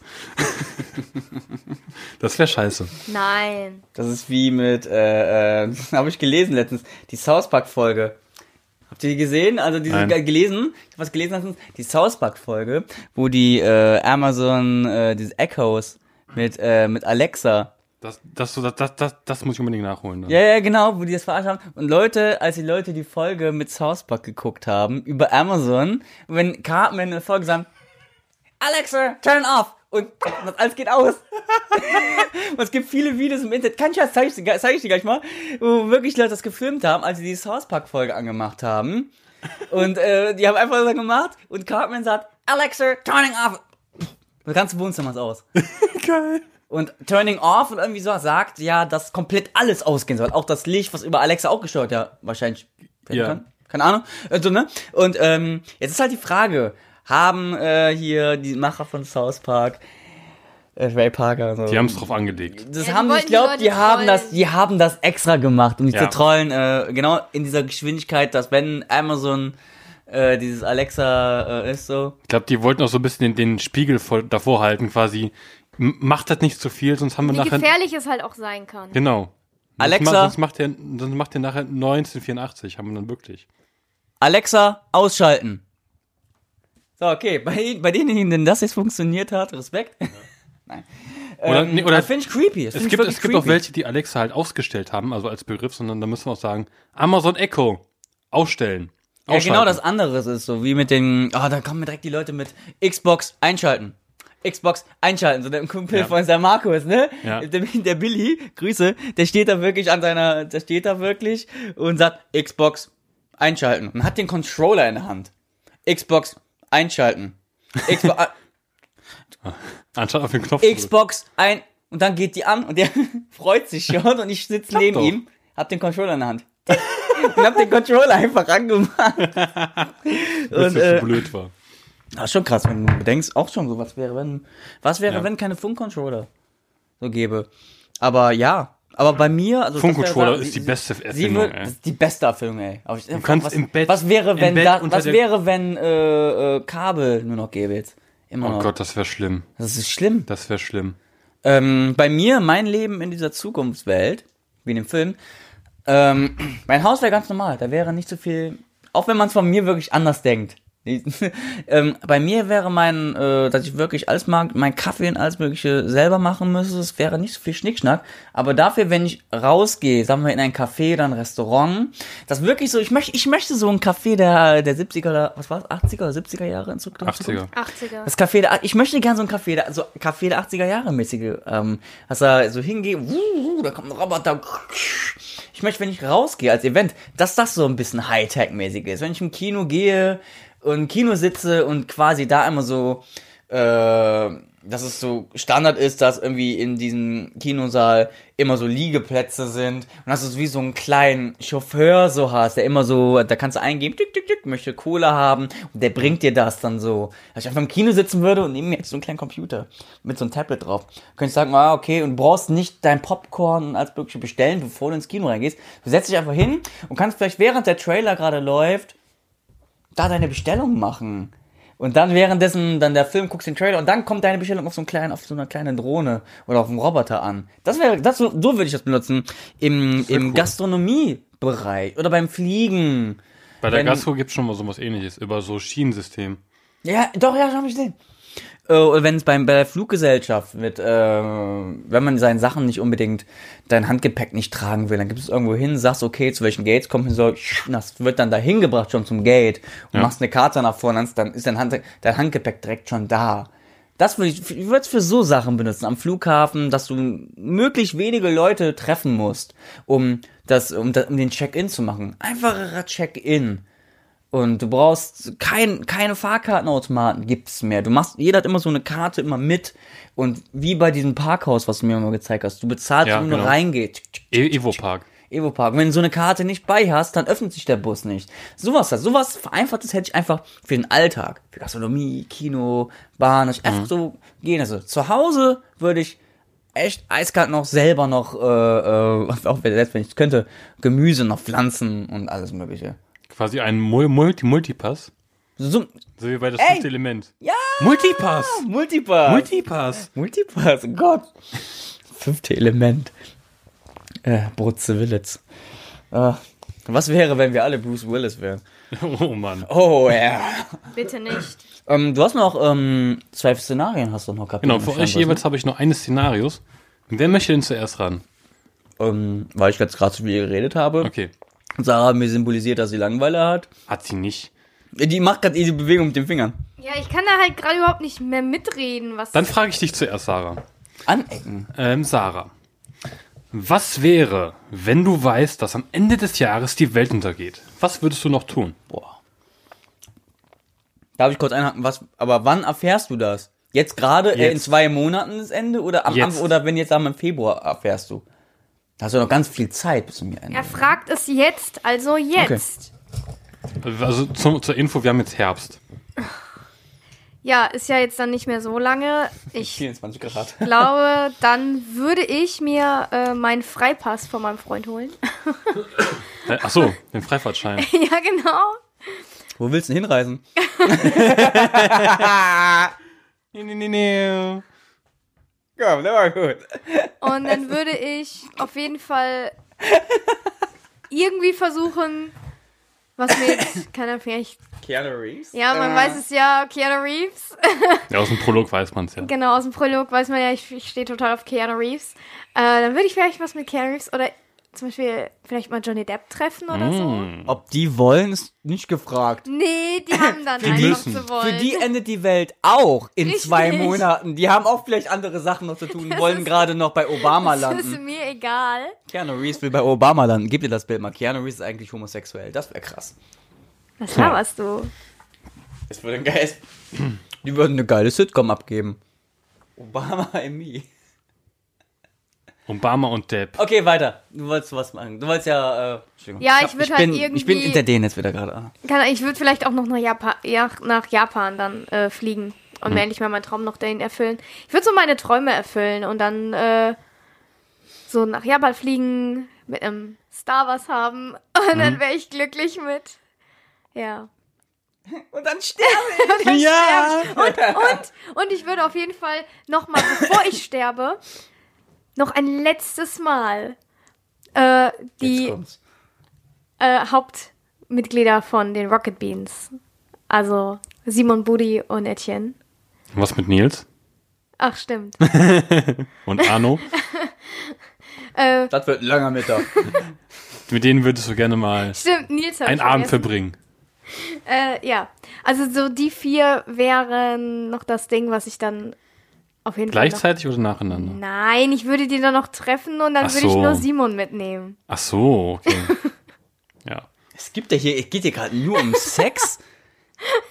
Speaker 2: das wäre scheiße.
Speaker 3: Nein.
Speaker 1: Das ist wie mit, äh, äh, habe ich gelesen letztens, die South Park Folge. Habt ihr die gesehen? Also diese
Speaker 2: Nein.
Speaker 1: gelesen, ich hab was gelesen letztens, die South Park Folge, wo die äh, Amazon äh, diese Echoes mit äh, mit Alexa.
Speaker 2: Das, das, das, das, das, das muss ich unbedingt nachholen. Dann.
Speaker 1: Ja, ja, genau, wo die das verarscht haben. Und Leute, als die Leute die Folge mit South Park geguckt haben über Amazon, wenn Cartman eine Folge sagt, Alexa, turn off und das alles geht aus. Und es gibt viele Videos im Internet. Kann ich das? Zeig ich, dir- zeig ich dir gleich mal. Wo wirklich Leute das gefilmt haben, als sie die South Park Folge angemacht haben. Und äh, die haben einfach so gemacht und Cartman sagt, Alexa, turning off. Das ganze Wohnzimmer ist aus.
Speaker 2: Geil.
Speaker 1: Und Turning Off und irgendwie so sagt, ja, dass komplett alles ausgehen soll. Auch das Licht, was über Alexa auch gesteuert, ja, wahrscheinlich werden
Speaker 2: Ja.
Speaker 1: kann. Keine Ahnung. Also, ne? Und ähm, jetzt ist halt die Frage, haben äh, hier die Macher von South Park, äh, Ray Parker und so.
Speaker 2: Die haben es drauf angelegt.
Speaker 1: das
Speaker 3: Ja, die
Speaker 1: haben,
Speaker 3: wollten
Speaker 1: ich glaube,
Speaker 3: die
Speaker 1: die,
Speaker 3: Leute
Speaker 1: haben das,
Speaker 3: trollen.
Speaker 1: die haben das extra gemacht, um die
Speaker 2: Ja.
Speaker 1: zu trollen, äh, genau in dieser Geschwindigkeit, dass wenn Amazon äh, dieses Alexa äh, ist so,
Speaker 2: Ich glaube, die wollten auch so ein bisschen den, den Spiegel voll, davor halten, quasi. M macht das nicht zu viel, sonst haben wir
Speaker 3: Wie
Speaker 2: nachher.
Speaker 3: gefährlich es halt auch sein kann.
Speaker 2: Genau.
Speaker 1: Alexa?
Speaker 2: Sonst, ma- sonst macht ihr, sonst macht ihr nachher 1984, haben wir dann wirklich.
Speaker 1: Alexa, ausschalten. So, okay. Bei, bei denen, denen das jetzt funktioniert hat, Respekt. Nein. Äh,
Speaker 2: Oder- Äh, nee, oder-
Speaker 1: das finde ich creepy. Das
Speaker 2: Es
Speaker 1: find
Speaker 2: gibt,
Speaker 1: ich
Speaker 2: es
Speaker 1: wirklich
Speaker 2: gibt auch
Speaker 1: creepy.
Speaker 2: welche, die Alexa halt ausgestellt haben, also als Begriff, sondern da müssen wir auch sagen, Amazon Echo, ausstellen.
Speaker 1: Ja, genau
Speaker 2: ausschalten.
Speaker 1: das anderes ist so, wie mit den, ah, da kommen direkt die Leute mit Xbox einschalten. Xbox einschalten, so der Kumpel
Speaker 2: Ja.
Speaker 1: von der Markus, ne?
Speaker 2: Ja.
Speaker 1: Der, der Billy, Grüße, der steht da wirklich an seiner, der steht da wirklich und sagt Xbox einschalten und hat den Controller in der Hand. Xbox einschalten. Xbox,
Speaker 2: Anstatt auf den Knopf. zu drücken.
Speaker 1: äh, Xbox ein und dann geht die an und der freut sich schon und ich sitze neben
Speaker 2: doch.
Speaker 1: ihm, hab den Controller in der Hand und hab den Controller einfach angemacht.
Speaker 2: Weil es
Speaker 1: und
Speaker 2: so
Speaker 1: äh,
Speaker 2: blöd war.
Speaker 1: das ist schon krass, wenn du bedenkst, auch schon so, was wäre, wenn was wäre,
Speaker 2: Ja.
Speaker 1: wenn keine Funkcontroller so gäbe. Aber ja, aber bei mir, also das wäre-
Speaker 2: Funkcontroller
Speaker 1: sie-
Speaker 2: ist die
Speaker 1: sie-
Speaker 2: beste
Speaker 1: Sie
Speaker 2: Erfindung,
Speaker 1: wird,
Speaker 2: ey.
Speaker 1: das ist die beste Erfindung, ey. Aber ich, du
Speaker 2: kannst
Speaker 1: was,
Speaker 2: im Bett-
Speaker 1: was wäre,
Speaker 2: im
Speaker 1: wenn
Speaker 2: Bett
Speaker 1: da,
Speaker 2: unter
Speaker 1: was
Speaker 2: der-
Speaker 1: wäre, wenn äh, äh, Kabel nur noch gäbe jetzt? Immer
Speaker 2: Oh
Speaker 1: noch.
Speaker 2: Gott, das wäre schlimm.
Speaker 1: Das ist schlimm.
Speaker 2: Das wäre schlimm.
Speaker 1: Ähm, bei mir, mein Leben in dieser Zukunftswelt, wie in dem Film, ähm, mein Haus wäre ganz normal. Da wäre nicht so viel, auch wenn man es von mir wirklich anders denkt. ähm, bei mir wäre mein, äh, dass ich wirklich alles mag, mein Kaffee und alles Mögliche selber machen müsste. Es wäre nicht so viel Schnickschnack. Aber dafür, wenn ich rausgehe, sagen wir in ein Café oder ein Restaurant, das wirklich so, ich möchte, ich möchte so ein Café der, der 70er oder, was war's, 80er oder 70er Jahre in Zukunft?
Speaker 2: 80er.
Speaker 3: 80er.
Speaker 1: Das Café der, ich möchte gerne so ein Café der, so Café der 80er Jahre mäßige, ähm, dass da so hingeht, wuh, wuh, da kommt ein Roboter. Ich möchte, wenn ich rausgehe als Event, dass das so ein bisschen Hightech-mäßig ist. Wenn ich im Kino gehe und im Kino sitze und quasi da immer so, äh, dass es so Standard ist, dass irgendwie in diesem Kinosaal immer so Liegeplätze sind und dass du so wie so einen kleinen Chauffeur so hast, der immer so, da kannst du eingeben, tück, tück, tück, möchte Cola haben und der bringt dir das dann so. Dass ich einfach im Kino sitzen würde und neben mir jetzt so einen kleinen Computer mit so einem Tablet drauf. Könntest sagen, ah, okay, und brauchst nicht dein Popcorn als Mögliche bestellen, bevor du ins Kino reingehst. Du setzt dich einfach hin und kannst vielleicht während der Trailer gerade läuft, da deine Bestellung machen. Und dann währenddessen dann der Film guckst den Trailer und dann kommt deine Bestellung auf so einen kleinen, auf so einer kleinen Drohne oder auf einem Roboter an. Das wäre, das so, so würde ich das benutzen im,
Speaker 2: wär
Speaker 1: im
Speaker 2: cool.
Speaker 1: Gastronomiebereich oder beim Fliegen.
Speaker 2: Bei der
Speaker 1: Wenn-
Speaker 2: Gastro gibt's schon mal sowas ähnliches, über so Schienensystem.
Speaker 1: Ja, doch, ja, schon hab ich gesehen. Äh, Oder wenn es beim bei der Fluggesellschaft mit, äh, wenn man seine Sachen nicht unbedingt, dein Handgepäck nicht tragen will, dann gibst du es irgendwo hin, sagst, okay, zu welchen Gates kommt man so, das wird dann da hingebracht schon zum Gate und machst eine Karte nach vorne, dann- dann ist dein, Hand, dein Handgepäck direkt schon da. Das würde ich, ich würde es für so Sachen benutzen, am Flughafen, dass du möglichst wenige Leute treffen musst, um das, um, da- um den Check-in zu machen. Einfacherer Check-in. Und du brauchst kein, keine Fahrkartenautomaten gibt's mehr. Du machst, jeder hat immer so eine Karte immer mit. Und wie bei diesem Parkhaus, was du mir mal gezeigt hast, du bezahlst,
Speaker 2: Ja,
Speaker 1: wenn du
Speaker 2: genau.
Speaker 1: reingeht.
Speaker 2: E Evo Park.
Speaker 1: Evo Park. Wenn du so eine Karte nicht bei hast, dann öffnet sich der Bus nicht. Sowas, das- sowas vereinfachtes hätte ich einfach für den Alltag, für Gastronomie, Kino, Bahn, dass ich
Speaker 2: Mhm.
Speaker 1: einfach so gehen. Also zu Hause würde ich echt eiskalt noch selber noch, äh, äh, auch wenn- selbst wenn ich es könnte, Gemüse noch pflanzen und alles mögliche.
Speaker 2: Quasi ein Mul Multi Multipass.
Speaker 1: So,
Speaker 2: So wie bei das
Speaker 1: Ey!
Speaker 2: fünfte Element.
Speaker 1: ja!
Speaker 2: Multipass!
Speaker 1: Multipass.
Speaker 2: Multipass!
Speaker 1: Multipass, oh Gott. Fünfte Element. Äh, Brutze Willits. Äh, was wäre, wenn wir alle Bruce Willis wären?
Speaker 2: Oh Mann.
Speaker 1: Oh, ja.
Speaker 3: Bitte nicht.
Speaker 1: Ähm, du hast noch ähm, zwei Szenarien, hast du noch gehabt.
Speaker 2: Genau,
Speaker 1: die
Speaker 2: für
Speaker 1: du
Speaker 2: euch
Speaker 1: beschreiben
Speaker 2: jeweils habe ich nur eines Szenarios. Wer möchte denn zuerst ran?
Speaker 1: wolltest. Ähm, weil ich jetzt gerade zu viel geredet habe.
Speaker 2: Okay.
Speaker 1: Sarah hat mir symbolisiert, dass sie Langeweile hat.
Speaker 2: Hat sie nicht.
Speaker 1: Die macht gerade diese Bewegung mit den Fingern.
Speaker 3: Ja, ich kann da halt gerade überhaupt nicht mehr mitreden, was.
Speaker 2: Dann frage ich dich zuerst, Sarah.
Speaker 1: Anecken.
Speaker 2: Ähm, Sarah. Was wäre, wenn du weißt, dass am Ende des Jahres die Welt untergeht? Was würdest du noch tun?
Speaker 1: Boah. Darf ich kurz einhaken? Was, aber wann erfährst du das? Jetzt gerade, äh, in
Speaker 2: Jetzt.
Speaker 1: zwei Monaten das Ende? Oder, am, am,
Speaker 2: Jetzt.
Speaker 1: oder wenn jetzt am im Februar erfährst du? Da hast du noch ganz viel Zeit bis zum Ende.
Speaker 3: er fragt es jetzt, also jetzt.
Speaker 2: Also zum, zur Info, wir haben jetzt Herbst.
Speaker 3: Ja, ist ja jetzt dann nicht mehr so lange. Ich
Speaker 1: 24 Grad.
Speaker 3: glaube, dann würde ich mir äh, meinen Freipass von meinem Freund holen.
Speaker 2: Äh, ach so, den Freifahrtschein.
Speaker 3: ja, genau.
Speaker 1: Wo willst du denn hinreisen?
Speaker 2: Nee, nee, nee, nee.
Speaker 1: Komm, der war gut.
Speaker 3: Und dann würde ich auf jeden Fall irgendwie versuchen, was mir jetzt keiner vielleicht.
Speaker 1: Keanu Reeves?
Speaker 3: Ja, man weiß es ja, Keanu Reeves.
Speaker 2: Ja, aus dem Prolog weiß man es ja.
Speaker 3: Genau, aus dem Prolog weiß man ja, ich, ich stehe total auf Keanu Reeves. Äh, dann würde ich vielleicht was mit Keanu Reeves oder zum Beispiel vielleicht mal Johnny Depp treffen oder so.
Speaker 1: Ob die wollen, ist nicht gefragt.
Speaker 3: Nee, die haben dann
Speaker 2: Die
Speaker 3: einfach
Speaker 2: müssen.
Speaker 3: zu wollen.
Speaker 1: Für die endet die Welt auch in
Speaker 3: Richtig.
Speaker 1: zwei Monaten. Die haben auch vielleicht andere Sachen noch zu tun, wollen gerade noch bei Obama
Speaker 3: das ist
Speaker 1: landen.
Speaker 3: mir egal.
Speaker 1: Keanu Reeves will bei Obama landen. Gib dir das Bild mal. Keanu Reeves ist eigentlich homosexuell. Das wäre krass.
Speaker 3: Was laberst du?
Speaker 1: Das würde ein geiles. Die würden eine geile Sitcom abgeben. Obama and me.
Speaker 2: Obama und Depp.
Speaker 1: Okay, weiter. Du wolltest was machen. Du wolltest ja. Äh, Entschuldigung.
Speaker 3: Ja, ich
Speaker 1: hab-
Speaker 3: würd halt
Speaker 1: bin, Ich bin
Speaker 3: irgendwie-
Speaker 1: hinter denen jetzt wieder gerade.
Speaker 3: Kann, ich würde vielleicht auch noch nach Japan, ja, nach Japan dann äh, fliegen und mir endlich mal meinen Traum noch dahin erfüllen. Ich würde so meine Träume erfüllen und dann äh, so nach Japan fliegen, mit einem Star was haben und dann wäre ich glücklich mit. Ja.
Speaker 1: Und dann sterben.
Speaker 3: Ja. Und, und, und ich würde auf jeden Fall nochmal, bevor ich sterbe, noch ein letztes Mal äh, die äh, Hauptmitglieder von den Rocket Beans. Also Simon Budi und Etienne.
Speaker 2: Und was mit Nils?
Speaker 3: Ach, stimmt.
Speaker 2: Und Arno?
Speaker 1: Das wird ein langer Mittag.
Speaker 2: mit denen würdest du gerne mal
Speaker 3: Stimmt, Nils hat
Speaker 2: einen Abend verbringen.
Speaker 3: Genau. Äh, ja. Also so die vier wären noch das Ding, was ich dann auf jeden Fall.
Speaker 2: Gleichzeitig oder nacheinander?
Speaker 3: Noch Nein, ich würde die dann noch treffen und dann
Speaker 2: Ach
Speaker 3: würde ich
Speaker 2: so.
Speaker 3: nur Simon mitnehmen.
Speaker 2: Ach so, okay. ja.
Speaker 1: Es gibt ja hier, es geht hier gerade nur um Sex.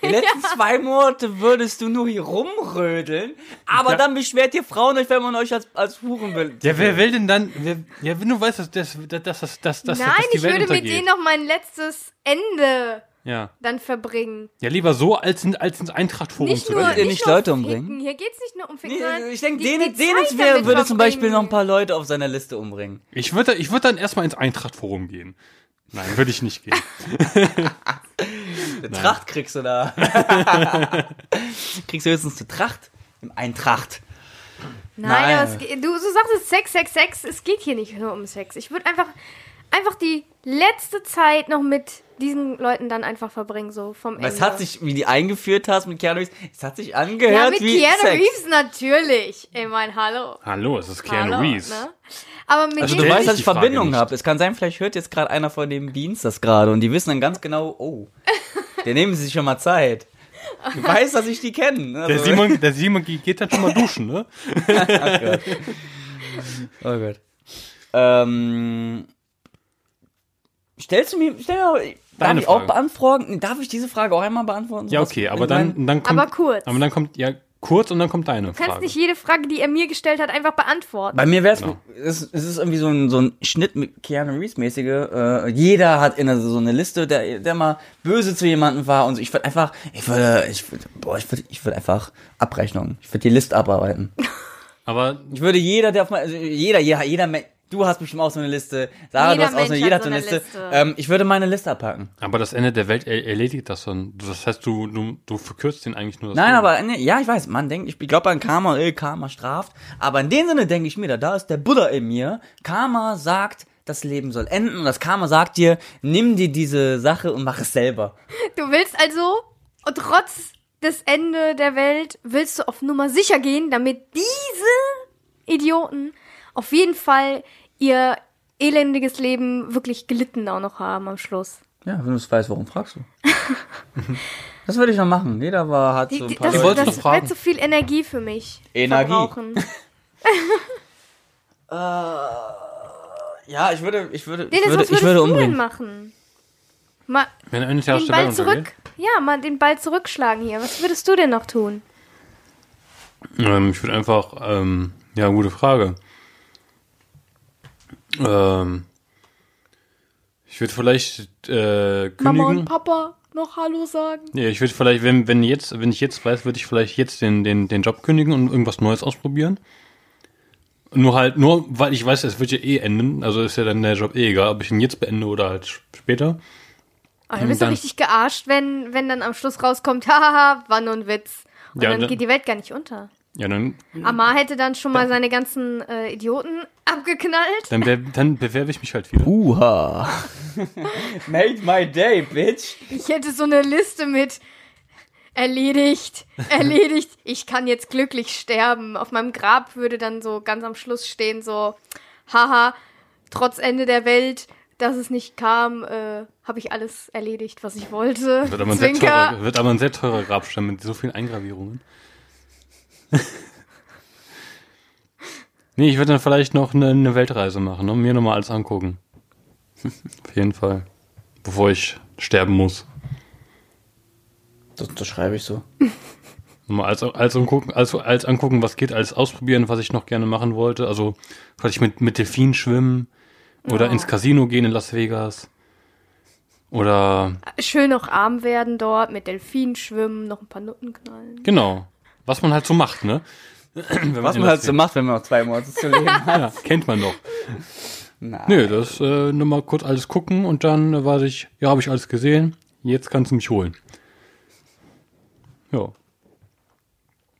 Speaker 1: Die letzten zwei Monate würdest du nur hier rumrödeln, aber dann beschwert ihr Frauen euch, wenn man euch als, als Huren will.
Speaker 2: Ja, wer will denn dann, wer, ja, wenn du weißt, dass, dass, dass, dass, dass, dass, dass
Speaker 3: Nein,
Speaker 2: die
Speaker 3: ich
Speaker 2: Welt
Speaker 3: würde mit
Speaker 2: untergeht.
Speaker 3: denen noch mein letztes Ende
Speaker 2: ja.
Speaker 3: dann verbringen.
Speaker 2: ja, lieber so, als, in, als ins Eintrachtforum
Speaker 3: Nicht
Speaker 2: zu
Speaker 3: nur,
Speaker 1: Würdet
Speaker 2: gehen.
Speaker 1: ihr
Speaker 3: nicht
Speaker 1: nicht
Speaker 3: nur
Speaker 1: Leute
Speaker 3: um
Speaker 1: umbringen?
Speaker 3: Ficken. Hier geht's nicht nur um Ficken.
Speaker 1: Nee,
Speaker 3: sondern
Speaker 1: ich denke,
Speaker 3: die- die
Speaker 1: Denitz Denitz
Speaker 3: Zeit
Speaker 1: wäre,
Speaker 3: damit
Speaker 1: würde zum Beispiel
Speaker 3: verbringen.
Speaker 1: noch ein paar Leute auf seiner Liste umbringen.
Speaker 2: Ich würde ich würd dann erstmal ins Eintrachtforum gehen. Nein, würde ich nicht gehen.
Speaker 1: Eine Tracht kriegst du da. kriegst du höchstens eine Tracht? Im Eintracht.
Speaker 3: Nein,
Speaker 1: Nein.
Speaker 3: aber es, ge- du, du sagst es Sex, Sex, Sex. Es geht hier nicht nur um Sex. Ich würde einfach, einfach die letzte Zeit noch mit diesen Leuten dann einfach verbringen, so vom Ende.
Speaker 1: Weil es hat sich, wie die eingeführt hast mit Keanu Reeves, es hat sich
Speaker 3: ja,
Speaker 1: angehört
Speaker 3: mit
Speaker 1: wie
Speaker 3: Keanu
Speaker 1: Sex.
Speaker 3: Reeves natürlich. Ich mein, hallo.
Speaker 2: Hallo, es ist Keanu
Speaker 3: Hallo,
Speaker 2: Reeves.
Speaker 3: Ne? Aber mit
Speaker 1: Also du
Speaker 3: denen
Speaker 2: Stell dich
Speaker 1: weißt, dass
Speaker 2: die
Speaker 1: ich
Speaker 2: Frage
Speaker 1: Verbindung
Speaker 2: nicht.
Speaker 1: habe. Es kann sein, vielleicht hört jetzt gerade einer von dem Beans das gerade und die wissen dann ganz genau, oh, der nehmen sie sich schon mal Zeit. Du weißt, dass ich die kenne. Also,
Speaker 2: Der Simon, der Simon ge- geht dann schon mal duschen, ne?
Speaker 1: Oh Gott. Ähm, stellst du mir, stell mir, darf
Speaker 2: Deine
Speaker 1: ich auch
Speaker 2: Frage.
Speaker 1: beantworten? Darf ich diese Frage auch einmal beantworten?
Speaker 2: Ja,
Speaker 1: Sowas
Speaker 2: okay,
Speaker 1: mit
Speaker 2: aber
Speaker 1: meinen-
Speaker 2: dann, dann kommt.
Speaker 3: Aber kurz.
Speaker 2: Aber dann kommt, ja, kurz und dann kommt deine
Speaker 3: Du kannst
Speaker 2: Frage.
Speaker 3: nicht jede Frage, die er mir gestellt hat, einfach beantworten.
Speaker 1: Bei mir wäre
Speaker 2: Genau.
Speaker 1: es, es ist irgendwie so ein, so ein Schnitt mit Keanu Reeves mäßige. Äh, jeder hat in der, so eine Liste, der, der mal böse zu jemandem war und so. Ich würde einfach, ich würde, ich würde, boah, ich würde, ich würde einfach Abrechnungen. Ich würde die Liste abarbeiten.
Speaker 2: Aber
Speaker 1: Ich würde jeder, der auf mein, also jeder, jeder, jeder, Me- du hast bestimmt auch so eine Liste. Sarah,
Speaker 3: Jeder
Speaker 1: du hast auch so eine,
Speaker 3: Mensch
Speaker 1: jeder
Speaker 3: hat
Speaker 1: hat so eine
Speaker 3: so
Speaker 1: Liste.
Speaker 3: eine Liste.
Speaker 1: Ähm, ich würde meine Liste abpacken.
Speaker 2: Aber das Ende der Welt er erledigt das schon. Das heißt, du, du, du verkürzt den eigentlich nur das
Speaker 1: Nein,
Speaker 2: Leben.
Speaker 1: aber nee, ja, ich weiß, man denkt, ich glaube an Karma, äh, Karma straft, aber in dem Sinne denke ich mir, da, da ist der Buddha in mir. Karma sagt, das Leben soll enden und das Karma sagt dir, nimm dir diese Sache und mach es selber.
Speaker 3: Du willst also, trotz des Ende der Welt, willst du auf Nummer sicher gehen, damit diese Idioten auf jeden Fall ihr elendiges Leben wirklich gelitten auch noch haben am Schluss.
Speaker 1: Ja, wenn du es weißt, warum fragst du? das würde ich noch machen. Jeder war hat so ein paar
Speaker 3: Das,
Speaker 2: Die wollten
Speaker 1: Leute.
Speaker 2: doch
Speaker 3: das
Speaker 2: fragen.
Speaker 3: wird zu viel Energie für mich
Speaker 1: Energie.
Speaker 3: verbrauchen.
Speaker 1: Ja, ich würde, ich würde, ich
Speaker 3: Dennis,
Speaker 1: würde,
Speaker 3: was würdest
Speaker 1: ich würde
Speaker 3: du denn
Speaker 1: umbringen.
Speaker 3: machen? Mal
Speaker 2: Wenn eines Tages
Speaker 3: den
Speaker 2: der Ball
Speaker 3: Ball
Speaker 2: untergeht,
Speaker 3: zurück. Ja, mal den Ball zurückschlagen hier. Was würdest du denn noch tun?
Speaker 2: ähm, ich würde einfach, ähm, ja, gute Frage. Ähm, ich würde vielleicht äh,
Speaker 3: Mama und
Speaker 2: kündigen.
Speaker 3: Papa noch Hallo sagen?
Speaker 2: Nee, ich würde vielleicht, wenn, wenn jetzt, wenn ich jetzt weiß, würde ich vielleicht jetzt den, den, den Job kündigen und irgendwas Neues ausprobieren. Nur halt, nur weil ich weiß, es wird ja eh enden, also ist ja dann der Job eh egal, ob ich ihn jetzt beende oder halt sp- später.
Speaker 3: Aber du bist doch
Speaker 2: dann-
Speaker 3: richtig gearscht, wenn, wenn dann am Schluss rauskommt, haha, war nur ein Witz. Und
Speaker 2: Ja,
Speaker 3: dann
Speaker 2: dann-
Speaker 3: geht die Welt gar nicht unter.
Speaker 2: Ja, dann
Speaker 3: Amar hätte dann schon mal seine ganzen äh, Idioten abgeknallt.
Speaker 2: Dann, wer- dann bewerbe ich mich halt wieder.
Speaker 1: Uha. Made my day, bitch.
Speaker 3: Ich hätte so eine Liste mit erledigt, erledigt, ich kann jetzt glücklich sterben. Auf meinem Grab würde dann so ganz am Schluss stehen, so, haha, trotz Ende der Welt, dass es nicht kam, äh, habe ich alles erledigt, was ich wollte.
Speaker 2: Wird aber, ein sehr
Speaker 3: Zwinker.
Speaker 2: teurer, wird aber ein sehr teurer Grabstein mit so vielen Eingravierungen. nee, ich würde dann vielleicht noch eine, eine Weltreise machen und mir nochmal alles angucken. Auf jeden Fall. Bevor ich sterben muss.
Speaker 1: Das, das schreibe ich so.
Speaker 2: Nochmal alles, alles, angucken, alles, alles angucken, was geht, alles ausprobieren, was ich noch gerne machen wollte. Also vielleicht mit, mit Delfinen schwimmen oder ins Casino gehen in Las Vegas. Oder
Speaker 3: Schön noch arm werden dort, mit Delfinen schwimmen, noch ein paar Nutten knallen.
Speaker 2: Genau. Was man halt so macht, ne? Wenn
Speaker 1: Was
Speaker 2: in
Speaker 1: man
Speaker 2: das
Speaker 1: halt so macht, wenn man noch zwei Monate zu leben hat.
Speaker 2: Ja, kennt man doch.
Speaker 1: Na.
Speaker 2: Nö, das äh, nur mal kurz alles gucken und dann äh, weiß ich, ja, habe ich alles gesehen, jetzt kannst du mich holen. Ja.
Speaker 1: Ah.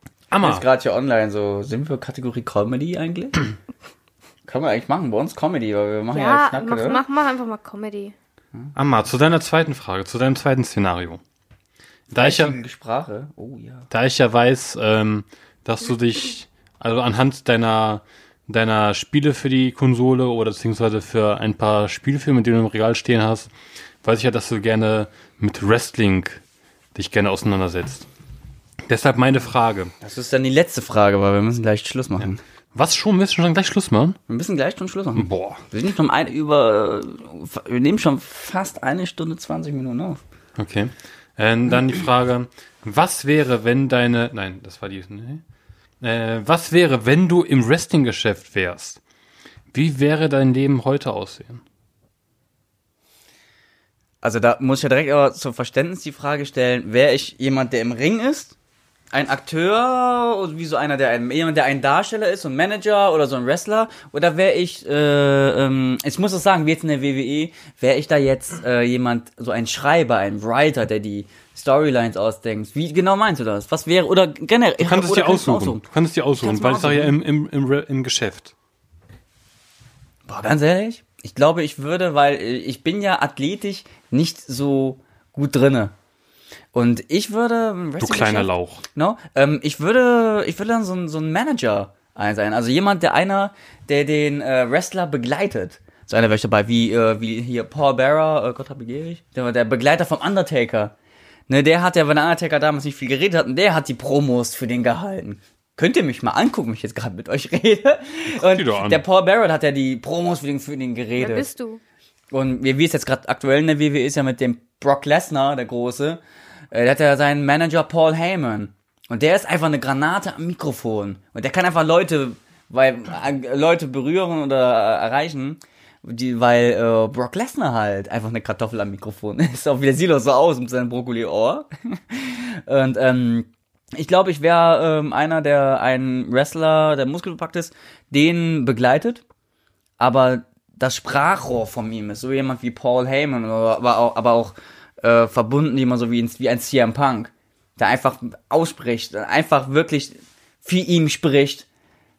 Speaker 1: Ist
Speaker 2: Amma,
Speaker 1: gerade hier online so, sind wir Kategorie Comedy eigentlich? Können wir eigentlich machen, bei uns Comedy, weil wir machen ja,
Speaker 3: Ja,
Speaker 1: Schnacke,
Speaker 3: mach,
Speaker 1: ne?
Speaker 3: mach, mach einfach mal Comedy.
Speaker 2: Amma, zu deiner zweiten Frage, zu deinem zweiten Szenario. Da ich ja,
Speaker 1: Richtige Sprache. Oh ja.
Speaker 2: da ich ja weiß, ähm, dass du dich, also anhand deiner, deiner Spiele für die Konsole oder beziehungsweise für ein paar Spielfilme, die du im Regal stehen hast, weiß ich ja, dass du gerne mit Wrestling dich gerne auseinandersetzt. Deshalb meine Frage.
Speaker 1: Das ist dann die letzte Frage, weil wir müssen gleich Schluss machen.
Speaker 2: Was schon, willst du schon gleich Schluss machen?
Speaker 1: Wir müssen gleich schon Schluss machen.
Speaker 2: Boah.
Speaker 1: Wir sind schon um äh, ein, über, wir nehmen schon fast eine Stunde 20 Minuten auf.
Speaker 2: Okay. Ähm, dann die Frage, was wäre, wenn deine, nein, das war die, nee. äh, was wäre, wenn du im Wrestling-Geschäft wärst? Wie wäre dein Leben heute aussehen?
Speaker 1: Also da muss ich ja direkt aber zum Verständnis die Frage stellen, wäre ich jemand, der im Ring ist? Ein Akteur, wie so einer, der ein, jemand, der ein Darsteller ist, so ein Manager oder so ein Wrestler? Oder wäre ich, äh, ähm, ich muss es sagen, wie jetzt in der WWE, wäre ich da jetzt äh, jemand, so ein Schreiber, ein Writer, der die Storylines ausdenkt? Wie genau meinst du das? Was wäre, oder generell?
Speaker 2: Du kannst es dir aussuchen. Du kannst es dir
Speaker 1: Kannst
Speaker 2: aussuchen,
Speaker 1: du
Speaker 2: weil
Speaker 1: mir
Speaker 2: ich sage ja im, im, im, Re- im Geschäft.
Speaker 1: Boah, ganz ehrlich? Ich glaube, ich würde, weil äh, ich bin ja athletisch nicht so gut drinne. Und ich würde.
Speaker 2: Du kleiner Lauch.
Speaker 1: No, ähm, ich würde, ich würde dann so ein, so ein Manager ein- sein. Also jemand, der einer, der den äh, Wrestler begleitet. So einer wäre ich dabei, wie, äh, wie hier Paul Bearer, äh, Gott hab ihn gierig, der war der Begleiter vom Undertaker. Ne, der hat ja, wenn der Undertaker damals nicht viel geredet hat, und der hat die Promos für den gehalten. Könnt ihr mich mal angucken, wenn ich jetzt gerade mit euch rede?
Speaker 2: die doch an.
Speaker 1: Und der Paul Barrett hat ja die Promos für den, für den geredet.
Speaker 3: Wer bist du?
Speaker 1: Und wie wie es jetzt gerade aktuell in der WWE ist ja mit dem Brock Lesnar, der Große, äh, der hat ja seinen Manager Paul Heyman. Und der ist einfach eine Granate am Mikrofon. Und der kann einfach Leute, weil, äh, Leute berühren oder äh, erreichen, die, weil äh, Brock Lesnar halt einfach eine Kartoffel am Mikrofon ist. Auch wieder sieht er so aus mit seinem Brokkoli-Ohr. Und ähm, ich glaube, ich wäre ähm, einer, der einen Wrestler, der muskelbepackt ist, den begleitet aber das Sprachrohr von ihm ist so jemand wie Paul Heyman, oder- aber auch, aber auch äh, verbunden jemand so wie ein, wie ein CM Punk, der einfach ausspricht, einfach wirklich für ihn spricht.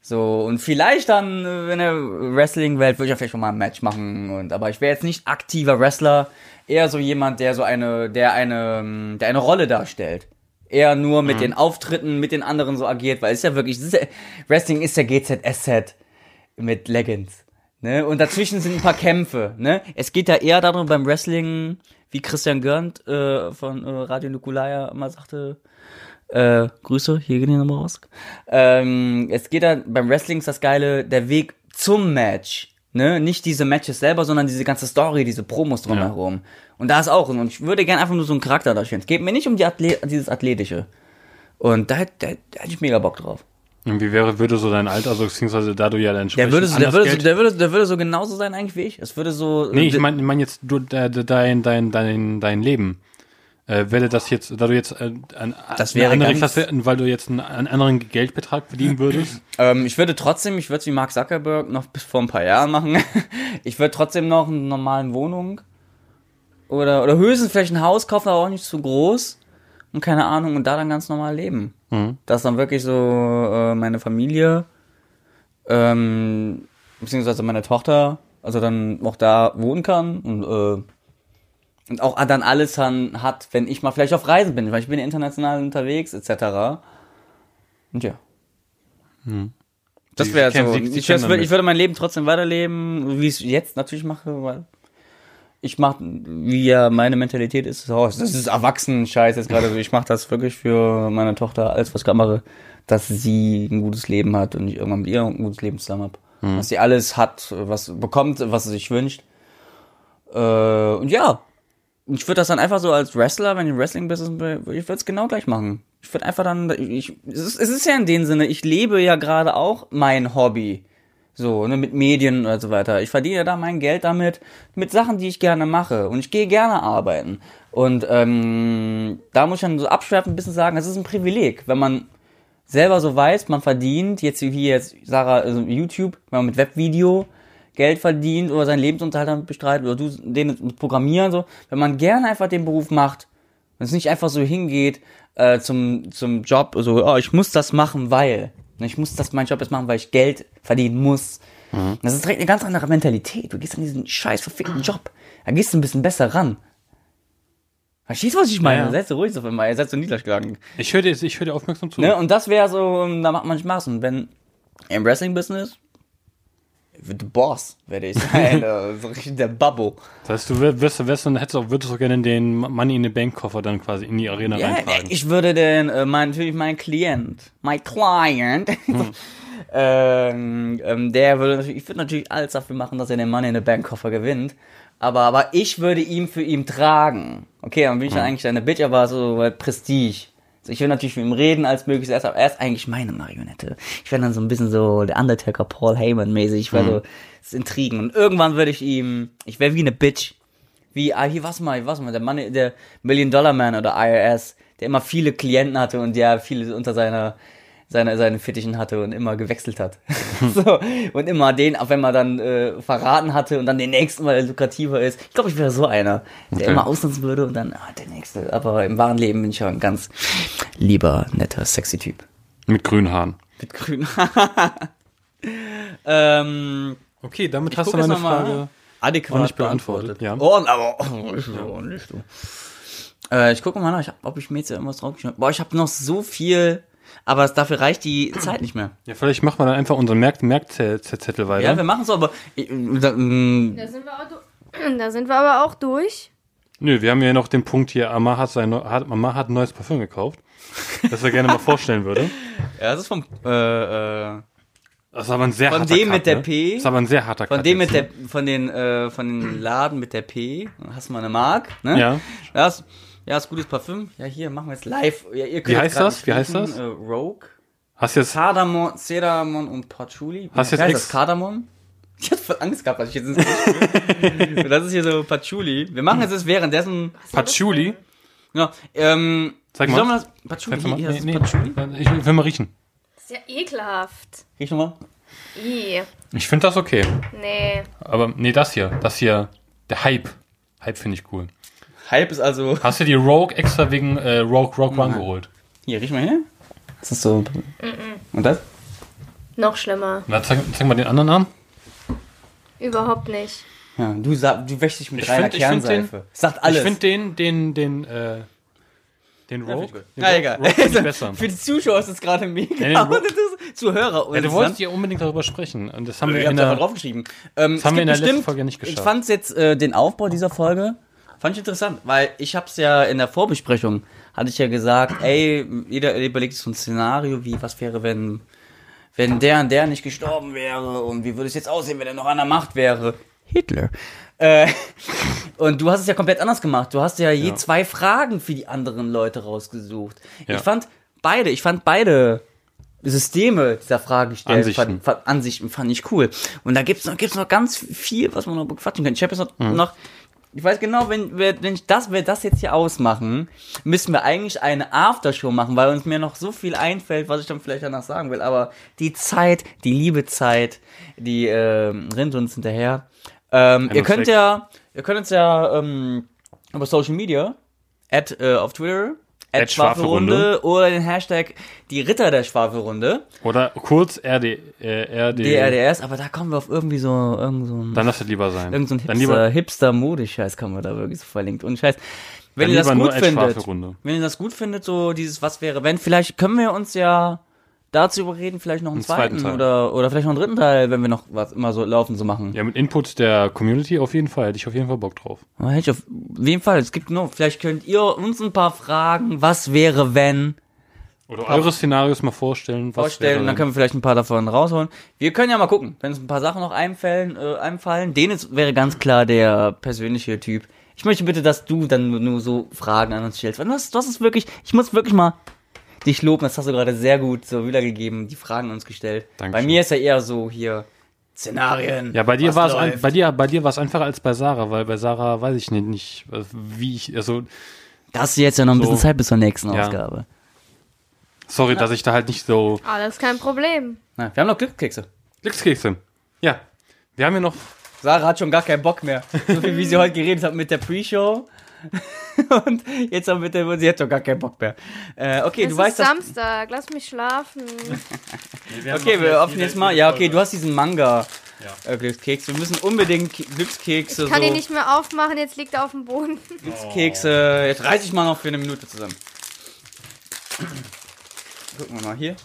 Speaker 1: So, und vielleicht dann äh, in der Wrestling-Welt würde ich ja vielleicht schon mal ein Match machen. Und, aber ich wäre jetzt nicht aktiver Wrestler, eher so jemand, der so eine, der eine, ähm, der eine Rolle darstellt. Eher nur mit den Auftritten, mit den anderen so agiert, weil es ist ja wirklich, es ist ja, Wrestling ist ja GZSZ mit Leggings. Ne? Und dazwischen sind ein paar Kämpfe. Ne? Es geht ja eher darum beim Wrestling, wie Christian Görnd äh, von äh, Radio Nukulaya immer sagte, äh, Grüße, hier gehen die nochmal raus. Ähm, es geht dann, beim Wrestling ist das Geile, der Weg zum Match. Ne? Nicht diese Matches selber, sondern diese ganze Story, diese Promos drumherum. Und da ist auch, und ich würde gerne einfach nur so einen Charakter darstellen. Es geht mir nicht um die Athle dieses Athletische. Und da, hätt- da, da hätte ich mega Bock drauf.
Speaker 2: Und wie wäre, würde so dein Alter, also beziehungsweise da du ja dein
Speaker 1: Der würde, so, der,
Speaker 2: anderes
Speaker 1: würde so,
Speaker 2: Geld-
Speaker 1: der, würde, der würde so genauso sein eigentlich wie ich. Es würde so.
Speaker 2: Nee, ich meine ich mein jetzt du, de, de, dein, dein, dein, dein Leben. Äh, wäre das jetzt, da du jetzt äh, an,
Speaker 1: Das
Speaker 2: eine
Speaker 1: wäre
Speaker 2: andere
Speaker 1: ganz-
Speaker 2: Klasse, weil du jetzt einen, einen anderen Geldbetrag verdienen würdest,
Speaker 1: Ähm, ich würde trotzdem, ich würde es wie Mark Zuckerberg noch bis vor ein paar Jahren machen. Ich würde trotzdem noch eine normalen Wohnung oder, oder höchstens vielleicht ein Haus kaufen, aber auch nicht zu groß. Und keine Ahnung, und da dann ganz normal leben. Dass dann wirklich so äh, meine Familie, ähm, beziehungsweise meine Tochter, also dann auch da wohnen kann und, äh, und auch dann alles dann hat, wenn ich mal vielleicht auf Reisen bin, weil ich bin international unterwegs, etc. Und ja. Das
Speaker 2: Die
Speaker 1: wäre
Speaker 2: kennen
Speaker 1: so.
Speaker 2: sich- die
Speaker 1: Ich,
Speaker 2: kennen
Speaker 1: das würd,
Speaker 2: damit.
Speaker 1: ich würde mein Leben trotzdem weiterleben, wie ich es jetzt natürlich mache, weil ich mache, wie ja meine Mentalität ist, oh, das ist Erwachsenen-Scheiß jetzt gerade. so. Ich mache das wirklich für meine Tochter, alles was ich gerade mache, dass sie ein gutes Leben hat und ich irgendwann mit ihr ein gutes Leben zusammen habe.
Speaker 2: Mhm.
Speaker 1: Dass sie alles hat, was bekommt, was sie sich wünscht. Äh, und ja, ich würde das dann einfach so als Wrestler, wenn ich im Wrestling-Business bin, ich würde es genau gleich machen. Ich würde einfach dann, ich, es, ist, es ist ja in dem Sinne, ich lebe ja gerade auch mein Hobby. So, ne, mit Medien und so weiter. Ich verdiene da mein Geld damit, mit Sachen, die ich gerne mache. Und ich gehe gerne arbeiten. Und ähm, da muss ich dann so abschwerfend ein bisschen sagen, es ist ein Privileg, wenn man selber so weiß, man verdient, jetzt wie hier jetzt Sarah, also YouTube, wenn man mit Webvideo Geld verdient oder seinen Lebensunterhalt damit bestreitet oder du den mit Programmieren so, wenn man gerne einfach den Beruf macht und es nicht einfach so hingeht äh, zum, zum Job, so, oh, ich muss das machen, weil, ne, ich muss das, mein Job jetzt machen, weil ich Geld verdienen muss. Das ist direkt eine ganz andere Mentalität. Du gehst an diesen scheiß verfickten Job. Da gehst du ein bisschen besser ran. Verstehst du, was ich meine?
Speaker 2: Ja, ja.
Speaker 1: Seid so ruhig so einmal, ihr seid so niedergeschlagen.
Speaker 2: Ich höre dir, ich hör dir aufmerksam zu.
Speaker 1: Ne? Und das wäre so, ähm, da macht man Spaß. Und wenn im Wrestling-Business, the Boss werde ich sein, äh, so richtig der Babbo.
Speaker 2: Das heißt, du wär- wirst, wirst, dann hättest auch, würdest auch gerne den Money in the Bank Koffer dann quasi in die Arena
Speaker 1: Ja,
Speaker 2: reintragen.
Speaker 1: äh, ich würde den, äh, mein, natürlich mein Klient, mein Client, Ähm, ähm, der würde natürlich, ich würde natürlich alles dafür machen, dass er den Money in the Bank Koffer gewinnt. Aber, aber ich würde ihn für ihn tragen. Okay, dann bin ich dann eigentlich deine Bitch, aber so äh, Prestige. So, ich will natürlich mit ihm reden als möglichst erst, aber er ist eigentlich meine Marionette. Ich wäre dann so ein bisschen so der Undertaker Paul Heyman mäßig. Ich wäre so, das ist Intrigen. Und irgendwann würde ich ihm, ich wäre wie eine Bitch wie, ah, hier, was mal, hier, was mal, der Mann, der Million Dollar Man oder IRS, der immer viele Klienten hatte und der viele unter seiner, seine, seine Fittichen hatte und immer gewechselt hat. so, und immer den, auch wenn man dann äh, verraten hatte und dann den nächsten, weil er lukrativer ist. Ich glaube, ich wäre so einer, der
Speaker 2: Okay.
Speaker 1: immer ausnutzen würde und dann, ah, der nächste. Aber im wahren Leben bin ich ja ein ganz lieber, netter, sexy Typ.
Speaker 2: Mit grünen Haaren.
Speaker 1: Mit grün. ähm,
Speaker 2: Okay, damit
Speaker 1: guck jetzt noch mal Adäquat
Speaker 2: noch nicht beantwortet, ja.
Speaker 1: Oh, aber oh, ich, oh, nicht du. Äh, ich gucke mal nach, ich hab, ob ich mir jetzt irgendwas draufgeschrieben habe. Boah, ich habe noch so viel, aber es, dafür reicht die Zeit nicht mehr.
Speaker 2: Ja, vielleicht machen wir dann einfach unseren Merk Merkzettel weiter.
Speaker 1: Ja, wir machen so, aber ich, da, mm. mh,
Speaker 3: Da sind wir, auch du- Hm, da sind wir aber auch durch.
Speaker 2: Neu- Nö, wir haben ja noch den Punkt hier, Amma hat, sein, neu- hat, Amma hat ein neues Parfüm gekauft, das er gerne mal vorstellen würde.
Speaker 1: ja, das ist vom äh, äh,
Speaker 2: Das ist aber ein sehr
Speaker 1: Von
Speaker 2: harter
Speaker 1: dem
Speaker 2: Cut,
Speaker 1: mit der
Speaker 2: ne?
Speaker 1: P.
Speaker 2: Das ist aber ein sehr harter
Speaker 1: von
Speaker 2: Cut
Speaker 1: dem
Speaker 2: jetzt,
Speaker 1: mit der von den äh, von den Laden mit der P, hast du mal eine Mark, ne?
Speaker 2: Ja.
Speaker 1: Das ja, ist gutes Parfüm. Ja, hier machen wir jetzt live. Ja, ihr könnt
Speaker 2: Wie
Speaker 1: jetzt
Speaker 2: heißt
Speaker 1: grad
Speaker 2: das?
Speaker 1: nicht
Speaker 2: Wie heißt
Speaker 1: riechen.
Speaker 2: das?
Speaker 1: Äh, Rogue.
Speaker 2: Hast du jetzt
Speaker 1: Kardamom, Cedamon und Patchouli.
Speaker 2: Hast
Speaker 1: Wie
Speaker 2: jetzt
Speaker 1: heißt
Speaker 2: ex-
Speaker 1: das Kardamom? Ich hatte voll Angst gehabt, dass ich jetzt ins Gesicht bin. Das ist hier so Patchouli. Wir machen jetzt das währenddessen.
Speaker 2: Patchouli?
Speaker 1: Ja, ähm,
Speaker 2: Zeig
Speaker 1: wie
Speaker 2: mal.
Speaker 1: soll man das? Patchouli.
Speaker 2: Kannst du mal-
Speaker 1: Hier, das ist
Speaker 2: nee,
Speaker 1: Patchouli.
Speaker 2: nee. Ich will mal riechen.
Speaker 3: Ist ja ekelhaft.
Speaker 1: Riech nochmal.
Speaker 3: I.
Speaker 2: Ich finde das okay.
Speaker 3: Nee.
Speaker 2: Aber nee, das hier. Das hier. Der Hype. Hype finde ich cool.
Speaker 1: Hype ist also.
Speaker 2: Hast du die Rogue extra wegen äh, Rogue Rogue One geholt?
Speaker 1: Hier, riech mal her. Das ist so. Und das?
Speaker 3: Noch schlimmer.
Speaker 2: Na, zeig, zeig mal den anderen Arm.
Speaker 3: Überhaupt nicht.
Speaker 1: Ja, du, sa- du wäschst dich mit
Speaker 2: Ich
Speaker 1: reiner
Speaker 2: find- ich find
Speaker 1: Kernseife.
Speaker 2: den-
Speaker 1: Sagt alles.
Speaker 2: Ich finde den, den, den, äh, den Rogue. Den
Speaker 1: Na,
Speaker 2: Rogue-
Speaker 1: egal.
Speaker 2: Rogue find ich besser.
Speaker 1: Für die Zuschauer ist das gerade
Speaker 2: den
Speaker 1: mega.
Speaker 2: Rogue-
Speaker 1: Und das ist- Zuhörer.
Speaker 2: Ja, du wolltest ja unbedingt darüber sprechen. Und das haben wir
Speaker 1: Ich
Speaker 2: in
Speaker 1: hab's einfach
Speaker 2: der.
Speaker 1: draufgeschrieben. Ähm, es
Speaker 2: haben
Speaker 1: gibt
Speaker 2: wir in der letzten
Speaker 1: bestimmt-
Speaker 2: Folge nicht geschafft.
Speaker 1: Ich fand jetzt äh, den Aufbau dieser Folge fand ich interessant, weil ich hab's ja in der Vorbesprechung hatte ich ja gesagt, ey, jeder überlegt sich so ein Szenario, wie was wäre, wenn wenn der und der nicht gestorben wäre und wie würde es jetzt aussehen, wenn er noch an der Macht wäre? Hitler. Äh, und du hast es ja komplett anders gemacht. Du hast ja je
Speaker 2: Ja.
Speaker 1: zwei Fragen für die anderen Leute rausgesucht.
Speaker 2: Ja.
Speaker 1: Ich fand beide, ich fand beide Systeme dieser Fragestellung,
Speaker 2: Ansichten.
Speaker 1: Fand, fand, Ansichten fand ich cool. Und da gibt's noch, gibt's noch ganz viel, was man noch bequatschen kann. Ich habe jetzt noch, noch, ich weiß genau, wenn, wenn wenn ich das, wir das jetzt hier ausmachen, müssen wir eigentlich eine Aftershow machen, weil uns mir noch so viel einfällt, was ich dann vielleicht danach sagen will. Aber die Zeit, die liebe Zeit, die ähm, rennt uns hinterher. Ähm, ihr
Speaker 2: Einfach
Speaker 1: könnt
Speaker 2: weg.
Speaker 1: ja, ihr könnt uns ja ähm, über Social Media, at, äh, auf Twitter, at Schwafelrunde
Speaker 2: Schwafelrunde.
Speaker 1: oder den Hashtag die Ritter der Schwafelrunde,
Speaker 2: Oder kurz RD. Äh, RD.
Speaker 1: DRDS, aber da kommen wir auf irgendwie so, irgend so ein,
Speaker 2: Dann lass es lieber sein.
Speaker 1: irgend so ein
Speaker 2: Dann lieber.
Speaker 1: hipster, hipster Modescheiß kommen wir da wirklich so verlinkt. Und Scheiß, wenn
Speaker 2: Dann
Speaker 1: ihr das
Speaker 2: lieber
Speaker 1: gut
Speaker 2: nur als
Speaker 1: findet,
Speaker 2: Schwafelrunde.
Speaker 1: wenn ihr das gut findet, so dieses Was wäre wenn, vielleicht können wir uns ja dazu überreden, vielleicht noch einen, zweiten,
Speaker 2: zweiten Teil.
Speaker 1: oder oder vielleicht noch einen dritten Teil, wenn wir noch was immer so laufen zu machen.
Speaker 2: Ja, mit Input der Community auf jeden Fall. Hätte ich auf jeden Fall Bock drauf.
Speaker 1: Aber Hätte ich auf jeden Fall. Es gibt noch, vielleicht könnt ihr uns ein paar Fragen, was wäre, wenn,
Speaker 2: Oder eure Szenarios mal vorstellen. Was
Speaker 1: vorstellen.
Speaker 2: wäre
Speaker 1: Dann
Speaker 2: denn-
Speaker 1: können wir vielleicht ein paar davon rausholen. Wir können ja mal gucken, wenn uns ein paar Sachen noch einfallen. Äh, einfallen. Dennis wäre ganz klar der persönliche Typ. Ich möchte bitte, dass du dann nur- nur so Fragen an uns stellst. Weil das, das ist wirklich, ich muss wirklich mal dich loben. Das hast du gerade sehr gut so wiedergegeben, die Fragen an uns gestellt.
Speaker 2: Dankeschön.
Speaker 1: Bei mir ist ja eher so hier Szenarien.
Speaker 2: Ja, bei dir
Speaker 1: was
Speaker 2: war es ein,
Speaker 1: läuft.
Speaker 2: bei dir bei dir war es einfacher als bei Sarah, weil bei Sarah weiß ich nicht, nicht äh, wie ich also
Speaker 1: Da hast du jetzt ja noch ein bisschen
Speaker 2: so.
Speaker 1: Zeit bis zur nächsten
Speaker 2: Ja.
Speaker 1: Ausgabe.
Speaker 2: sorry, dass ich da halt nicht so
Speaker 3: Alles Ah, kein Problem.
Speaker 1: Na, wir haben noch Glückskekse.
Speaker 2: Glückskekse. Ja. Wir haben ja noch
Speaker 1: Sarah hat schon gar keinen Bock mehr. So viel, wie sie heute geredet hat mit der Pre-Show. Und jetzt auch mit der, sie hat schon gar keinen Bock mehr. Äh, okay,
Speaker 3: es
Speaker 1: du
Speaker 3: ist
Speaker 1: weißt Also das.
Speaker 3: Samstag. Lass mich schlafen.
Speaker 1: Okay, wir öffnen jetzt mal. Ja, okay, du hast diesen Manga. Äh, Glückskeks. Wir müssen unbedingt K- Glückskekse,
Speaker 3: Kann
Speaker 1: so
Speaker 3: ihn nicht mehr aufmachen. Jetzt liegt er auf dem Boden.
Speaker 1: Glückskekse. Jetzt reiß ich mal noch für eine Minute zusammen. Gucken wir mal hier.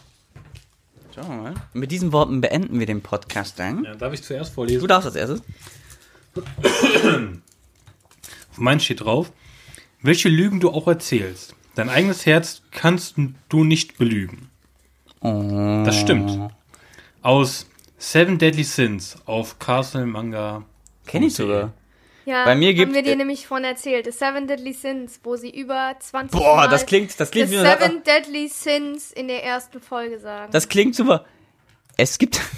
Speaker 1: Schauen wir mal. Mit diesen Worten beenden wir den Podcast dann.
Speaker 2: Ja, darf ich zuerst
Speaker 1: Du
Speaker 2: vorlesen?
Speaker 1: darfst als erstes.
Speaker 2: Auf meinen steht drauf, welche Lügen du auch erzählst. Dein Oh. eigenes Herz kannst du nicht belügen. Das stimmt. aus Seven Deadly Sins auf Castle Manga.
Speaker 1: Kenne ich sogar.
Speaker 3: Ja,
Speaker 1: Bei mir äh
Speaker 3: haben
Speaker 1: gibt-
Speaker 3: wir dir nämlich von erzählt. The Seven Deadly Sins, wo sie über 20
Speaker 1: Boah,
Speaker 3: Mal
Speaker 1: das klingt- das klingt
Speaker 3: The
Speaker 1: wie eine-
Speaker 3: Seven Deadly Sins in der ersten Folge sagen.
Speaker 1: Das klingt super. Es gibt.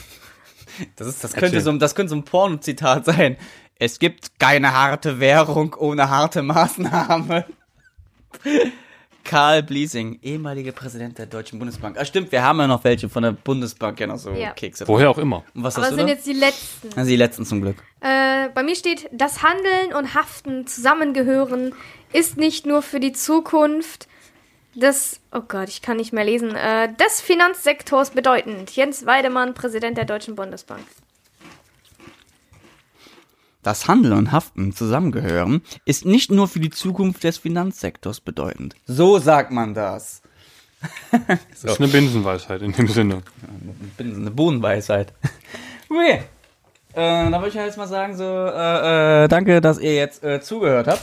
Speaker 1: Das, ist, das, könnte,
Speaker 2: Erzähl.
Speaker 1: so, ein- das könnte so ein Porno-Zitat sein. Es gibt keine harte Währung ohne harte Maßnahme. Karl Bliesing, ehemaliger Präsident der Deutschen Bundesbank. Ah, stimmt, wir haben ja noch welche von der Bundesbank, ja noch so
Speaker 3: Ja.
Speaker 1: Kekse. Und
Speaker 2: Woher auch immer.
Speaker 1: was
Speaker 3: Aber
Speaker 1: hast
Speaker 3: das
Speaker 1: du
Speaker 3: sind
Speaker 1: da?
Speaker 3: jetzt die letzten.
Speaker 1: Also die letzten zum Glück.
Speaker 3: Äh, bei mir steht, das Handeln und Haften zusammengehören ist nicht nur für die Zukunft des, oh Gott, ich kann nicht mehr lesen, äh, des Finanzsektors bedeutend. Jens Weidemann, Präsident der Deutschen Bundesbank.
Speaker 1: Das Handeln und Haften zusammengehören ist nicht nur für die Zukunft des Finanzsektors bedeutend. So sagt man das.
Speaker 2: Das ist eine Binsenweisheit in dem Sinne.
Speaker 1: bin so eine Bohnenweisheit. Okay. Äh, dann würde ich ja jetzt mal sagen, so, äh, äh, danke, dass ihr jetzt äh, zugehört habt.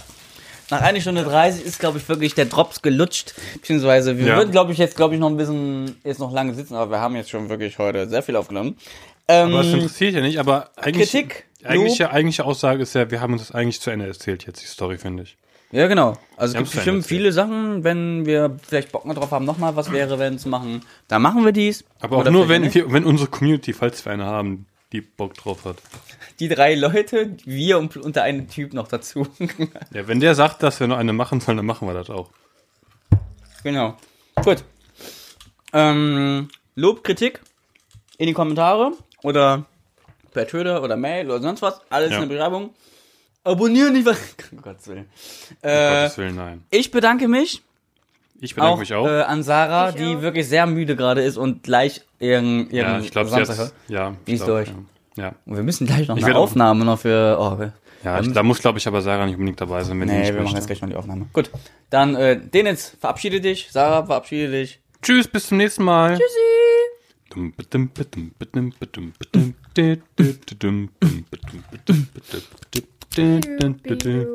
Speaker 1: Nach einer Stunde 30 ist, glaube ich, wirklich der Drops gelutscht. Beziehungsweise, wir
Speaker 2: Ja.
Speaker 1: würden, glaube ich, jetzt, glaube ich, noch ein bisschen, jetzt noch lange sitzen, aber wir haben jetzt schon wirklich heute sehr viel aufgenommen. Ähm,
Speaker 2: Aber das interessiert ja nicht, aber eigentlich.
Speaker 1: Kritik,
Speaker 2: Eigentliche, eigentliche Aussage ist ja, wir haben uns das eigentlich zu Ende erzählt, jetzt die Story, finde ich.
Speaker 1: ja, genau. Also, es
Speaker 2: haben's
Speaker 1: gibt bestimmt
Speaker 2: verändert, ja.
Speaker 1: viele Sachen, wenn wir vielleicht Bock noch drauf haben, nochmal was wäre, wenn zu machen, dann machen wir dies.
Speaker 2: Aber auch
Speaker 1: Oder
Speaker 2: nur,
Speaker 1: vielleicht
Speaker 2: wenn,
Speaker 1: nicht.
Speaker 2: wir, wenn unsere Community, falls wir eine haben, die Bock drauf hat.
Speaker 1: Die drei Leute, wir und, und der eine Typ noch dazu.
Speaker 2: Ja, wenn der sagt, dass wir noch eine machen sollen, dann machen wir das auch.
Speaker 1: Genau. Gut. Ähm, Lob, Kritik in die Kommentare oder per Twitter oder Mail oder sonst was. Alles
Speaker 2: Ja.
Speaker 1: in der Beschreibung. Abonnieren nicht was. Um Gottes Willen. Äh,
Speaker 2: Gottes Willen, nein.
Speaker 1: ich bedanke mich
Speaker 2: Ich bedanke
Speaker 1: auch,
Speaker 2: mich auch.
Speaker 1: Äh, an Sarah,
Speaker 3: Ich
Speaker 1: die
Speaker 3: auch.
Speaker 1: wirklich sehr müde gerade ist und gleich ihren, ihren
Speaker 2: ja, ich glaube,
Speaker 1: Samstag
Speaker 2: jetzt.
Speaker 1: hat.
Speaker 2: Ja,
Speaker 1: Die
Speaker 2: ich
Speaker 1: ist
Speaker 2: glaub,
Speaker 1: durch.
Speaker 2: Ja,
Speaker 1: Und wir müssen gleich noch eine
Speaker 2: werde auch-
Speaker 1: Aufnahme noch für. Oh, okay.
Speaker 2: ja. ja ich, da muss, glaube ich, aber Sarah nicht unbedingt dabei sein, wenn die
Speaker 1: Nee,
Speaker 2: nicht
Speaker 1: wir machen
Speaker 2: möchte.
Speaker 1: jetzt gleich noch die Aufnahme. Gut, dann äh, Denitz, verabschiede dich. Sarah, verabschiede dich.
Speaker 2: Tschüss, bis zum nächsten Mal. Tschüssi.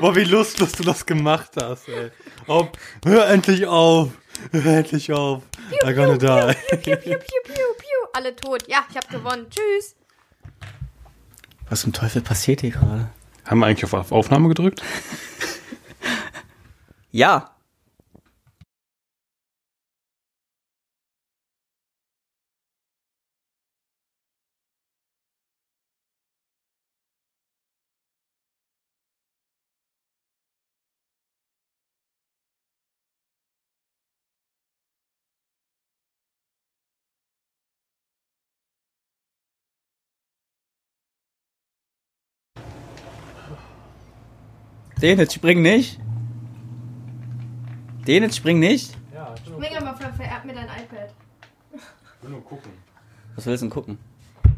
Speaker 2: Boah, wie lustlos du das gemacht hast, ey. Ob, hör endlich auf. Hör endlich auf. I'm gonna die.
Speaker 3: Piu, piu, piu, piu, piu. Alle tot. Ja, ich habe gewonnen. Tschüss.
Speaker 1: Was zum Teufel passiert hier gerade?
Speaker 2: Haben wir eigentlich auf- auf Aufnahme gedrückt?
Speaker 1: Ja, Den jetzt spring nicht. Den jetzt spring nicht.
Speaker 3: Mega mal vererbt mir dein iPad.
Speaker 2: Nur gucken.
Speaker 1: Was willst du denn gucken?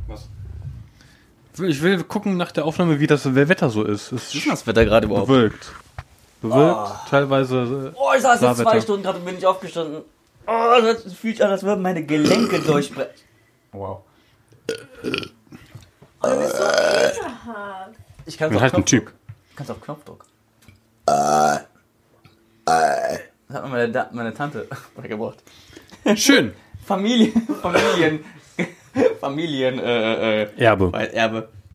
Speaker 2: Was? Ich will gucken nach der Aufnahme, wie das Wetter so ist. Es
Speaker 1: Wie
Speaker 2: ist
Speaker 1: ist denn das Wetter gerade überhaupt?
Speaker 2: bewölkt. Bewölkt, teilweise. äh,
Speaker 1: Oh, ich saß jetzt
Speaker 2: Klarwetter.
Speaker 1: zwei Stunden gerade und bin nicht aufgestanden. Oh, das fühlt sich an, als würden meine Gelenke durchbrechen. Wow. Oh, Ich kann
Speaker 2: Ich bin halt ein Typ.
Speaker 1: Kannst auf Knopfdruck. Das hat mir meine, Da- meine Tante beigebracht.
Speaker 2: Schön.
Speaker 1: Familien, Familien, Familien, äh, äh, äh,
Speaker 2: Erbe.
Speaker 1: Erbe.